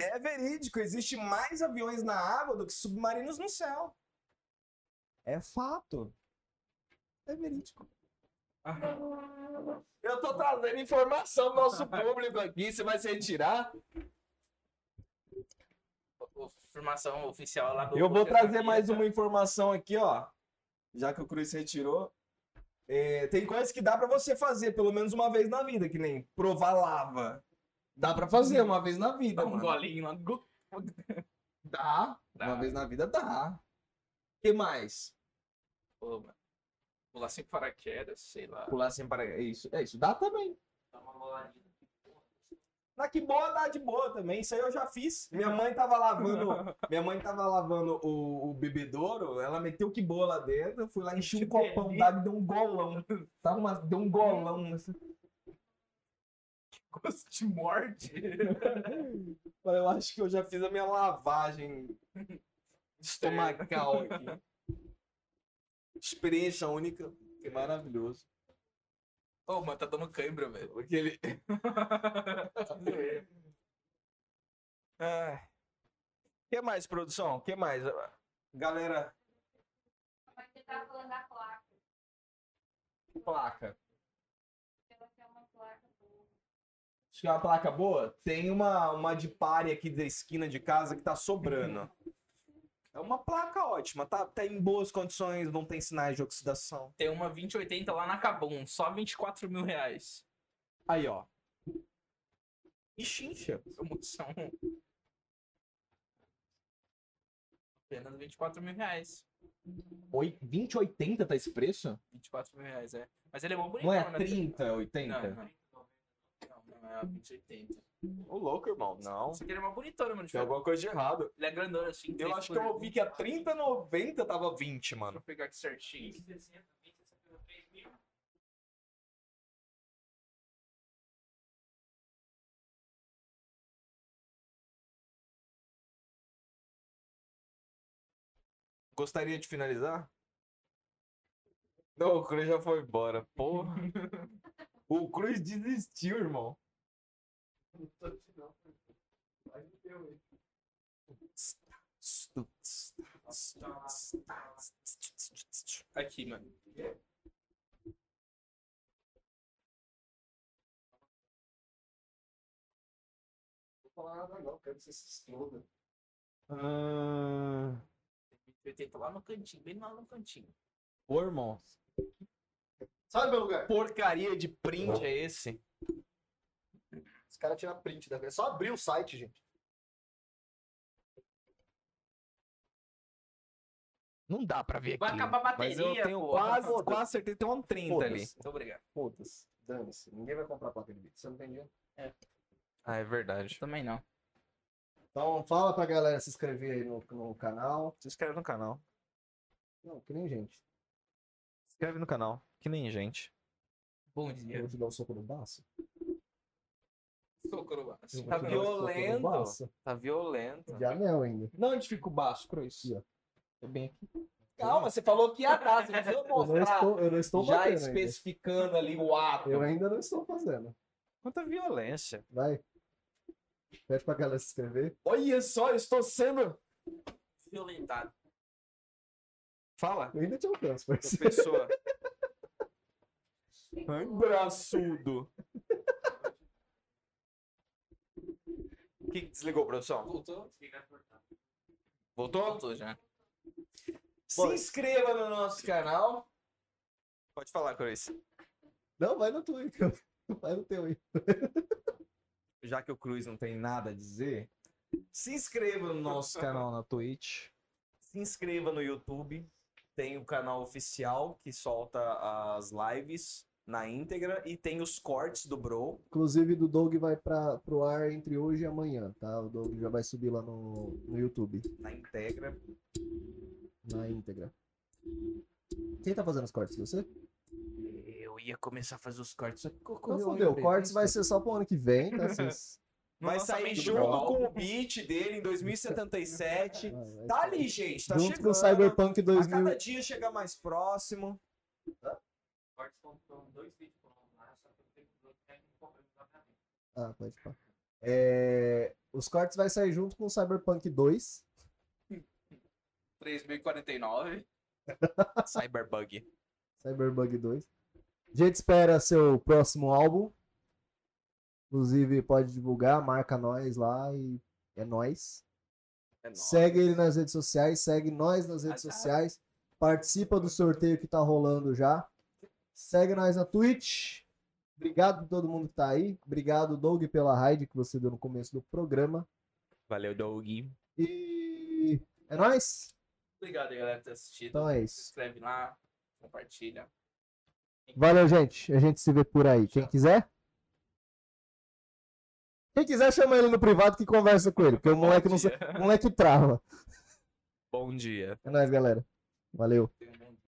Speaker 1: É verídico, existe mais aviões na água do que submarinos no céu.
Speaker 3: É fato. É verídico.
Speaker 1: Eu tô trazendo informação pro nosso público aqui, você vai se retirar?
Speaker 2: Afirmação oficial lá do. né?
Speaker 1: Eu vou trazer mais um uma informação aqui, ó. Já que o Cruz se retirou. É, tem coisas que dá pra você fazer pelo menos uma vez na vida, que nem provar lava. Dá pra fazer uma vez na vida,
Speaker 2: Dá um
Speaker 1: mano.
Speaker 2: golinho lá. gu-
Speaker 1: Dá.
Speaker 2: Dá.
Speaker 1: Uma vez na vida dá. que mais?
Speaker 2: Pô, mano. Pular sem paraquedas, sei lá.
Speaker 1: Pular sem paraquedas. É isso, é isso. Dá também.
Speaker 11: Dá Tá uma boladinha.
Speaker 1: Na que boa, dá de boa também. Isso aí eu já fiz. Minha mãe tava lavando. minha mãe tava lavando o, o bebedouro, ela meteu que boa lá dentro. Eu fui lá, enchi
Speaker 2: Que
Speaker 1: um copão
Speaker 2: delícia.
Speaker 1: d'água e deu um golão. Tava uma, deu um golão. assim.
Speaker 2: Gosto de morte.
Speaker 1: Falei, eu acho que eu já fiz a minha lavagem estomacal aqui. Experiência única. Que maravilhoso.
Speaker 2: Ô, mano, tá dando cãibra, velho.
Speaker 1: Aquele,
Speaker 2: É.
Speaker 1: Ah. que mais, produção? que mais? Galera,
Speaker 8: Mas você tava falando da placa.
Speaker 1: placa.
Speaker 8: Ela tem uma placa boa.
Speaker 1: Acho que é uma placa boa. Tem uma, uma de pare aqui da esquina de casa que tá sobrando. É uma placa ótima, tá, tá em boas condições, não tem sinais de oxidação.
Speaker 2: Tem uma 2080 lá na Cabum, só 24 mil reais.
Speaker 1: Aí, ó. E chincha.
Speaker 2: Promoção. um- Apenas 24 mil reais.
Speaker 1: Oi, 2080 tá esse preço?
Speaker 2: 24 mil reais, é. Mas ele é bom bonitão,
Speaker 1: Não é
Speaker 2: né?
Speaker 1: 30,
Speaker 2: Não,
Speaker 1: 80?
Speaker 2: não. Não, não é a 2080.
Speaker 1: Ô, louco, irmão. Não.
Speaker 2: Isso aqui ele é uma bonitona, mano.
Speaker 1: Tem alguma coisa de errado.
Speaker 2: Ele é grandão assim.
Speaker 1: Eu acho que eu ouvi que a 3090 tava 20, mano.
Speaker 2: Deixa eu pegar aqui certinho.
Speaker 1: Gostaria de finalizar? Não, o Cruz já foi embora. Porra. o Cruz desistiu, irmão.
Speaker 2: Aqui, mano.
Speaker 22: Não vou falar
Speaker 3: um
Speaker 22: nada não, quero que você se exploda.
Speaker 3: Ah.
Speaker 2: 2080 lá no cantinho, bem lá no cantinho.
Speaker 1: Ô, irmão.
Speaker 22: Sai do meu lugar!
Speaker 1: Porcaria de print é esse?
Speaker 3: Os caras tiram print da. É só abrir o site, gente.
Speaker 11: Não dá pra ver
Speaker 2: Vai
Speaker 11: aquilo.
Speaker 2: acabar a bateria,
Speaker 1: Mas eu tenho
Speaker 2: pô.
Speaker 1: quase,
Speaker 3: Foda-se.
Speaker 1: quase certeza que tem um 30 ali.
Speaker 3: Foda-se.
Speaker 23: Então
Speaker 2: Muito obrigado.
Speaker 3: Foda-se. Dane-se. Ninguém vai comprar placa de vídeo. Você não tem dinheiro?
Speaker 1: Ah, é verdade.
Speaker 11: Também não.
Speaker 3: Então fala pra galera se inscrever aí no, no canal.
Speaker 1: Se inscreve no canal.
Speaker 3: Não, que nem gente.
Speaker 1: Se inscreve no canal. Que nem gente.
Speaker 11: Bom dia.
Speaker 3: Eu vou te dar um soco no baço.
Speaker 2: Sou coroa.
Speaker 3: Eu vou
Speaker 1: Tá
Speaker 3: te dar um soco no
Speaker 1: violento.
Speaker 3: baço.
Speaker 1: Tá violento.
Speaker 3: De anel ainda.
Speaker 23: Não, onde fica o baixo, Cruz?
Speaker 3: Aqui, ó.
Speaker 23: É bem aqui. Calma, você falou que ia dar, você precisa
Speaker 3: Eu não
Speaker 23: mostrar.
Speaker 3: estou, eu não estou
Speaker 23: Já
Speaker 3: batendo ainda.
Speaker 23: especificando ali o ato.
Speaker 3: Eu ainda não estou fazendo.
Speaker 1: Quanta violência.
Speaker 3: Vai. Pede pra galera se inscrever.
Speaker 1: Olha só, eu estou sendo.
Speaker 2: Violentado.
Speaker 1: Fala.
Speaker 3: Eu ainda te alcanço, parceiro.
Speaker 1: Pessoa. Braçudo. O que, que desligou, produção?
Speaker 2: Voltou?
Speaker 1: Voltou?
Speaker 11: Voltou já.
Speaker 1: Se inscreva no nosso canal. Pode falar, Cruz.
Speaker 3: Não, vai no Twitter. Vai no teu aí.
Speaker 1: Já que o Cruz não tem nada a dizer, se inscreva no nosso canal na Twitch. Se inscreva no YouTube. Tem o canal oficial que solta as lives na íntegra e tem os cortes do Bro.
Speaker 3: Inclusive, do Doug vai pra, pro ar entre hoje e amanhã, tá? O Doug já vai subir lá no, no YouTube,
Speaker 1: na íntegra.
Speaker 3: na íntegra. Quem tá fazendo os cortes? Você?
Speaker 11: Eu ia começar a fazer os cortes. só que
Speaker 3: Não,
Speaker 11: ocorreu um
Speaker 3: Então fodeu. Cortes
Speaker 11: imprevisto.
Speaker 3: vai ser só pro ano que vem, tá? Vocês-
Speaker 1: Vai
Speaker 11: Nossa,
Speaker 1: sair
Speaker 11: amigo
Speaker 1: junto
Speaker 11: Bro.
Speaker 1: com o beat dele em 2077.
Speaker 3: Ah, vai
Speaker 1: Tá
Speaker 3: ser-
Speaker 1: ali, gente. Tá
Speaker 3: Junto com
Speaker 1: chegando.
Speaker 3: o Cyberpunk
Speaker 1: A
Speaker 3: 2000.
Speaker 1: cada dia chega mais próximo.
Speaker 3: Ah, pode pá. É, Os cortes vai sair junto com o Cyberpunk 2.
Speaker 2: 3049.
Speaker 1: Cyberbug.
Speaker 3: Cyberbug 2. A gente espera seu próximo álbum. Inclusive, pode divulgar, marca nós lá e é nós.
Speaker 2: É nóis.
Speaker 3: Segue ele nas redes sociais, segue nós nas redes
Speaker 2: Azar.
Speaker 3: sociais. Participa do sorteio que tá rolando já. Segue nós na Twitch. Obrigado a todo mundo que tá aí. Obrigado, Doug, pela raid que você deu no começo do programa.
Speaker 1: Valeu, Doug.
Speaker 3: E é nóis.
Speaker 2: Obrigado aí, galera, por ter assistido.
Speaker 3: Então é
Speaker 2: Se
Speaker 3: isso.
Speaker 2: inscreve lá, compartilha.
Speaker 3: Valeu, gente. A gente se vê por aí. Quem quiser. Quem quiser, chama ele no privado que conversa com ele. Porque o moleque não sabe. O moleque trava.
Speaker 1: Bom dia.
Speaker 3: É nóis, galera. Valeu.
Speaker 2: Tem um